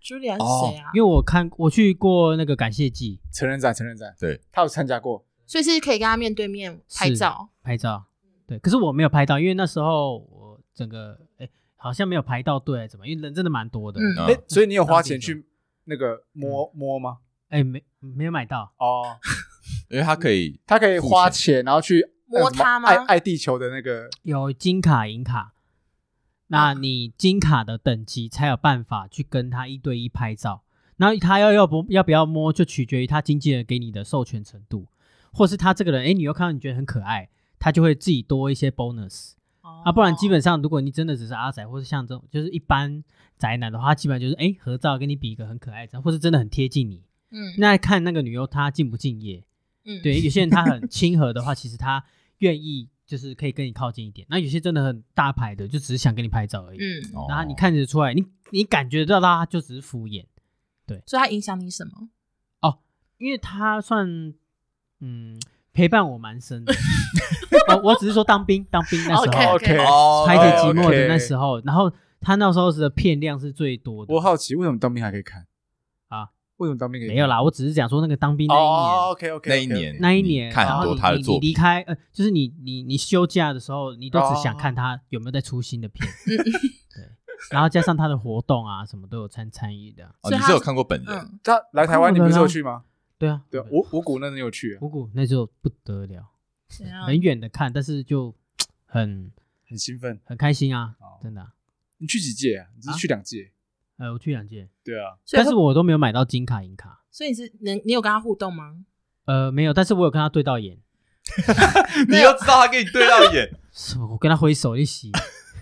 Speaker 2: Julia 是谁啊？
Speaker 4: 因为我看我去过那个感谢祭
Speaker 1: 成人展成人展，
Speaker 3: 对，
Speaker 1: 他有参加过，
Speaker 2: 所以是可以跟她面对面拍
Speaker 4: 是
Speaker 2: 照。
Speaker 4: 拍照，对，可是我没有拍到，因为那时候我整个哎好像没有排到队，怎么？因为人真的蛮多的，
Speaker 2: 嗯
Speaker 3: 嗯
Speaker 1: 哎，所以你有花钱
Speaker 4: 当地的
Speaker 1: 去那个摸摸吗？
Speaker 4: 哎没没有买到，
Speaker 1: 哦，
Speaker 3: 因为他可以
Speaker 1: 他可以花钱，然后去那
Speaker 2: 摸
Speaker 1: 个什么
Speaker 2: 它吗
Speaker 1: 爱爱地球的那个
Speaker 4: 有金卡银卡，那你金卡的等级才有办法去跟他一对一拍照。然后他要要不要不要摸，就取决于他经纪人给你的授权程度，或是他这个人，哎，你又看到你觉得很可爱，他就会自己多一些 bonus 啊。不然基本上，如果你真的只是阿宅，或是像这种就是一般宅男的话，他基本上就是哎合照跟你比一个很可爱的，或是真的很贴近你。
Speaker 2: 嗯
Speaker 4: 那看那个女优她敬不敬业，
Speaker 2: 嗯
Speaker 4: 对，有些人他很亲和的话，其实他愿意就是可以跟你靠近一点。那有些真的很大牌的，就只是想跟你拍照而已。
Speaker 2: 嗯，
Speaker 3: 哦
Speaker 4: 然后你看得出来，你你感觉到他就只是敷衍，
Speaker 2: 所以它影响你什么？
Speaker 4: 因为他算嗯陪伴我蛮深的。我我只是说当兵当兵那时候
Speaker 2: OK，
Speaker 1: 哦 OK，
Speaker 3: 哦
Speaker 4: 拍
Speaker 1: 解
Speaker 4: 给寂寞的
Speaker 1: OK
Speaker 4: 那时候，然后他那时候的片量是最多的。
Speaker 1: 我好奇为什么当兵还可以看
Speaker 4: 啊？
Speaker 1: 为什么当兵可以看
Speaker 4: 没有？啦，我只是讲说那个当兵那一年，
Speaker 1: 哦，OK OK，
Speaker 3: 那一年，
Speaker 4: 那一年，
Speaker 3: 你看
Speaker 4: 然
Speaker 3: 很
Speaker 4: 后
Speaker 3: 多
Speaker 4: 你
Speaker 3: 他的
Speaker 4: 你
Speaker 3: 作
Speaker 4: 你离
Speaker 3: 品，
Speaker 4: 开呃，就是你你你休假的时候，你都只想
Speaker 1: 哦
Speaker 4: 看他有没有在出新的 片，对，然后加上他的活动啊，什么都有参参与的，
Speaker 3: 哦
Speaker 2: 所以
Speaker 3: 你
Speaker 2: 他
Speaker 3: 是有
Speaker 2: 是
Speaker 3: 看过本人
Speaker 2: 嗯，
Speaker 1: 他来台湾，你不是有去吗？
Speaker 4: 对啊，
Speaker 1: 对，五五谷那很有去，啊
Speaker 4: 五谷那就不得了，
Speaker 2: 怎样？
Speaker 4: 很远的看，但是就很
Speaker 1: 很兴奋。
Speaker 4: 很开心啊
Speaker 1: 哦，
Speaker 4: 真的啊，
Speaker 1: 你去几届啊？你只是去两届？
Speaker 4: 呃，我去两届，
Speaker 1: 对啊，
Speaker 2: 所以
Speaker 4: 但
Speaker 2: 会
Speaker 4: 是我都没有买到金卡银卡，
Speaker 2: 所以你是能你有跟他互动吗？
Speaker 4: 呃，没有，但是我有跟他对到眼，
Speaker 3: 你又知道他跟你对到 眼，
Speaker 4: 什么我跟他挥手一 起，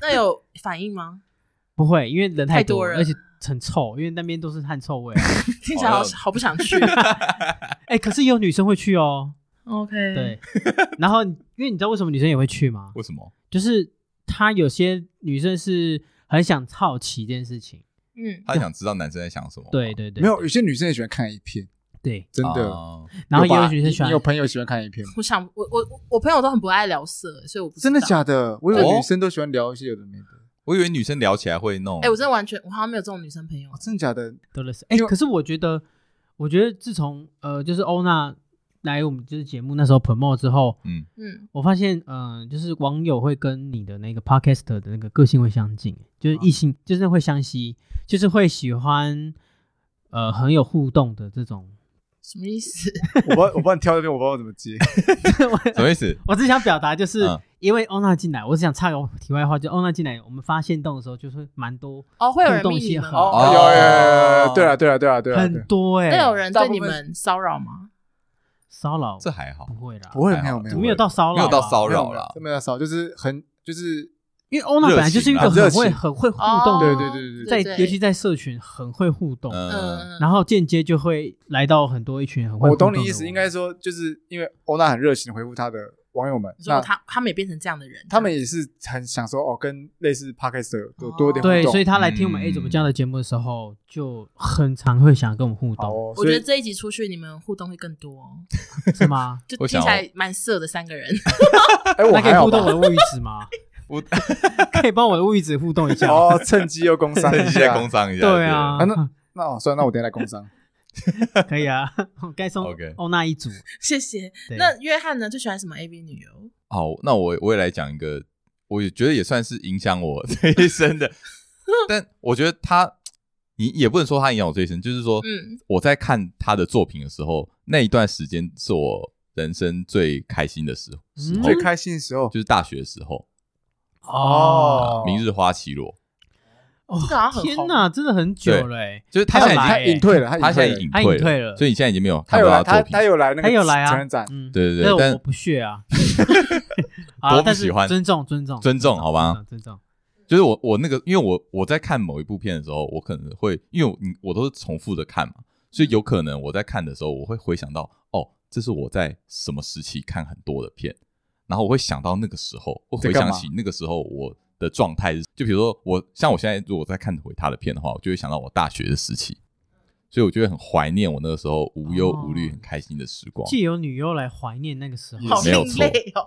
Speaker 2: 那有反应吗？
Speaker 4: 不会，因为人
Speaker 2: 太多
Speaker 4: 多
Speaker 2: 人
Speaker 4: 而且很臭，因为那边都是汗臭味啊，
Speaker 2: 听起来好
Speaker 3: 哦
Speaker 2: 好不想去。
Speaker 4: 哎，可是有女生会去哦。
Speaker 2: OK，，
Speaker 4: 对，然后因为你知道为什么女生也会去吗？
Speaker 3: 为什么？
Speaker 4: 就是她有些女生是很想好奇这件事情，
Speaker 2: 嗯，
Speaker 3: 他想知道男生在想什么吗？
Speaker 4: 对对对，
Speaker 1: 没有，有些女生也喜欢看 A 片，
Speaker 4: 对，
Speaker 1: 真的。
Speaker 3: 哦，
Speaker 4: 然后也有
Speaker 1: 吧
Speaker 4: 女生喜
Speaker 1: 你
Speaker 4: 欢
Speaker 1: 有朋友喜欢看 A 片吗？
Speaker 2: 我想我我我朋友都很不爱聊色，所以我不知道
Speaker 1: 真的假的？我以为
Speaker 3: 哦
Speaker 1: 女生都喜欢聊一些有的没的。
Speaker 3: 我以为女生聊起来会弄，
Speaker 2: 哎、我真的完全我好像没有这种女生朋友
Speaker 1: 哦，。真的假的？
Speaker 4: 都类似。哎，可是我觉得，我觉得自从呃，就是欧娜来我们就是节目那时候 promo 之后，
Speaker 3: 嗯，
Speaker 2: 嗯，
Speaker 4: 我发现嗯、呃就是网友会跟你的那个 podcast 的那个个性会相近，
Speaker 1: 啊
Speaker 4: 就是异性，就是会相吸，就是会喜欢呃很有互动的这种。
Speaker 2: 什么意思？
Speaker 1: 我帮我帮你挑这边，我不知道怎么 接。
Speaker 3: 什么意思？
Speaker 4: 我只想表达，就是
Speaker 3: 嗯
Speaker 4: 因为欧娜进来，我只想插个题外话，就欧娜进来，我们发现动的时候，就是蛮多
Speaker 2: 哦，会有人
Speaker 4: 互动
Speaker 2: 密你
Speaker 4: 性
Speaker 2: 们
Speaker 4: 很
Speaker 1: 哦，
Speaker 2: 吗？
Speaker 3: 好
Speaker 1: 有有有有有，对啊对啊对啊对啊，对
Speaker 4: 很
Speaker 1: 啊
Speaker 4: 多哎、
Speaker 2: 那有人
Speaker 1: 大
Speaker 2: 对
Speaker 1: 部
Speaker 2: 你
Speaker 1: 分
Speaker 2: 们骚扰吗？
Speaker 4: 骚扰，
Speaker 3: 这还好
Speaker 4: 不，会啦，
Speaker 1: 不会啊
Speaker 3: 还
Speaker 1: 没
Speaker 3: 好
Speaker 1: 有没
Speaker 3: 这
Speaker 1: 有
Speaker 3: 不
Speaker 4: 没有到骚扰，
Speaker 3: 没有到骚
Speaker 1: 啊没有
Speaker 3: 扰啦
Speaker 1: 真没有少，就是很就是
Speaker 4: 因为欧娜本来就是一个
Speaker 1: 热
Speaker 4: 很
Speaker 1: 情啊
Speaker 4: 会很会互动的
Speaker 1: 对
Speaker 4: 人，
Speaker 1: 对对对
Speaker 4: 在
Speaker 2: 哦对
Speaker 4: 尤其在社群很会互动，
Speaker 3: 嗯，
Speaker 2: 嗯，
Speaker 4: 然后间接就会来到很多一群很会
Speaker 1: 我
Speaker 4: 互动
Speaker 1: 懂
Speaker 4: 的
Speaker 1: 你意思，
Speaker 4: 网友
Speaker 1: 应该说就是因为欧娜很热情的回复她的网友们
Speaker 2: 你，说
Speaker 1: 那
Speaker 2: 他他们也变成这样的人，
Speaker 1: 他们也是很想说哦，跟类似 podcast 有多多一点互动，
Speaker 4: 对，所以他来听我们
Speaker 3: 嗯
Speaker 4: A 怎么样的节目的时候，就很常会想跟我们互
Speaker 1: 好
Speaker 4: 动，
Speaker 1: 哦，
Speaker 2: 我
Speaker 1: 所
Speaker 2: 觉得
Speaker 1: 以
Speaker 2: 这一集出去，你们互动会更多哦，
Speaker 4: 是吗？
Speaker 2: 就
Speaker 3: 我
Speaker 2: 听
Speaker 3: 想哦
Speaker 2: 起
Speaker 3: 要
Speaker 2: 来蛮色的三个人。
Speaker 1: 哎， 我
Speaker 4: 那可以
Speaker 1: 还好
Speaker 4: 互动我
Speaker 1: 吧
Speaker 4: 的物语值吗？
Speaker 3: 我
Speaker 4: 可以帮我的物语值互动一下吗？
Speaker 1: 哦，趁机又 工商
Speaker 3: 趁
Speaker 1: 一
Speaker 3: 机再
Speaker 1: 下，
Speaker 3: 工商一下，
Speaker 4: 对啊
Speaker 1: 啊，那那哦，算了，那我等一下来工商。
Speaker 4: 可以啊，我该送
Speaker 3: OK
Speaker 4: 欧娜一组。
Speaker 2: 谢谢。
Speaker 4: 对嗯
Speaker 2: 那约翰呢？最喜欢什么 AV 女优？
Speaker 3: 好，那我我也来讲一个，我也觉得也算是影响我 这一生的，但我觉得他，你也不能说他影响我这一生，就是说，
Speaker 2: 嗯，
Speaker 3: 我在看他的作品的时候，那一段时间是我人生最开心的时候，
Speaker 4: 嗯
Speaker 1: 最开心的时候
Speaker 3: 就是大学的时候，
Speaker 1: 哦，
Speaker 3: 明日花绮罗，
Speaker 4: 哦
Speaker 2: 这个好像很
Speaker 4: 天
Speaker 2: 红
Speaker 4: 哪，真的很久了欸，
Speaker 3: 就是他
Speaker 1: 他
Speaker 3: 现在
Speaker 1: 现在已
Speaker 3: 已经
Speaker 4: 来
Speaker 1: 经隐退了，
Speaker 3: 他现在已
Speaker 1: 了
Speaker 3: 经
Speaker 4: 他
Speaker 3: 退
Speaker 4: 隐退了
Speaker 3: 所以你现在已经没有
Speaker 1: 他
Speaker 3: 看
Speaker 1: 有
Speaker 3: 到
Speaker 1: 来，
Speaker 3: 他
Speaker 1: 他
Speaker 3: 的作品
Speaker 1: 他。有来那个
Speaker 4: 他有来啊，
Speaker 1: 成人展，
Speaker 4: 嗯，
Speaker 3: 对对对
Speaker 4: 但是
Speaker 3: 但
Speaker 4: 我不 屑啊，
Speaker 3: 多
Speaker 4: 啊，
Speaker 3: 不
Speaker 4: 但是
Speaker 3: 喜欢
Speaker 4: 尊重尊重嗯
Speaker 3: 尊重啊好吧
Speaker 4: 尊重
Speaker 3: 就是我我那个，因为我我在看某一部片的时候，我可能会因为我你我都是重复的看嘛，所以
Speaker 1: 嗯
Speaker 3: 有可能我在看的时候，我会回想到哦，这是我在什么时期看很多的片，然后我会想到那个时候，会回想起那个时候我的状态是，就比如说我像我现在如果在看回他的片的话，我就会想到我大学的时期，所以我就会很怀念我那个时候无忧无虑、
Speaker 4: 哦
Speaker 3: 很开心的时光。
Speaker 4: 借由女优来怀念那个时
Speaker 1: 也
Speaker 4: 候
Speaker 2: 好，
Speaker 3: 没有
Speaker 2: 另
Speaker 3: 错
Speaker 2: 类哦。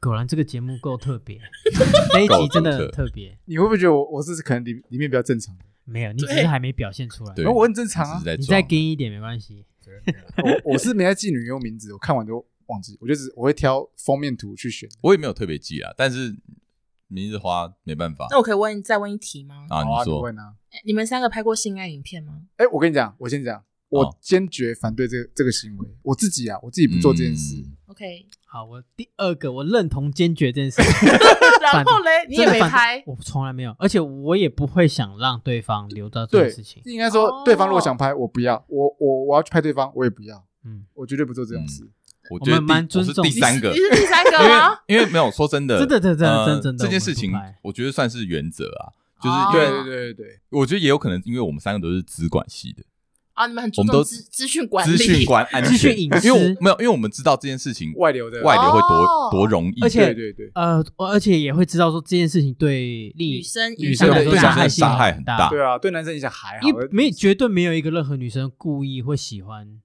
Speaker 4: 果然这个节目够 特别，这一集真的很特别，
Speaker 1: 你会不会觉得我我是可能里里面比较正常？
Speaker 4: 没有，你只
Speaker 2: 对
Speaker 4: 是还没表现出来，
Speaker 3: 对
Speaker 1: 哦我很正常
Speaker 3: 只
Speaker 1: 啊
Speaker 3: 是，在
Speaker 4: 你再
Speaker 3: 装
Speaker 4: 跟一点没关系，
Speaker 1: 我我是没在记女优名字，我看完就忘记，我就只我会挑封面图去选。
Speaker 3: 我也没有特别记啊，但是明日花没办法
Speaker 2: 那我可以问再问一题吗？
Speaker 3: 啊，
Speaker 1: 好啊，
Speaker 3: 你说
Speaker 1: 问啊？
Speaker 2: 你们三个拍过性爱影片吗？
Speaker 1: 哎，我跟你讲，我先讲，
Speaker 3: 哦
Speaker 1: 我坚决反对这个这个行为。我自己啊，我自己不做这件事。
Speaker 3: 嗯
Speaker 2: OK，
Speaker 4: 好，我第二个我认同坚决这件事，
Speaker 2: 然后嘞， 你也
Speaker 4: 真的
Speaker 2: 没
Speaker 4: 反
Speaker 2: 拍，
Speaker 4: 我从来没有，而且我也不会想让对方留到这
Speaker 1: 对
Speaker 4: 件事情，
Speaker 1: 应该说
Speaker 2: 哦，
Speaker 1: 对方如果想拍，我不要，我我我要去拍对方，我也不要，
Speaker 4: 嗯，
Speaker 1: 我绝对不做这种
Speaker 3: 嗯
Speaker 1: 事。
Speaker 3: 我觉得
Speaker 4: 我们蛮
Speaker 3: 第我是
Speaker 4: 尊重
Speaker 3: 第三个
Speaker 2: 你，是第三个
Speaker 3: 因为
Speaker 2: 吗？
Speaker 3: 因为没有说真的，
Speaker 4: 真的真的
Speaker 3: 呃
Speaker 4: 真的真的
Speaker 3: 这件
Speaker 4: 我们
Speaker 3: 事情
Speaker 4: 不拍
Speaker 3: 我觉得算是原则啊，就
Speaker 2: 哦
Speaker 3: 是因
Speaker 1: 对
Speaker 3: 为
Speaker 1: 对对对对，
Speaker 3: 我觉得也有可能，因为我们三个都是资管系的，
Speaker 2: 啊，你们很注
Speaker 3: 我们都
Speaker 2: 重资资讯管理，
Speaker 3: 资讯 管安全、
Speaker 4: 资讯隐私
Speaker 3: 因为我没有，因为我们知道这件事情
Speaker 1: 外流的
Speaker 3: 外流会多、
Speaker 2: 哦
Speaker 3: 多容易，
Speaker 4: 而且
Speaker 1: 对对对，
Speaker 4: 呃，我而且也会知道说这件事情对另
Speaker 2: 女
Speaker 4: 一
Speaker 2: 生
Speaker 4: 女
Speaker 2: 影
Speaker 4: 生
Speaker 2: 响
Speaker 4: 来
Speaker 3: 对
Speaker 4: 说
Speaker 2: 很
Speaker 3: 对
Speaker 2: 大
Speaker 4: 伤
Speaker 3: 女
Speaker 4: 害
Speaker 3: 生
Speaker 4: 性
Speaker 3: 伤害
Speaker 4: 很
Speaker 3: 很
Speaker 4: 大
Speaker 3: 大
Speaker 1: 对啊，对男生影响还好
Speaker 4: 因为，没绝对没有一个任何女生故意会喜欢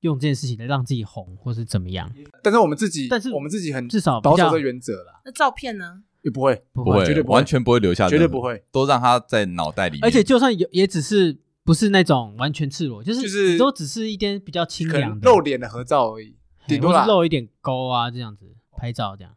Speaker 4: 用这件事情来让自己红或是怎么样，
Speaker 1: 但是我们自己，
Speaker 4: 但是
Speaker 1: 我们自己很
Speaker 4: 至少比
Speaker 1: 保
Speaker 4: 较
Speaker 1: 守的原则啦，
Speaker 2: 那照片呢？
Speaker 1: 也不会，
Speaker 4: 不
Speaker 3: 不
Speaker 4: 会
Speaker 3: 会，
Speaker 1: 绝对不会
Speaker 3: 完全不会留下任何，
Speaker 1: 绝对不会，
Speaker 3: 都让他在脑袋里面。
Speaker 4: 而且就算有，也只是不是那种完全赤裸，就是
Speaker 1: 就是
Speaker 4: 你都只是一点比较清
Speaker 1: 可
Speaker 4: 凉
Speaker 1: 能
Speaker 4: 的
Speaker 1: 露，脸的合照而已，
Speaker 4: 哎
Speaker 1: 顶多
Speaker 4: 或
Speaker 1: 啦
Speaker 4: 是。露一点沟啊这样子拍照这样。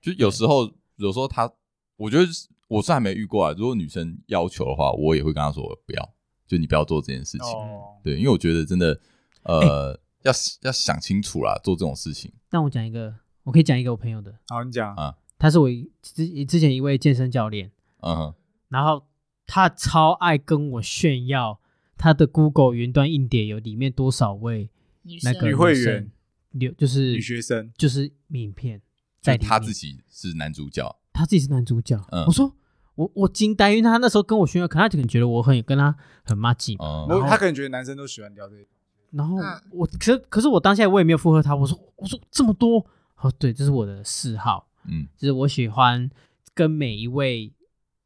Speaker 3: 就有时候，有时候他，我觉得是我是还没遇过啊。如果女生要求的话，我也会跟她说不要，就你不要做这件事情。
Speaker 1: 哦，
Speaker 3: 对，因为我觉得真的，
Speaker 4: 哎
Speaker 3: 呃，要要想清楚啦，做这种事情。
Speaker 4: 那我讲一个，我可以讲一个我朋友的，
Speaker 1: 好，你讲
Speaker 3: 啊
Speaker 4: 他是我一之之前一位健身教练，
Speaker 3: 嗯哼，
Speaker 4: 然后他超爱跟我炫耀他的 Google 云端硬碟有里面多少位
Speaker 2: 女
Speaker 4: 那
Speaker 2: 生
Speaker 4: 个
Speaker 1: 女会员
Speaker 4: 生留就是
Speaker 1: 女学生
Speaker 4: 就是影片在
Speaker 3: 就
Speaker 4: 里面，
Speaker 3: 他自己是男主角，
Speaker 4: 他自己是男主角。
Speaker 3: 嗯
Speaker 4: 我说我我惊呆，因为他那时候跟我炫耀，可能他可能觉得我很跟他很骂鸡巴。
Speaker 3: 嗯
Speaker 1: 我他可能觉得男生都喜欢聊这个，
Speaker 4: 然后
Speaker 2: 嗯
Speaker 4: 我可是可是我当下我也没有附和他，我说我说这么多哦，对，这是我的嗜好，
Speaker 3: 嗯
Speaker 4: 就是我喜欢跟每一位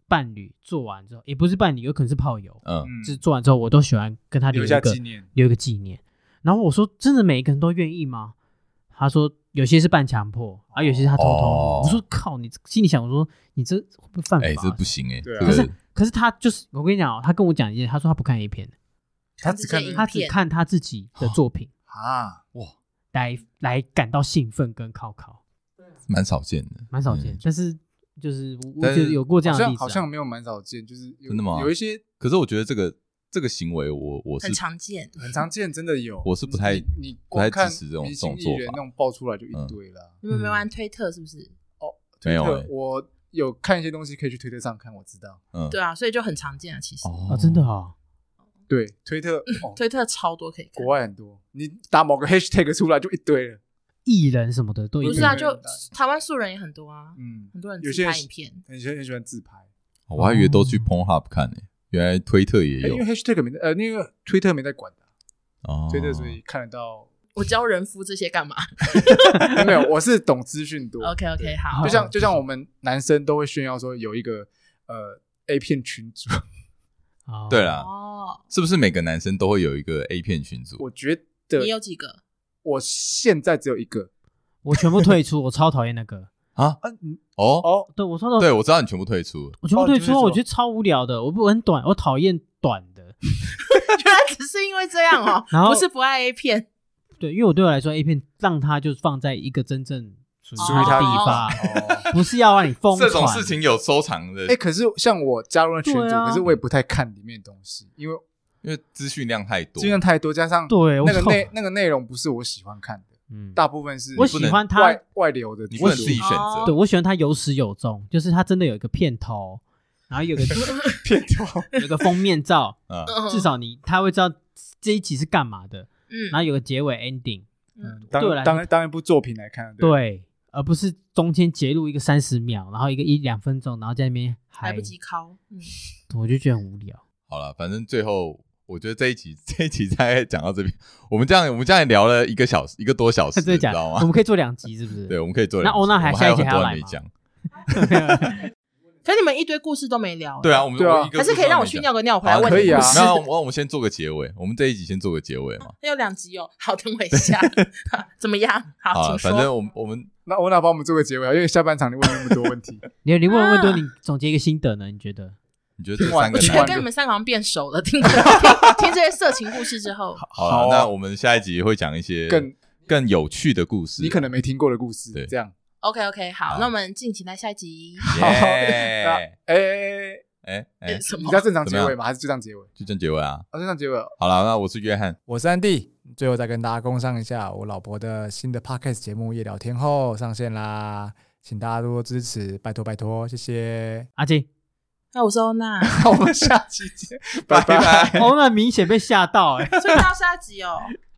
Speaker 4: 伴侣做完之后，也不是伴侣，有可能是炮友，
Speaker 3: 嗯
Speaker 1: 嗯，
Speaker 4: 就是做完之后我都喜欢跟他留
Speaker 1: 留
Speaker 4: 一
Speaker 1: 下
Speaker 4: 个
Speaker 1: 纪念。
Speaker 4: 留一个纪念。然后我说：“真的每一个人都愿意吗？”他说：“有些是半强迫，啊，有些是他偷偷。
Speaker 3: 哦
Speaker 4: 我说：“靠，你心里想，我说你这会不会犯法、
Speaker 3: 哎、这不行哎、
Speaker 1: 对啊
Speaker 3: 这
Speaker 4: 嗯可
Speaker 3: 个
Speaker 4: 是，可是他就是我跟你讲、哦，他跟我讲一件，他说他不看 A 片，
Speaker 1: 他
Speaker 2: 这
Speaker 1: 只
Speaker 2: 些
Speaker 1: 看
Speaker 2: 影
Speaker 4: 他只
Speaker 2: 片
Speaker 4: 看他自己
Speaker 3: 哦
Speaker 4: 的作品、
Speaker 1: 啊，
Speaker 4: 来来感到兴奋跟靠靠，
Speaker 3: 蛮少见的，
Speaker 4: 蛮少见。
Speaker 3: 嗯
Speaker 4: 但是就是我我
Speaker 3: 但
Speaker 4: 觉
Speaker 3: 是
Speaker 4: 得有过这
Speaker 1: 好
Speaker 4: 样的
Speaker 1: 像
Speaker 4: 例子啊、
Speaker 1: 好像没有蛮少见，就是有
Speaker 3: 真的吗
Speaker 1: 有一些
Speaker 3: 可是我觉得这个这个行为我，我是
Speaker 2: 很常见，
Speaker 1: 很常见，真的有。
Speaker 3: 我是不太
Speaker 1: 你你光
Speaker 3: 不太
Speaker 1: 看
Speaker 3: 支持这种
Speaker 1: 明星
Speaker 3: 这种
Speaker 1: 艺
Speaker 3: 做
Speaker 1: 人
Speaker 3: 法
Speaker 1: 那种爆出来就一
Speaker 3: 嗯
Speaker 1: 堆了。
Speaker 2: 你们没玩推特是不是？
Speaker 3: 没有
Speaker 1: 推
Speaker 3: 哎、
Speaker 1: 特我有看一些东西可以去推特上看，我知道。
Speaker 3: 嗯，
Speaker 2: 对啊，所以就很常见啊。其实
Speaker 3: 哦
Speaker 4: 啊，真的哦，
Speaker 1: 对，推特
Speaker 4: 嗯
Speaker 1: 哦，
Speaker 2: 推特超多可以看
Speaker 1: 国，外很多，你打某个 hashtag 出来就一堆了。
Speaker 4: 艺人什么的都有
Speaker 2: 不是啊，
Speaker 1: 对
Speaker 2: 就台湾素人也很多啊，
Speaker 1: 嗯，
Speaker 2: 很多人
Speaker 1: 有
Speaker 2: 自
Speaker 1: 些
Speaker 2: 拍
Speaker 1: 人
Speaker 2: 影片，
Speaker 1: 很喜很喜欢自拍，
Speaker 3: 我还以为都
Speaker 4: 哦
Speaker 3: 去 Pornhub 看呢、原来推特也
Speaker 1: 哎因
Speaker 3: 有
Speaker 1: 为 hashtag 没在呃那个推特没在管的，
Speaker 3: 哦，
Speaker 1: 推特所以看得到。
Speaker 2: 我教人夫这些干嘛
Speaker 1: 没 有，我是懂资讯多。
Speaker 2: ？OK OK，好
Speaker 1: 就，像就像我们男生都会炫耀说有一个呃 A 片群组，
Speaker 4: 哦
Speaker 3: 对啦，
Speaker 2: 哦，
Speaker 3: 是不是每个男生都会有一个 A 片群组？
Speaker 1: 我觉
Speaker 2: 你有
Speaker 1: 得
Speaker 2: 几个？
Speaker 1: 我现在只有一个
Speaker 4: 我全部退出，我超讨厌那个。
Speaker 3: 啊
Speaker 1: 啊，你
Speaker 3: 哦，
Speaker 1: 哦，
Speaker 4: 对我超讨
Speaker 3: 对，我知道你全部退出了，
Speaker 4: 我全部
Speaker 1: 哦
Speaker 4: 退
Speaker 1: 就是
Speaker 4: 出啊，我
Speaker 1: 说
Speaker 4: 觉得超无聊的。我不我很短，我讨厌短的。
Speaker 2: 原来只是因为这样哦
Speaker 4: 然，后
Speaker 2: 不是不爱 A 片，
Speaker 4: 对，因为我对我来说，A 片让它就放在一个真正属于
Speaker 2: 属
Speaker 1: 于
Speaker 4: 它
Speaker 1: 它的
Speaker 4: 的地
Speaker 2: 地
Speaker 4: 方
Speaker 2: 方，
Speaker 1: 哦，
Speaker 4: 不是要让 你疯
Speaker 3: 这种
Speaker 4: 传
Speaker 3: 事。情有收藏的
Speaker 1: 哎，，可是像我加入了群
Speaker 4: 对
Speaker 1: 组，
Speaker 4: 啊
Speaker 1: 可是我也不太看里面的东西，因为
Speaker 3: 因为资讯量太多
Speaker 1: 经，验太多，加上
Speaker 4: 对，我
Speaker 1: 那个
Speaker 4: 靠
Speaker 1: 内那个内容不是我喜欢看的，
Speaker 4: 嗯，
Speaker 1: 大部分是
Speaker 4: 我
Speaker 3: 不
Speaker 4: 喜
Speaker 3: 能
Speaker 4: 欢它，
Speaker 1: 外外流的
Speaker 3: 你
Speaker 1: 多，
Speaker 3: 不能自己选
Speaker 2: 哦
Speaker 3: 择
Speaker 4: 对，我喜欢它有始有终，就是它真的有一个片头，然后 有个
Speaker 1: 片 头，
Speaker 4: 有个封面照，
Speaker 3: 啊，
Speaker 2: 嗯
Speaker 4: 至少你他会知道这一集是干嘛的，
Speaker 2: 嗯
Speaker 4: 然后有个结尾 ending，
Speaker 2: 嗯
Speaker 4: 对我来
Speaker 1: 当
Speaker 4: 说
Speaker 1: 当当一部作品来看，对
Speaker 4: 对，而不是中间截录一个三十秒，然后一个一两分钟，然后在那边
Speaker 2: 来
Speaker 4: 还
Speaker 2: 不及敲，嗯，
Speaker 4: 我就觉得很无聊。
Speaker 3: 好了，反正最后我觉得这一集这一集大概讲到这边，我们这样我们这样也聊了一个小时一个多小时，
Speaker 4: 真的
Speaker 3: 你知
Speaker 4: 假的？
Speaker 3: 道
Speaker 4: 我
Speaker 3: 吗
Speaker 4: 们？可以做两集，是不是？
Speaker 3: 对，我们可以做
Speaker 4: 那
Speaker 3: 两集。
Speaker 4: 欧娜
Speaker 3: 我
Speaker 4: 还
Speaker 3: 们还
Speaker 4: 下一
Speaker 3: 有
Speaker 4: 集
Speaker 3: 很
Speaker 4: 还要
Speaker 3: 多
Speaker 4: 来
Speaker 3: 人没
Speaker 4: 吗
Speaker 3: 讲，
Speaker 2: 可是你们一堆故事都没聊，欸
Speaker 3: 对啊，，我们
Speaker 1: 对啊
Speaker 3: 我一个
Speaker 2: 还是可以让我去
Speaker 3: 故事都没讲
Speaker 2: 尿个尿回
Speaker 3: 好
Speaker 2: 来
Speaker 3: 啊
Speaker 2: 问
Speaker 1: 可
Speaker 2: 你
Speaker 1: 以
Speaker 2: 们
Speaker 1: 啊
Speaker 2: 故事。
Speaker 3: 那我那我们先做个结尾，我们这一集先做个结尾嘛。
Speaker 2: 还有两集哦，好，等我一下， 怎么样？好，
Speaker 3: 好啊，
Speaker 2: 请
Speaker 3: 反
Speaker 2: 说。
Speaker 3: 正我们我们
Speaker 1: 那欧娜帮我们做个结尾啊，因为下半场你问了那么多问 题，
Speaker 4: 你你问问多，
Speaker 2: 啊
Speaker 4: 你总结一个心得呢？你觉得？。
Speaker 3: 你觉得这
Speaker 1: 听完
Speaker 3: 三个
Speaker 2: 我觉
Speaker 1: 听
Speaker 2: 得
Speaker 3: 男
Speaker 1: 完
Speaker 2: 跟
Speaker 3: 的
Speaker 2: 你们三个好像变熟了， 听听听这些色情故事之后，
Speaker 3: 好
Speaker 1: 好
Speaker 3: 了，
Speaker 1: 啊
Speaker 3: 那我们下一集会讲一些
Speaker 1: 更
Speaker 3: 更有趣的故事。
Speaker 1: 你可能没听过的故事
Speaker 3: 对，
Speaker 1: 这样
Speaker 2: OK OK，好
Speaker 3: 好，
Speaker 2: 那我们敬请待下一集。
Speaker 1: 那
Speaker 3: 耶，
Speaker 1: 哎哎哎，
Speaker 3: 哎哎
Speaker 2: 呃， 什
Speaker 1: 你
Speaker 2: 么
Speaker 1: 知？道正常
Speaker 3: 怎么
Speaker 1: 结
Speaker 3: 样
Speaker 1: 尾吗？还是就这样结尾？
Speaker 3: 就这样结尾啊。
Speaker 1: 啊，就这样结尾哦。
Speaker 3: 好了，那我是约翰，
Speaker 1: 我是安迪，最后再跟大家工商一下，我老婆的新的 podcast 节目《夜聊天后》上线啦，请大家多多支持，拜托拜托，谢谢
Speaker 4: 阿 金，
Speaker 2: 那我是欧娜，
Speaker 1: 那我们下期见，
Speaker 3: 拜拜。
Speaker 4: 哦，那明显被吓到哎、
Speaker 2: 所以到下集哦。